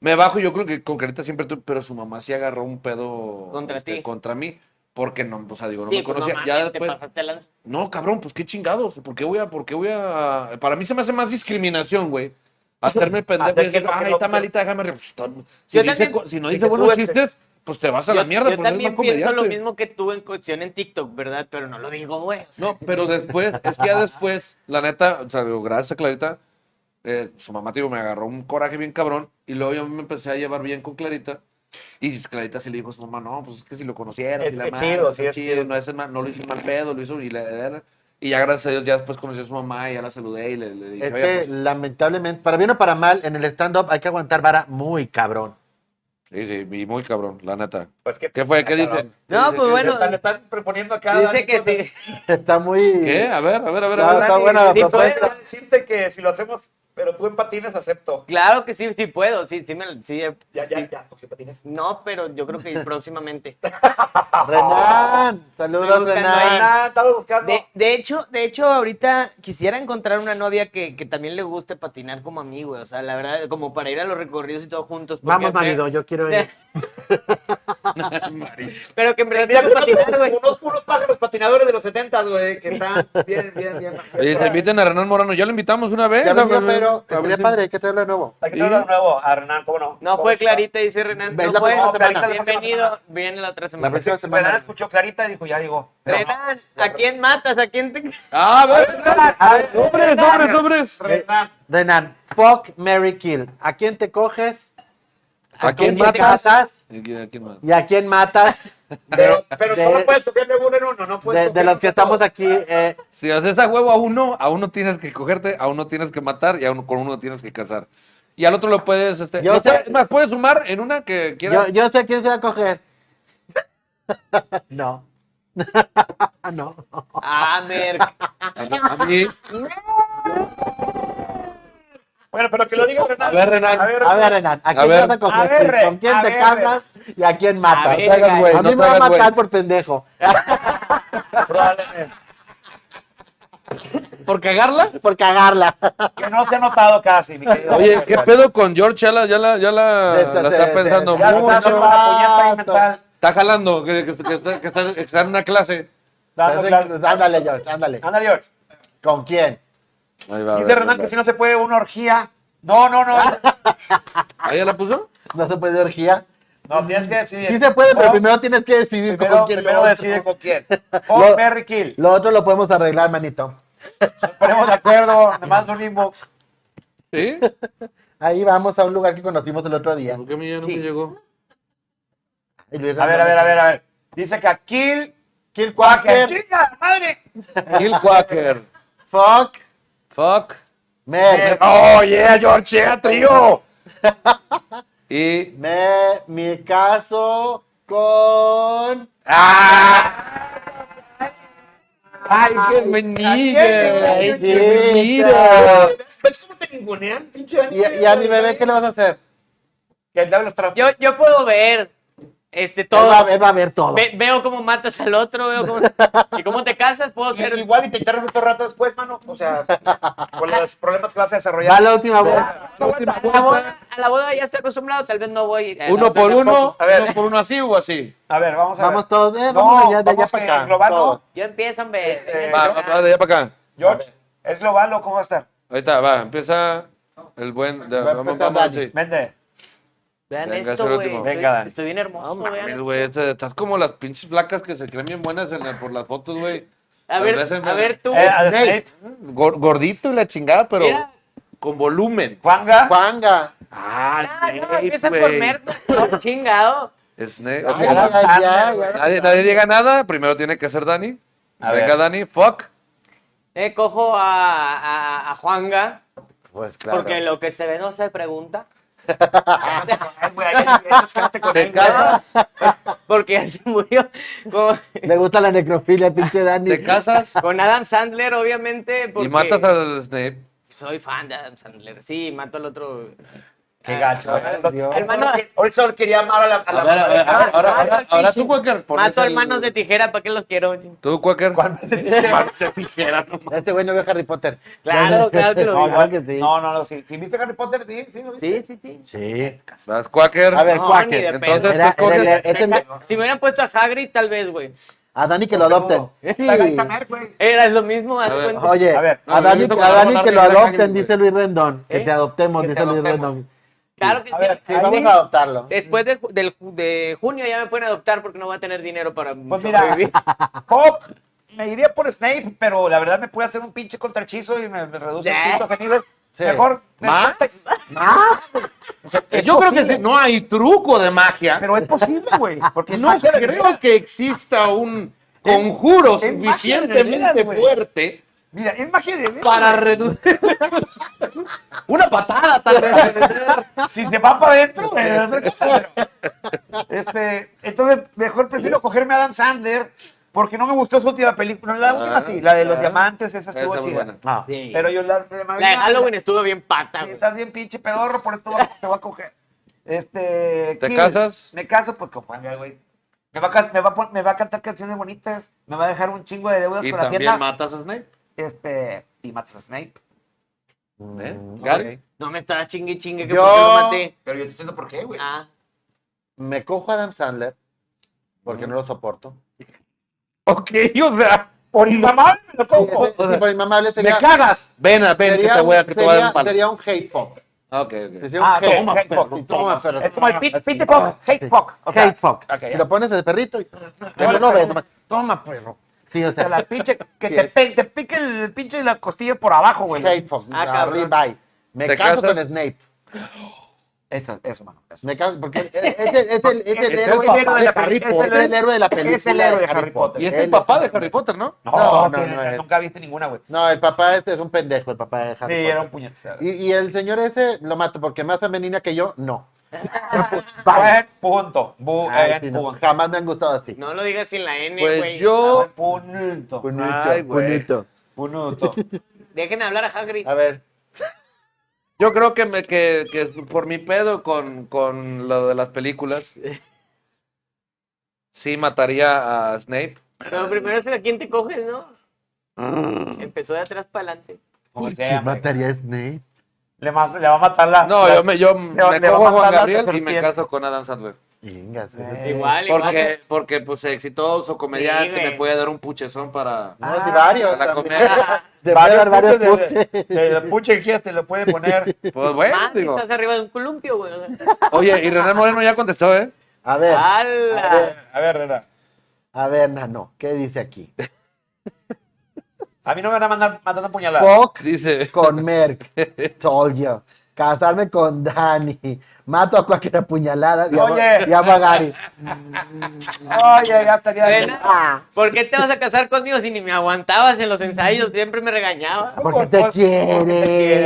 Me bajo, yo creo que con Carita siempre tuve, pero su mamá sí agarró un pedo este,
Contra ti.
contra mí, porque no, o sea, digo, no
sí,
me
pues no
conocía.
mames,
ya
te
después,
pasaste lanza.
no, cabrón, pues qué chingados, ¿por qué voy a, por qué voy a, para mí se me hace más discriminación, güey. Hacerme pendejo
*laughs*
y
Hacer que
decir,
no, que
ay,
no,
está
que-
malita, déjame. re- pues, está- Si, dice
también-
co- si no
sí
dice
que
buenos
tú, este-
chistes, pues te vas a la
Yo-
mierda.
Yo
porque eres
también
mal
pienso lo
comediante.
mismo que tú en cuestión en TikTok, ¿verdad? Pero no lo digo, güey. O sea,
No, pero después, es que ya después, la neta, o sea, digo, gracias a Clarita, eh, su mamá, te digo, me agarró un coraje bien cabrón y luego yo me empecé a llevar bien con Clarita y Clarita sí le dijo a su mamá, no, pues es que si lo conociera,
Es
si la
que
madre,
chido,
está
sí, es chido.
no, es el mal- no lo hice mal pedo, lo hizo y la- la- la- y ya gracias a Dios, ya después conocí a su mamá y ya la saludé y le, le
*laughs*
dije,
Es
"Oye,
que
pues,
lamentablemente, para bien o para mal, en el stand-up hay que aguantar vara muy cabrón.
sí, sí, y muy cabrón, la neta.
Pues,
¿Qué fue? ¿Qué
está
dice?
cabrón.
¿Qué
No,
dice?
pues
¿Qué
bueno.
dice?
Están- están proponiendo cada
Dice que sí.
Está muy...
¿Qué? A ver, a ver, a ver.
Está-
a ver.
está buena la propuesta.
Voy a decirte que si lo hacemos, pero tú en patines acepto.
Claro que sí, sí puedo. Sí, sí, me, sí, eh,
Ya,
sí.
ya, ya. Porque patines.
No, pero yo creo que
*laughs*
próximamente.
Renan, saludos
Estoy buscando
Renan.
Ah, estaba buscando.
De, de hecho, de hecho, ahorita quisiera encontrar una novia que, que también le guste patinar como a mí, güey. O sea, la verdad, como para ir a los recorridos y todo juntos. porque-
Vamos, marido, yo quiero
*laughs*
ir.
Pero que en verdad
Mira,
sepa patinar,
unos,
güey.
unos, unos pájaros patinadores de los 70, güey, que
*laughs*
están bien, bien, bien.
Oye, se inviten a Renan Morano, ya lo invitamos una vez.
Ya
A
lo veo,
ver, a
pero
ver
estaría
si-
padre, hay que traerlo de nuevo.
Hay que traerlo de nuevo a Hernán, ¿cómo no?
No fue Clarita, dice Renan.
Ves
No
la
fue.
próxima
semana.
Bienvenido. Viene la otra
La
semana.
próxima
Hernán
semana.
escuchó Clarita y dijo, ya llegó.
Renan, ¿a quién matas? ¿A quién te.? *laughs*
Ah, a ver. Sobres, sobres, sobres.
Renan.
Renan, fuck, Mary Kill. ¿A quién te coges?
¿A
¿A quién
quién
te casas?
¿Y quién- quién más?
¿Y a quién matas?
*laughs* Pero, pero tú
de-
no puedes coger de uno en uno, no puedes
De, de
coger
los que
de
estamos
todos.
aquí, eh,
Si haces a huevo a uno, a uno tienes que cogerte, a uno tienes que matar y a uno con uno tienes que casar. Y al otro lo puedes, este,
Yo
lo
sé-
puedes- es más, puedes sumar en una que
yo,
quieras.
yo sé a quién se va a coger. *laughs* No. No.
Ah, merc.
A, a *laughs* mí,
Bueno, pero que lo diga Renan.
A ver, Renan.
A ver,
A ver, Renan, ¿a quién
ver.
te vas a
A
coger?
ver,
¿Con quién
a
te
ver.
casas y a quién
A
matas?
ver, hagas,
güey,
A
no
mí
te
me va a
hagas,
matar
güey.
por pendejo.
probablemente.
¿Por cagarla?
Por cagarla.
Que no se ha notado casi, mi querido.
Oye, ¿qué pedo con George? Ya la, ya la, ya
Se-
la,
se-
la
se-
está pensando
se-
Ya
se-
está
mucho.
haciendo una puñeta ahí mental.
Está jalando, que, que- que está, que está- que está en una clase.
Dando clases.
Ándale, George, ándale.
Ándale, George.
¿Con quién?
Ahí va, a
Dice
ver,
Renan
a
que
ver.
si no se puede una orgía. No, no, no.
¿Ahí ¿Ah, ya la puso?
¿No se puede orgía?
No, tienes que decidir.
Sí se puede, pero
Fuck,
primero tienes que decidir
primero,
con quién. lo
primero
otro-
decide con
*laughs*
quién.
Lo-
Fuck, Mary Kill.
Lo otro lo podemos arreglar, manito.
Nos ponemos de acuerdo. Nada más un inbox.
¿Sí?
Ahí vamos a un lugar que conocimos el otro día.
¿Por qué a mí ya no me
Sí.
llegó?
Y Luis
A ver,
Ramón
a ver, a
dice,
ver, eh, a ver. Dice que a Kill.
Kill
¡Qué
Quaker,
chinga, madre!
Gil Quaker.
fuck,
Fuck.
me,
Oh, yeah, George, yeah, trío. Y
me, mi caso con...
¡Ay, qué mentira! ¡Ay,
Chiquita.
qué mentira!
¿Ves cómo te ningunean, pinche?
¿Y, y a mi bebé qué le vas a hacer?
Que el diablo los tra-
Yo, yo puedo ver este
Él va, a
todo.
ver- va a ver todo.
Ve- veo cómo matas al otro, veo cómo. ¿Y cómo te casas? Puedo
Y-
ser.
Igual y te internas otro rato después, mano. O *laughs* sea, con los problemas que vas a desarrollar.
Va la última vuelta.
A la, boda, a la boda ya estoy acostumbrado, tal vez Eh, no voy. a la
Uno
otra
por uno,
tampoco.
A ver.
uno por uno así o así.
A ver, vamos a
Vamos
ver.
todos,
No,
eh, vamos de allá, de allá
vamos
para
que
acá.
global no.
todos.
Yo empiezo, hombre.
Este,
Va, va, va, de allá para acá.
George, ¿es global o cómo va a estar?
Ahorita va, empieza el buen. da-
Va a
vamos,
empezar
vamos,
Dani.
sí.
Vente.
Vean
Venga, es
esto,
el
güey.
último.
Estoy-
Venga, Dan.
Estoy bien hermoso,
No mames,
vean.
güey, este- estás como las pinches placas que se creen bien buenas en la- por las fotos, güey.
A
Las
ver,
ves en-
a ver tú.
Eh, a ver,
Snape. Gor- gordito y la chingada, pero
Mira.
con volumen.
Juanga.
Juanga.
Ah,
Ah, no,
Snape,
empieza por
güey.
merda. No, chingado.
Snape,
Ay,
ojo.
ay, ay, ay, ay.
Nadie, nadie llega a nada, primero tiene que ser Dani.
A
Venga,
ver.
Dani, fuck.
Eh, cojo a, a, a Juanga,
Pues claro.
porque lo que se ve no se
*laughs*
pregunta.
Ay, güey, ahí tienes, quédate con él, güey.
Porque ya se murió. Con,
Le gusta la necrofilia, pinche Dani.
Te casas
con Adam Sandler, obviamente.
y
Porque
matas al Snape.
Soy fan de Adam Sandler. Sí, mato al otro.
Qué gacho.
Ay, Dios.
Hermano, hoy solo quería amar a la, a la
A ver, a ver,
madre.
a ver, ahora,
Ah,
ahora,
pinche.
ahora tú, Quaker. pones
Mato
el-
hermanos de tijera, ¿para qué
*laughs*
los quiero?
Tú, Quaker.
*laughs*
¿Cuál-
Este güey no vio Harry Potter.
Claro, claro que lo
No,
vi.
claro que sí.
No, no, no, sí. ¿Sí viste Harry Potter? Sí, sí, lo viste.
Sí, sí, sí.
Sí.
Vas, Quaker.
A ver,
No,
Quaker,
ni de pedo.
entonces-
Era-
tú escoges.
era el- este-
Si me hubieran puesto a Hagrid, tal vez, güey.
a Dani que lo adopten. Sí.
Está gaita, mer, güey.
Era lo mismo. haz
A ver,
cuenta.
Oye,
A
a,
ver,
no,
Dani,
yo tengo
a
que
Dani
adoptar
que lo
bien a Hagrid,
adopten,
güey.
dice Luis Rendón. Que
¿Eh?
te adoptemos,
Que te
dice Luis
adoptemos.
Rendón.
Claro que
A ver,
sí.
Sí, vamos
Dani.
a adoptarlo.
Después de, ju- del ju- de junio ya me pueden adoptar porque no voy a tener dinero para
Pues mira,
sobrevivir.
Pop, me iría por Snape, pero la verdad me puede hacer un pinche contrahechizo y me, me reduce
Ya.
el punto de nivel.
Sí.
Mejor.
¿Más?
Más. O sea, es
Yo creo que
posible,
sí, no hay truco de magia.
Pero es posible, güey.
*laughs*
Porque
no
es magia de
creo
veras.
que exista un conjuro
es magia de
suficientemente
veras, güey.
fuerte
Mira, es magia de veras,
para
güey.
reducir. Una patada, tal vez.
Si se va para adentro, güey, es otra cosa. pero- Este, entonces, mejor prefiero cogerme a Adam Sander porque no me gustó su última película. La última sí, la de los
claro.
diamantes, esa estuvo
Está muy
chida.
buena.
Ah.
Sí.
Pero yo la,
la de Halloween estuvo bien pata,
Si
güey.
estás bien pinche pedorro, por esto te voy a coger. Este.
¿Te casas?
Me caso, pues con Juan, güey. Me va, a, ca- me, va a pon- me va a cantar canciones bonitas, me va a dejar un chingo de deudas
Y
con la
también
hacienda.
matas a Snape.
este, y matas a Snape. *laughs*
¿Eh?
Mm,
Gary.
ok.
No me estaba chingue chingue que
Yo-
porque lo maté.
Pero yo te entiendo por qué, güey.
Ah,
Me cojo a Adam Sandler porque no lo soporto.
Ok, o sea,
Por inmamable me lo
Sí,
cojo.
ese- sí, por inmamable
me
sería,
cagas. Ven, ven, que
sería,
te voy a,
un-
que te voy a dar
sería-
un palo.
sería un hate fuck.
Ah, ok, ok.
Sí, sería un
Ah,
hate-
toma,
hate
perro,
fuck. Sí, toma, perro.
Es como el pit, pit fuck, hate fuck. O sea,
hate fuck.
ok, ya.
Si lo pones de perrito y
Ahora,
no lo ves,
perro.
nomás, toma perro. Sí, o
que la
sea,
pinche, que
Sí
te,
es.
pe- te pique el pinche de las costillas por abajo, güey.
hate fuck.
Ah, cabrón.
arriba, bye. Me
¿Te
caso con
casas?
Snape.
Eso, eso, mano. eso.
Me caso
*laughs*
porque e- es, es el, es el- es el
Es el
héroe
héroe de la
Harry
peli- es
Potter.
el-
Es el héroe de la película.
Es el héroe de Harry Potter.
Y es el
Él
papá
es-
de Harry Potter, ¿no?
No,
No, no,
que
no es.
nunca viste ninguna, güey.
No, el papá este es, es un pendejo, el papá de Harry
Sí,
Potter.
era un puñetazo.
Y, y el señor ese lo mato porque más femenina que yo, no.
Buen punto. Buen
Ay, sí, no,
punto.
Jamás me han gustado así.
no lo digas sin la N, güey.
Pues yo.
Punto.
Ay, güey.
Punto.
Dejen hablar a Hagrid.
A ver,
Yo creo que me que, que por mi pedo con, con lo de las películas. Sí, mataría a Snape.
Pero primero es a quién te coges, ¿no? Empezó de atrás para adelante.
Como *laughs*
¿por
sea,
Pues qué mataría a Snape?
Le, mas- le va a matar la.
No,
la-
yo me, yo me
Ah, le va a
cojo a Juan
mandar la
Gabriel y me
serpiente.
caso con Adam Sandler.
Ingas. ese-
Eh,
Igual, igual.
Porque, porque pues exitoso, comediante,
Sí, güey.
me puede dar un puchezón para,
No, sí,
Ah,
varios.
para
también.
comer.
*laughs* Te puede dar varios
puches de-
puches.
de- de puche que quieras te lo puede poner.
Pues bueno,
Más si
digo.
estás arriba de un columpio, güey.
Oye, y Renan Moreno ya contestó, ¿eh?
A ver,
¡Hala!
A ver, Rera.
a ver, Nano, ¿qué dice aquí?
A mí no me van a mandar matando puñaladas.
Fuck
Dice.
con Merck, told you. Casarme con Dani. Mato a cualquier apuñalada. Y amo,
Oye.
y amo a Gary.
Oye, ya estaría.
Ven,
Ah.
¿Por qué te vas a casar conmigo si ni me aguantabas en los ensayos? Siempre me regañaba.
Porque te quiere.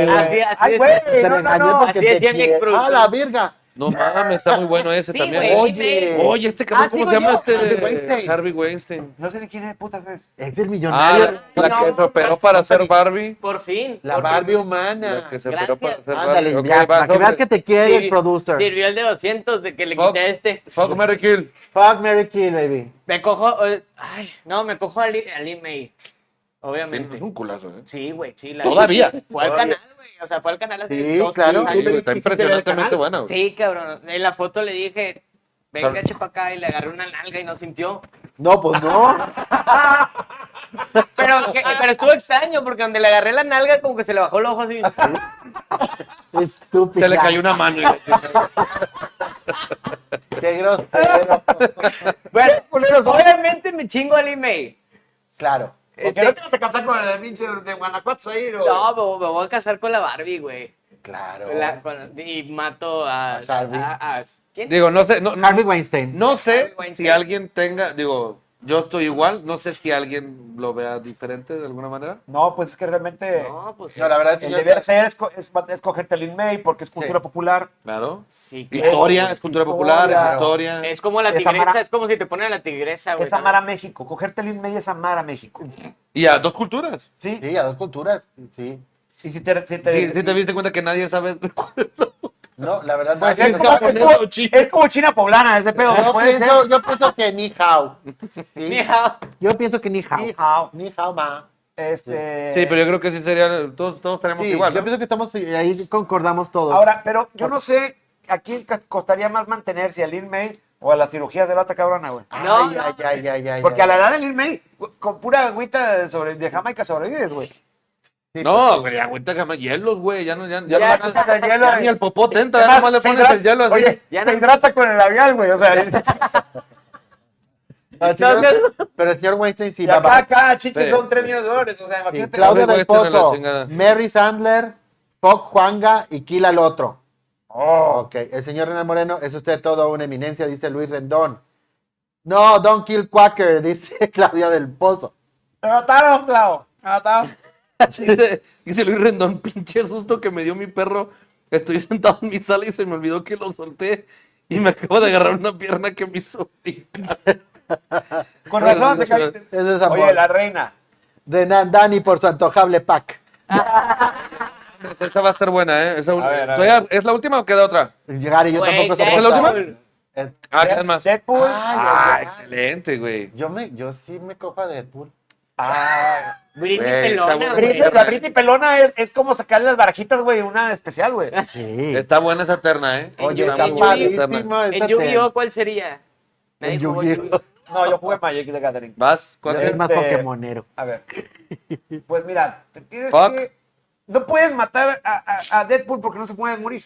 güey.
Así, así
Ay,
es.
güey,
Te
no, no,
regañé
no.
porque
Así
te
decía mi
quiere.
exproductor.
¡Ah, la virga!
No mames, está muy bueno ese
Sí,
también.
güey,
Oye.
dime.
Oye, este cabrón,
Ah,
¿cómo
sigo
se llama
yo.
este?
Harvey Weinstein.
Harvey Weinstein.
No sé ni quién es putas es.
Es el
Ah,
millonario.
la, la que se operó para ser Barbie.
Por fin.
la
por
Barbie
fin.
humana.
La que se operó para
Gracias.
ser Barbie.
Ándale,
Ok,
ya,
va,
para que veas
sobre.
que te quiere el
Sirvi-
producer.
Sirvió el de 200 de que le
Fuck.
quité a este.
Fuck, Mary Kill.
Fuck, Mary Kill, baby.
Me cojo. eh, Ay, no, me cojo al email. Obviamente.
Es un culazo, ¿eh?
Sí, güey, sí. La
Todavía.
Fue al
Todavía.
canal, güey. O sea, fue al canal hace
Sí,
dos
claro.
tres
Sí,
años.
güey, está impresionantemente buena, güey.
Sí, cabrón. En la foto le dije, venga,
Claro.
pues *laughs*
chepa acá. Y le agarré una nalga y no sintió.
No, pues no.
Pero que- pero estuvo extraño porque donde le agarré la nalga como que se le bajó el ojo así.
Estúpida.
Se le cayó una mano. y-
*laughs* Qué grosero.
Bueno, obviamente me chingo al email.
claro.
Porque no te vas a casar con el pinche de Guanajuato ahí, güey.
No, me, me voy a casar con la Barbie, güey.
Claro.
La- con- y mato
A
a...
Harvey.
a- a- ¿Quién?
Digo, no sé, no, no,
Harvey Weinstein.
no sé
Harvey Weinstein.
si alguien tenga, digo, yo estoy igual, no sé si alguien lo vea diferente de alguna manera.
No, pues es que realmente
No, pues
No, la verdad es que
el
yo-
deber ser es, co- es, es cogerte el INMEI porque es cultura
Sí.
popular.
Ah, Claro.
sí, claro. Eh,
Historia, es cultura popular, es
Claro.
historia.
Es como la
Es
tigresa,
amar a-
es como si te ponen a la tigresa, güey.
Es
*laughs*
amar a México. Cogerte el INMEI es amar a México.
Y a dos culturas.
¿Sí?
Sí, a dos culturas. Sí.
Y si te... Si te, Ah,
Sí, sí te diste cuenta que nadie sabe cuál
No, la verdad no
Así
sé.
es, como, es como- es como China poblana, ese pedo.
Yo
puede ser.
pienso, yo pienso que ni hao. Sí.
Ni hao.
Yo pienso que ni hao.
Ni hao.
Ni hao, ma.
Este,
Sí, pero yo creo que sí sería, todos, todos tenemos
Sí,
igual.
yo
¿no?
pienso que estamos ahí concordamos todos.
Ahora, pero yo no sé a quién ca- costaría más mantener, si al INMEI o a las cirugías de la otra cabrona, güey.
ay,
No,
ay,
no,
ay, ay, ay, ay,
Porque
ay.
a la edad del INMEI, con pura agüita de, sobre, de Jamaica sobrevives, güey.
Sí,
No, Pues güey, aguanta que me- hielos, güey. Ya no, ya, ya,
Ya,
no-
quita el
ya
hielo,
ni el popote entra, ya
Además,
nomás le
se
pones el
hidrata-
hielo así. *laughs*
Oye,
Ya
se
no-
hidrata con el labial, güey. O sea,
Pero el señor- pero el señor Weinstein sí,
y acá,
va-
acá, chichis
Sí.
son 3 millones de dólares. O sea,
Sí,
imagínate.
Claudia
Harvey
del
Weinstein a la
Pozo,
chingada.
Mary Sandler, Fox Juanga y Kill al otro.
Oh,
Ok, el señor Renan Moreno, es usted toda una eminencia, dice Luis Rendón. No, don't kill Quacker, *laughs* dice Claudia del Pozo.
te mataron, Clau. Te mataron.
Dice Luis Rendón, pinche susto que me dio mi perro. Estoy *laughs* sentado en mi sala y se me olvidó que lo solté. Y me acabo de agarrar una pierna que me hizo. brincar".
Con razón te caíste.
Eso es amor.
Oye, la reina.
Renan Dani por su antojable pack.
Pues Esa va a estar buena, ¿eh? Esa-
A ver, a
Todavía- ¿Es la última o queda otra?
Llegar y yo
Güey,
tampoco
ya-
soy
¿Es la última?
tonta. Eh,
Ah,
Dead-
quedan más.
Deadpool.
Ay,
Ah,
ay, ay.
excelente, güey.
Yo, me, yo sí me cojo a Deadpool.
Ah.
Britney
Güey,
Pelona,
está
güey.
Britney- la Britney Pelona es, es como sacarle las barajitas, güey, una especial, güey.
Sí.
Está buena esa terna, ¿eh?
En
Oye,
Yu-
está
en
padrísima esta
En Yu-Gi-Oh,
serie.
¿cuál sería? Nadie
En
jugó
Yu-Gi-Oh.
No, yo jugué Magic the Gathering.
¿Vas?
Yo
¿Cuál
soy
es?
más
Este-
pokemonero.
A ver. Pues mira, te tienes
Fuck.
que. No puedes matar a, a- a Deadpool porque no se puede morir.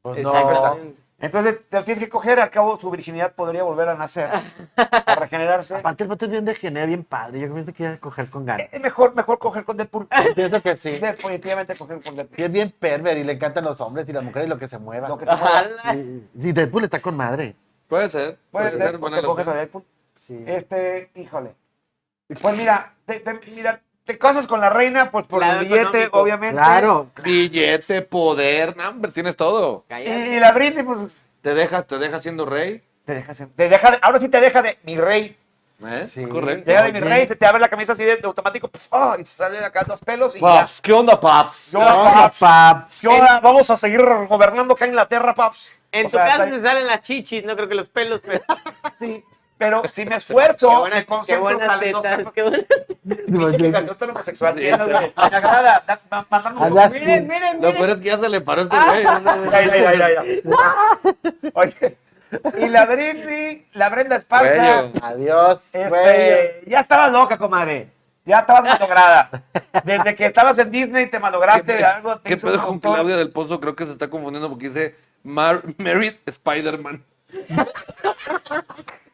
Pues no.
Exactamente.
Entonces te tienes que coger, al cabo su virginidad podría volver a nacer, a regenerarse.
Aparte, el vato es bien degenerado, bien padre. Yo pienso que iba a coger con ganas.
Es mejor, mejor coger con Deadpool.
Pienso que sí.
Definitivamente coger con Deadpool.
Sí, es bien perver y le encantan los hombres y las mujeres y lo que se mueva.
Lo que se mueva.
Ojalá.
Sí, sí, Deadpool está con madre.
Puede ser.
Puedes
Puede ser.
ser,
buena
te
la-
coges a Deadpool.
Sí.
Este, híjole. Pues mira, te, te- mira, te casas con la reina, pues por
Lado
el billete,
económico.
obviamente.
Claro.
Billete, poder, no, hombre, tienes todo.
Y,
Cállate.
y la Britney, pues,
Te dejas, te dejas siendo rey.
te deja, ser- te deja de- ahora sí te deja de mi rey.
¿eh?
Sí.
Correcto.
Deja de mi
Oye.
rey, se te abre la camisa así de, de automático, pues, ah, y se salen acá dos pelos y ya.
Paps, ¿qué onda, Paps?
Yo,
No,
paps,
paps.
yo, vamos a seguir gobernando acá Inglaterra, paps.
En
O
tu
sea,
caso
está-
se salen las chichis, no creo que los pelos, pero...
Sí, *laughs* pero si me esfuerzo,
Qué
me
buenas- qué
concentro
buenas
ojalá, no,
tetas,
*laughs*
qué buenas-
no, no, no, homosexual, tienes, güey. Me agrada, da- ma- mándame un-
Hablas-
Miren, miren,
Lo
miren.
peor es que ya se le paró este güey.
Mira, mira, mira, mira, mira. Oye, y la Britney, la Brenda Esparza,
Ah, *laughs* Güey,
Adiós.
este,
güey.
ya estabas loca, comadre. Ya estabas malograda. Desde que estabas en Disney te malograste algo. Te
¿Qué
hizo
pedo
un
con
doctor.
Claudia del Pozo? Creo que se está confundiendo porque dice Mar Married *laughs* Spider-Man.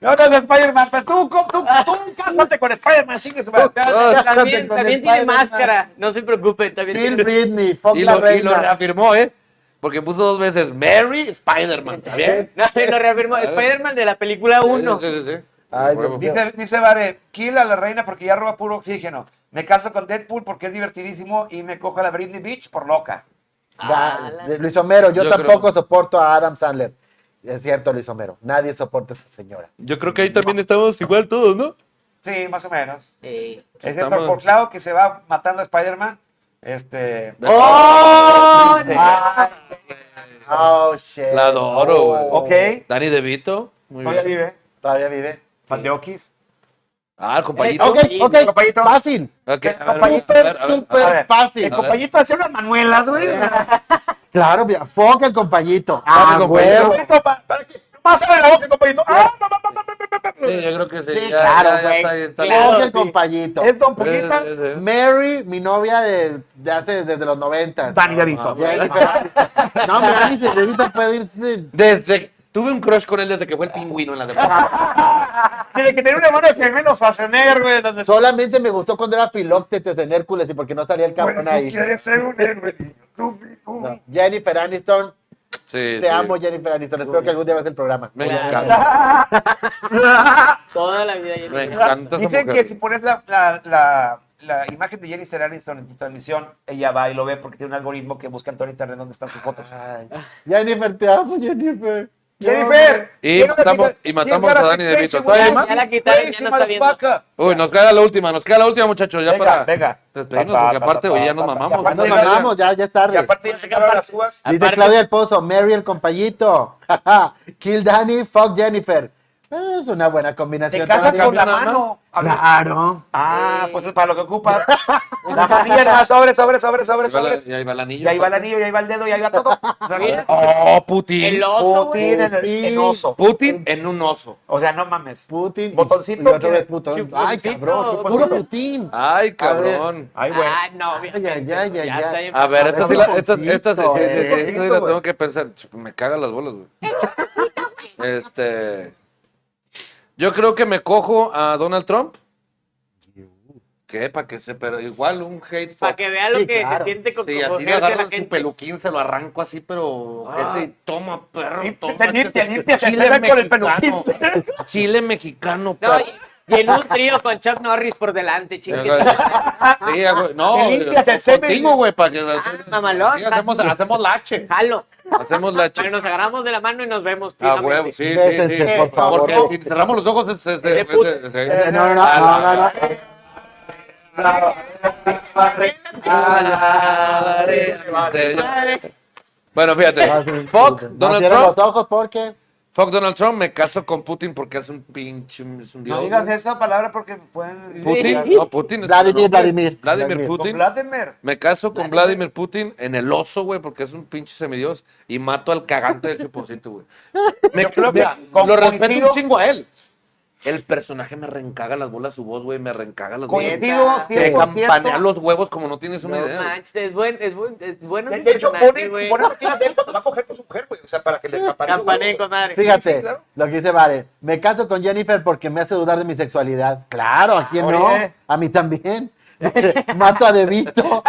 No, no, no, Spider-Man, pero tú, tú, tú, tú cásate con Spider-Man, chingue su madre.
Ah,
También,
con
también
el
tiene
Spider-Man.
máscara, no se preocupe, también
Phil
tiene...
Britney, fuck
*laughs* Y
la
lo, y lo
reina.
reafirmó, ¿eh? Porque puso dos veces Mary Spider-Man. ¿Está bien?
No, lo reafirmó, Spider-Man de la película 1.
Sí, sí, sí.
Ay,
Huevo.
Dios.
Dice, dice Vare, kill a la reina porque ya roba puro oxígeno. Me caso con Deadpool porque es divertidísimo y me cojo a la Britney Beach por loca.
Da- Ah, de- Luis Homero, yo,
Yo
tampoco
creo-
soporto a Adam Sandler. Es cierto, Luis Homero. Nadie soporta a esa señora.
Yo creo que ahí también estamos igual todos, ¿no?
Sí, más o menos.
Eh,
Excepto
Estamos-
por Clau que se va matando a Spider-Man. Este.
¡Oh!
Sí.
Oh, shit. Oh.
La adoro, güey.
Ok.
Danny DeVito. Muy
Todavía
bien.
vive.
Todavía vive.
Pandeokis.
Ah, el compañito.
Ok, ok.
Compañito.
Fácil.
Ok, a ver,
Compañito,
a ver, a ver,
a ver.
súper fácil.
El compañito hace unas manuelas, güey.
Claro, mira, fuck el compañito.
Ah,
A
compañero.
huevo.
Compañito, pa- para que- Pásame la boca, compañito. Ah, pa, pa, pa, pa, pa, pa, pa.
Sí, yo creo que sí.
Sí,
ya-
claro,
ya- ya
güey.
está- está
Claro.
bien.
Oye,
sí.
el compañito.
Es Don
Sí,
Pujitas.
sí, sí.
Mary, mi novia de, de hace, desde los 90.
Dani Gavito.
Ah, Ya hay que esperar. No, me da ni señorita puede ir. de-
Desde, tuve un crush con él desde que fue el pingüino en la temporada.
Tiene que tener una mano de gemelo Schwarzenegger, güey. Donde
Solamente me gustó cuando era Filóctetes en Hércules y porque no salía el cabrón ahí.
quieres ser un héroe. niño. Tú, tú.
No. Jennifer Aniston,
Sí,
te
sí.
amo Jennifer Aniston. Espero que algún día veas el programa.
Me
Claro.
encanta.
Toda la vida ya
Me
llegué.
encanta. esa
Dicen
mujer.
que si pones la, la, la, la imagen de Jennifer Aniston en tu transmisión, ella va y lo ve porque tiene un algoritmo que busca en todo el internet dónde están sus fotos.
Ay, Jennifer, te amo Jennifer.
Jennifer,
Y
quiero que
matamos-
digas-
y matamos
She's
a
got
Danny
sexy
DeVito.
woman.
¿Está bien?
Ya la quitaron, ya
Crazy
no está viendo.
motherfucker.
Uy, nos queda la última, nos queda la última, muchachos. Ya
Venga,
para
venga.
despedirnos,
Pa, pa,
porque
pa,
aparte,
pa,
hoy ya
pa,
nos
pa, pa.
mamamos.
Ya nos
Aparte,
ganamos, ya, ya es
Y
tarde.
aparte ya se acabaron las uvas.
Dice
Aparte-
Claudia del Pozo, Mary el compañito. *laughs* Kill Danny, fuck Jennifer. Ah, Es una buena
Te
combinación.
casas
Todavía-
con la
cambió nada
mano.
Claro.
Ah,
Sí.
pues es para lo que ocupas. *laughs* La manilla nada más, sobre, sobre, sobre, sobre, sobre.
Y ahí va el
Y
anillo.
ahí va el anillo, y ahí va el dedo, y ahí va
*laughs*
todo.
Mira,
Oh, Putin.
El oso, güey.
Putin en, el-
Putin.
en oso.
Putin en un oso.
O sea, no mames.
Putin. y-
Botoncito,
y otra
¿quién?
vez Putin. Ay,
Botoncito,
cabrón. Puro
botoncito.
Putin.
Ay,
cabrón.
cabrón.
Ay, güey.
Ah, no, mira.
Ay, ay, ay, ay, ay.
está bien.
A ver,
A
esta
ver,
sí la,
botoncito,
esta, esta, sí-
eh,
esta sí la
botoncito,
tengo que pensar. Ch, Me cagan las bolas, güey. Este. Yo creo que me cojo a Donald Trump. ¿Qué? Para que se. Pero igual un hate. fuck.
Para que vea lo
Sí,
que
claro.
se siente con
Sí,
con
así le
cogerte a la
agarro su
gente. Ah.
peluquín, se lo arranco así, pero. este gente, y toma, perro.
Lim-
toma,
te lim- te
que-
limpias el
Chile
cerebro con el
mexicano. Chile mexicano, *laughs*
No,
perro.
y- y en un trío con Chuck Norris por delante,
Sí,
chingue.
güey. No,
Te limpias el semen.
contigo, güey, para que.
Ah, mamalón.
Sí, hacemos, hacemos lache.
Jalo.
Hacemos lache.
Pero nos agarramos de la mano y nos vemos.
Ah,
finalmente.
huevo, sí, sí,
Bésense,
sí.
por favor.
Porque si cerramos los ojos, se- se- se-
De
se-
puta.
se- se-
Eh, No, no, no,
Ah,
no, no, no. Ah,
se- Bueno,
Ah,
fíjate.
sí.
Fuck
No
Donald
cierres
Trump.
los ojos porque
Fuck Donald Trump. Me caso con Putin porque es un pinche. Es un dios.
No digas
güey.
esa palabra porque pueden.
Putin.
Sí.
No, Putin. es
Vladimir,
un
Vladimir,
nombre.
Vladimir.
Vladimir
Con
Putin.
Vladimir.
Me caso con Vladimir Putin en el oso, güey, porque es un pinche semidios. Y mato al cagante del chuponcito, güey. Me,
creo que
mira,
con-
lo respeto
coincido-
un chingo a él. El personaje me reencaga las bolas, su voz, güey, me reencaga las bolas.
Coincido
Te
100%.
campanea los huevos como no tienes una
No
idea. güey.
manches, es buen, es buen, es bueno.
De,
mi
de hecho,
personaje,
ponen,
güey.
ponen rutinas de él cuando va a coger con su mujer, güey. O sea, para que le escapare.
Campaneo, comadre.
Fíjate,
sí, claro.
lo que dice Vare, me caso con Jennifer porque me hace dudar de mi sexualidad. Claro, ¿a quién no?
Oye.
A mí también. *laughs* Mato a Debito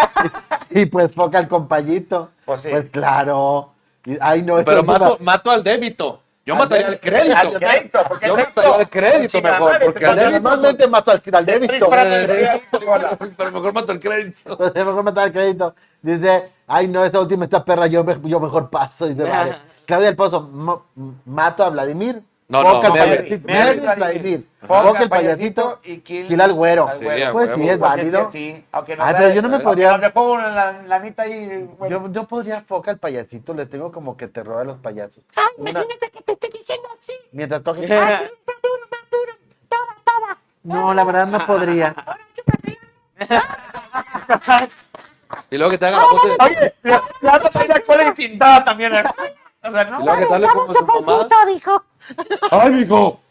y pues foca al compañito.
Pues sí.
claro. Y- Ay, no, esto
Pero
es una-
mato, mato al débito. Yo
Al
mataría al
débito.
crédito.
Al débito,
porque
Yo
el
mataría al
débito-
crédito
Chingada
mejor,
madre,
porque
te
al
toca-
débito.
Normalmente mato al, al débito.
disparando.
*laughs*
Pero mejor mato al crédito.
Entonces, mejor matar al crédito. Dice, ay no, esta última está perra, yo, me- yo mejor paso. Dice, vale.
Ajá.
Claudia del Pozo, mo- mato a Vladimir.
No, no,
foca al
Mary,
payasito.
Mary,
Mary,
Vladimir.
Vladimir.
Foca
Foca el
al payasito
payasito
y kill-
kill al güero.
al
güey.
güero.
Pues
a
sí,
huevo.
es válido.
Sí, aunque no
Ay,
sea-
pero yo no me
aunque nos
podría...
dejó una la, la nita ahí, güey.
Yo, yo podría foca al payasito, le tengo como que terror a los payasos. Una-
Ah, que te estoy diciendo así.
Mientras coge...
Más duro, más duro. Toma, toma.
No, la verdad
*laughs*
no podría.
Ahora chúpate.
Y luego que te haga la foto. de-
Oye, la la otra trae la cola pintada también, ¿eh? O sea,
Y
no.
luego que te hable como
Vamos
tu
a un
mamá.
punto, dijo.
¡Ay, mijo!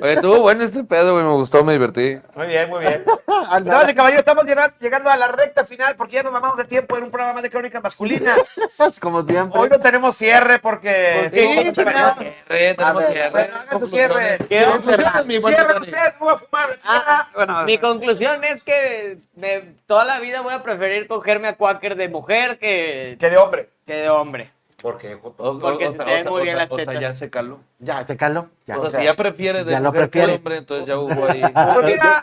Oye, estuvo bueno este pedo, güey. Me gustó, me divertí.
Muy bien, muy
*laughs*
bien.
Al-
Damas y caballeros, estamos llegando- llegando a la recta final porque ya nos mamamos de tiempo en un programa más de crónicas masculinas.
Como siempre.
Hoy no tenemos cierre porque.
Sí,
tenemos mucho
chingada.
trabajo.
Cierre, tenemos
ver,
cierre.
bueno, hagan su cierre.
¿Qué
Conclusiones, mi buen
Cierren
Tony.
ustedes, voy a fumar.
Ah,
Bueno,
Mi conclusión es que me- toda la vida voy a preferir cogerme a Quaker de mujer que,
que de hombre.
que de hombre.
Porque, o- o-
Porque
o-
se
o-
te ven
o-
muy
o-
bien las
o sea,
tetas.
ya se caló.
Ya, te calo. Ya.
o sea, si ya prefiere de
ya lo
mujer que de
prefiere.
hombre, entonces ya hubo ahí.
Pues *laughs* mira,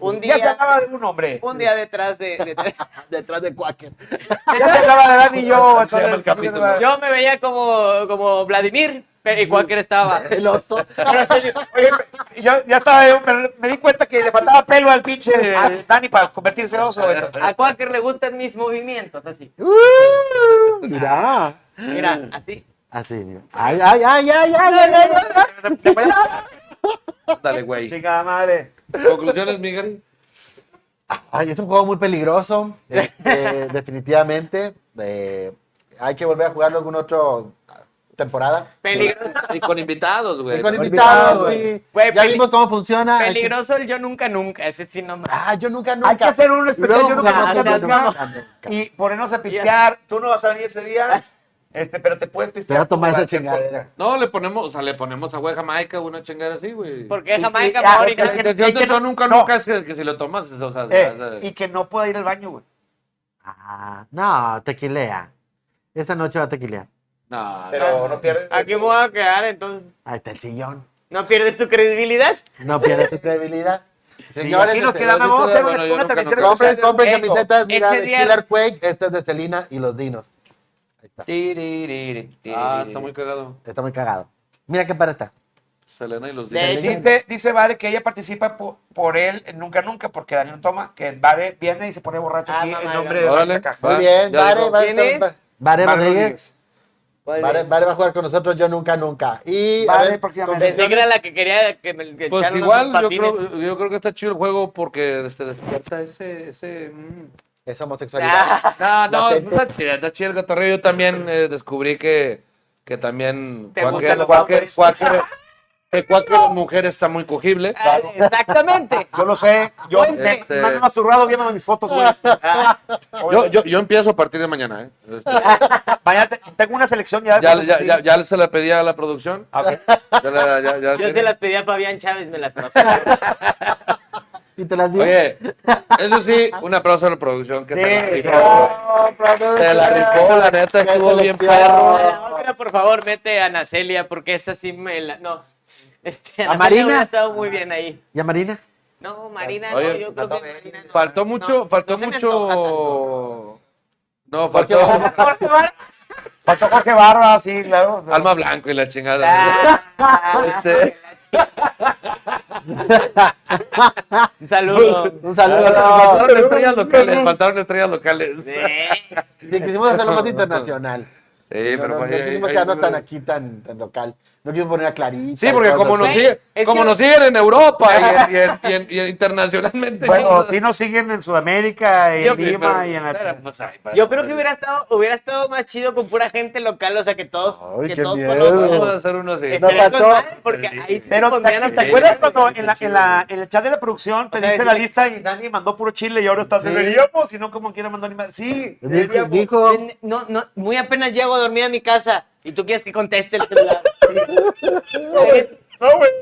Un
ya se
día,
hablaba de un hombre.
un día detrás de, de-
Detrás de Quaker.
*laughs* Ya se hablaba de Dani y yo.
Se llama el
entonces-
capítulo.
Yo me veía como, como Vladimir, pero y Quaker
Ah,
estaba.
El oso.
*laughs*
Pero en serio, oye, yo ya estaba, yo, pero me di cuenta que le faltaba pelo al pinche eh, Dani para convertirse en oso. güey.
A Quaker le gustan mis movimientos, así.
Uh, mira.
Mira, así.
Así, mira. Ah, Ay, ay, ay, ay, ay, ay, ay, ay.
Te voy a-
Dale, güey.
Chingada madre.
Conclusiones, Miguel.
Ay, es un juego muy peligroso, *laughs* este, definitivamente. Eh, hay que volver a jugarlo algún otro temporada.
Peligroso,
Y con invitados, güey.
Y con
Con
invitados,
güey.
sí.
Güey,
Ya
peli-
vimos cómo funciona. hay que-
peligroso el yo nunca, nunca. Ese sí no más.
Ah, yo nunca, nunca.
Hay que hacer un especial
Luego
yo nunca,
jugamos,
nunca,
yo
nunca,
nunca, nunca.
y ponernos a pistear. Tú no vas a venir ese *laughs* día, este, pero te puedes
Te va
pistear.
a tomar
tú,
esa
vas a-
chingadera.
No, le ponemos, o sea, le ponemos agua de Jamaica, una chingada así, güey.
Porque
Y-
Jamaica
y- ah,
va a
porque
La
orinar.
hay que-
intención
hay
de
que
yo
no-
nunca,
no.
nunca es que, que si lo tomas, o sea,
Eh, y que no pueda ir al baño, güey.
Ah, no, tequilea. Esa noche va a tequilear.
no, no.
Pero no pierdes.
Aquí me voy a quedar, entonces.
Ahí está el sillón.
No pierdes tu credibilidad.
No pierdes tu credibilidad.
Y aquí nos
este,
quedamos.
yo
Vamos a
sí
hacer
te-
una,
bueno, yo
una
nunca,
tradición.
nunca.
Compren, compren
Ese-
camisetas, mira,
ese
de
día-
Killer Quake, esta es de Selena y los Dinos.
Ah, está muy cagado.
Está muy cagado. Mira qué para está.
Selena y los
De
Dinos.
hecho-
Eh, Dice, dice Vare que ella participa po- por él en Nunca Nunca, porque Daniel toma, que Vare viene y se pone borracho
Ah,
aquí
mamá,
en
ya.
nombre de
Órale.
la caja.
Va,
Muy bien,
ya
Vare,
dijo.
Vare,
¿Quién es?
va- Vare
Vare
Rodríguez.
Rodríguez.
Vare, Vare va a jugar con nosotros, yo nunca, nunca. Y a
Vare
ver,
próximamente.
Pensé que era la que quería que me que
Pues
echaran
igual,
unos
yo
patines.
creo, yo creo que está chido el juego porque este, despierta ese... ese mm.
es homosexualidad.
Ah.
No, no,
gente.
está chido, está chido el cotorreo. Yo también eh, descubrí que, que también...
Te
cualquier-
gustan los
cualquier-
hombres.
cualquier- Que cualquier mujer está muy cogible.
*laughs* Ah, Exactamente.
Yo lo sé, yo me,
Fuente.
me ando masturbado viendo mis fotos, güey.
Ah,
Yo, yo, yo empiezo a partir de mañana, ¿eh? Este,
Mañana te- tengo una selección ya.
ya, ya, ya, ya se la pedí a la producción.
A ver,
Ya la- ya- ya la
Ah, Yo
tiene.
se las pedí a Fabián Chávez, me las pasó.
Y te las digo.
Oye, eso sí, un aplauso a la producción que se la
Sí,
rifó.
bravo,
güey. Se la rifó, la neta,
Qué
estuvo bien
selección.
perro.
La otra, por favor, mete a Nacelia, porque esa sí me la. No. Este,
¿A
Ana Celia
Marina?
hubiera estado muy bien ahí.
¿Y a Marina?
No, Marina,
Oye,
no, yo creo
faltó-
que Marina no.
Faltó
No,
mucho,
no
faltó
se me antoja Ah, tanto.
mucho. No, faltó
faltó Jorge Barba, sí, claro.
Alma Blanco y la chingada.
Ah, ah,
Este, *laughs*
Un saludo.
Un
Ah,
saludo.
faltaron estrellas locales, faltaron estrellas locales.
Sí.
Sí, quisimos hacerlo
*laughs*
más internacional.
Sí,
no,
pero
no, no
pues, ahí-
quisimos
ahí-
quedarnos tan aquí, tan, tan local. No quisimos poner a Clarita.
Sí, porque
y cosas
como nos,
así.
Güey,
sigue-
es
como
que-
nos siguen en Europa y, en- y en- y en-
*laughs*
y internacionalmente.
Bueno, sí nos siguen en Sudamérica, y
yo-
en Lima y en
pero,
la...
pues, ay,
Yo creo que hubiera estado, hubiera estado más chido con pura gente local, o sea, que todos,
Ay,
que
qué
todos
miedo.
conozcan.
Vamos a hacer uno así.
No,
Estaría con
faltó.
madre, Porque ahí sí
Pero
pondrían
¿te,
hasta
te
Sí,
acuerdas
sí,
cuando
sí,
en, la,
sí,
en, la- en el chat de la producción
sea,
pediste
sí.
la lista y Dani mandó puro chile y ahora estás,
Sí.
deberíamos, si no, como quiera mandó animar. Sí,
Dijo,
deberíamos.
dijo
No, no, muy apenas llego a dormir a mi casa y tú quieres que conteste el celular.
No, güey.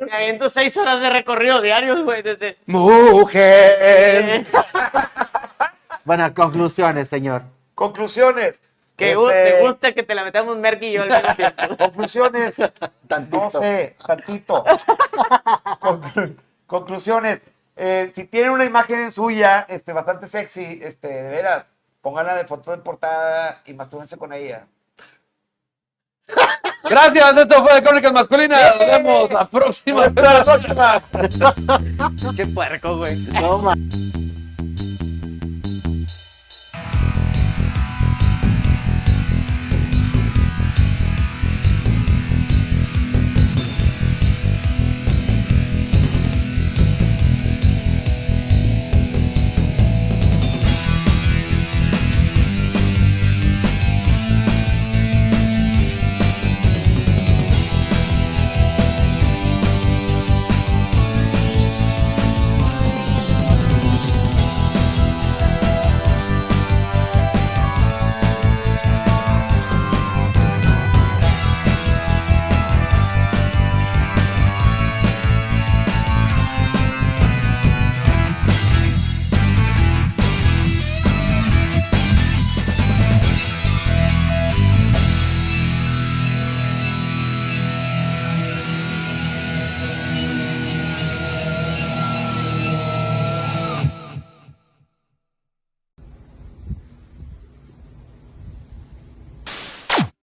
Me aviento seis horas de recorrido diarios, güey. desde-
Mujer.
*laughs*
bueno, conclusiones, señor.
Conclusiones.
Que
Este,
gu- te gusta que te la metamos Merky y yo al mismo tiempo.
Conclusiones.
Tantito.
No sé, tantito. Conclu- conclusiones. Eh, si tienen una imagen suya, este, bastante sexy, este, de veras, pónganla de foto de portada y mastúbense con ella.
Gracias, esto fue Crónicas Masculinas.
Eh,
*laughs*
Nos vemos la próxima.
Qué puerco, güey.
No, ma-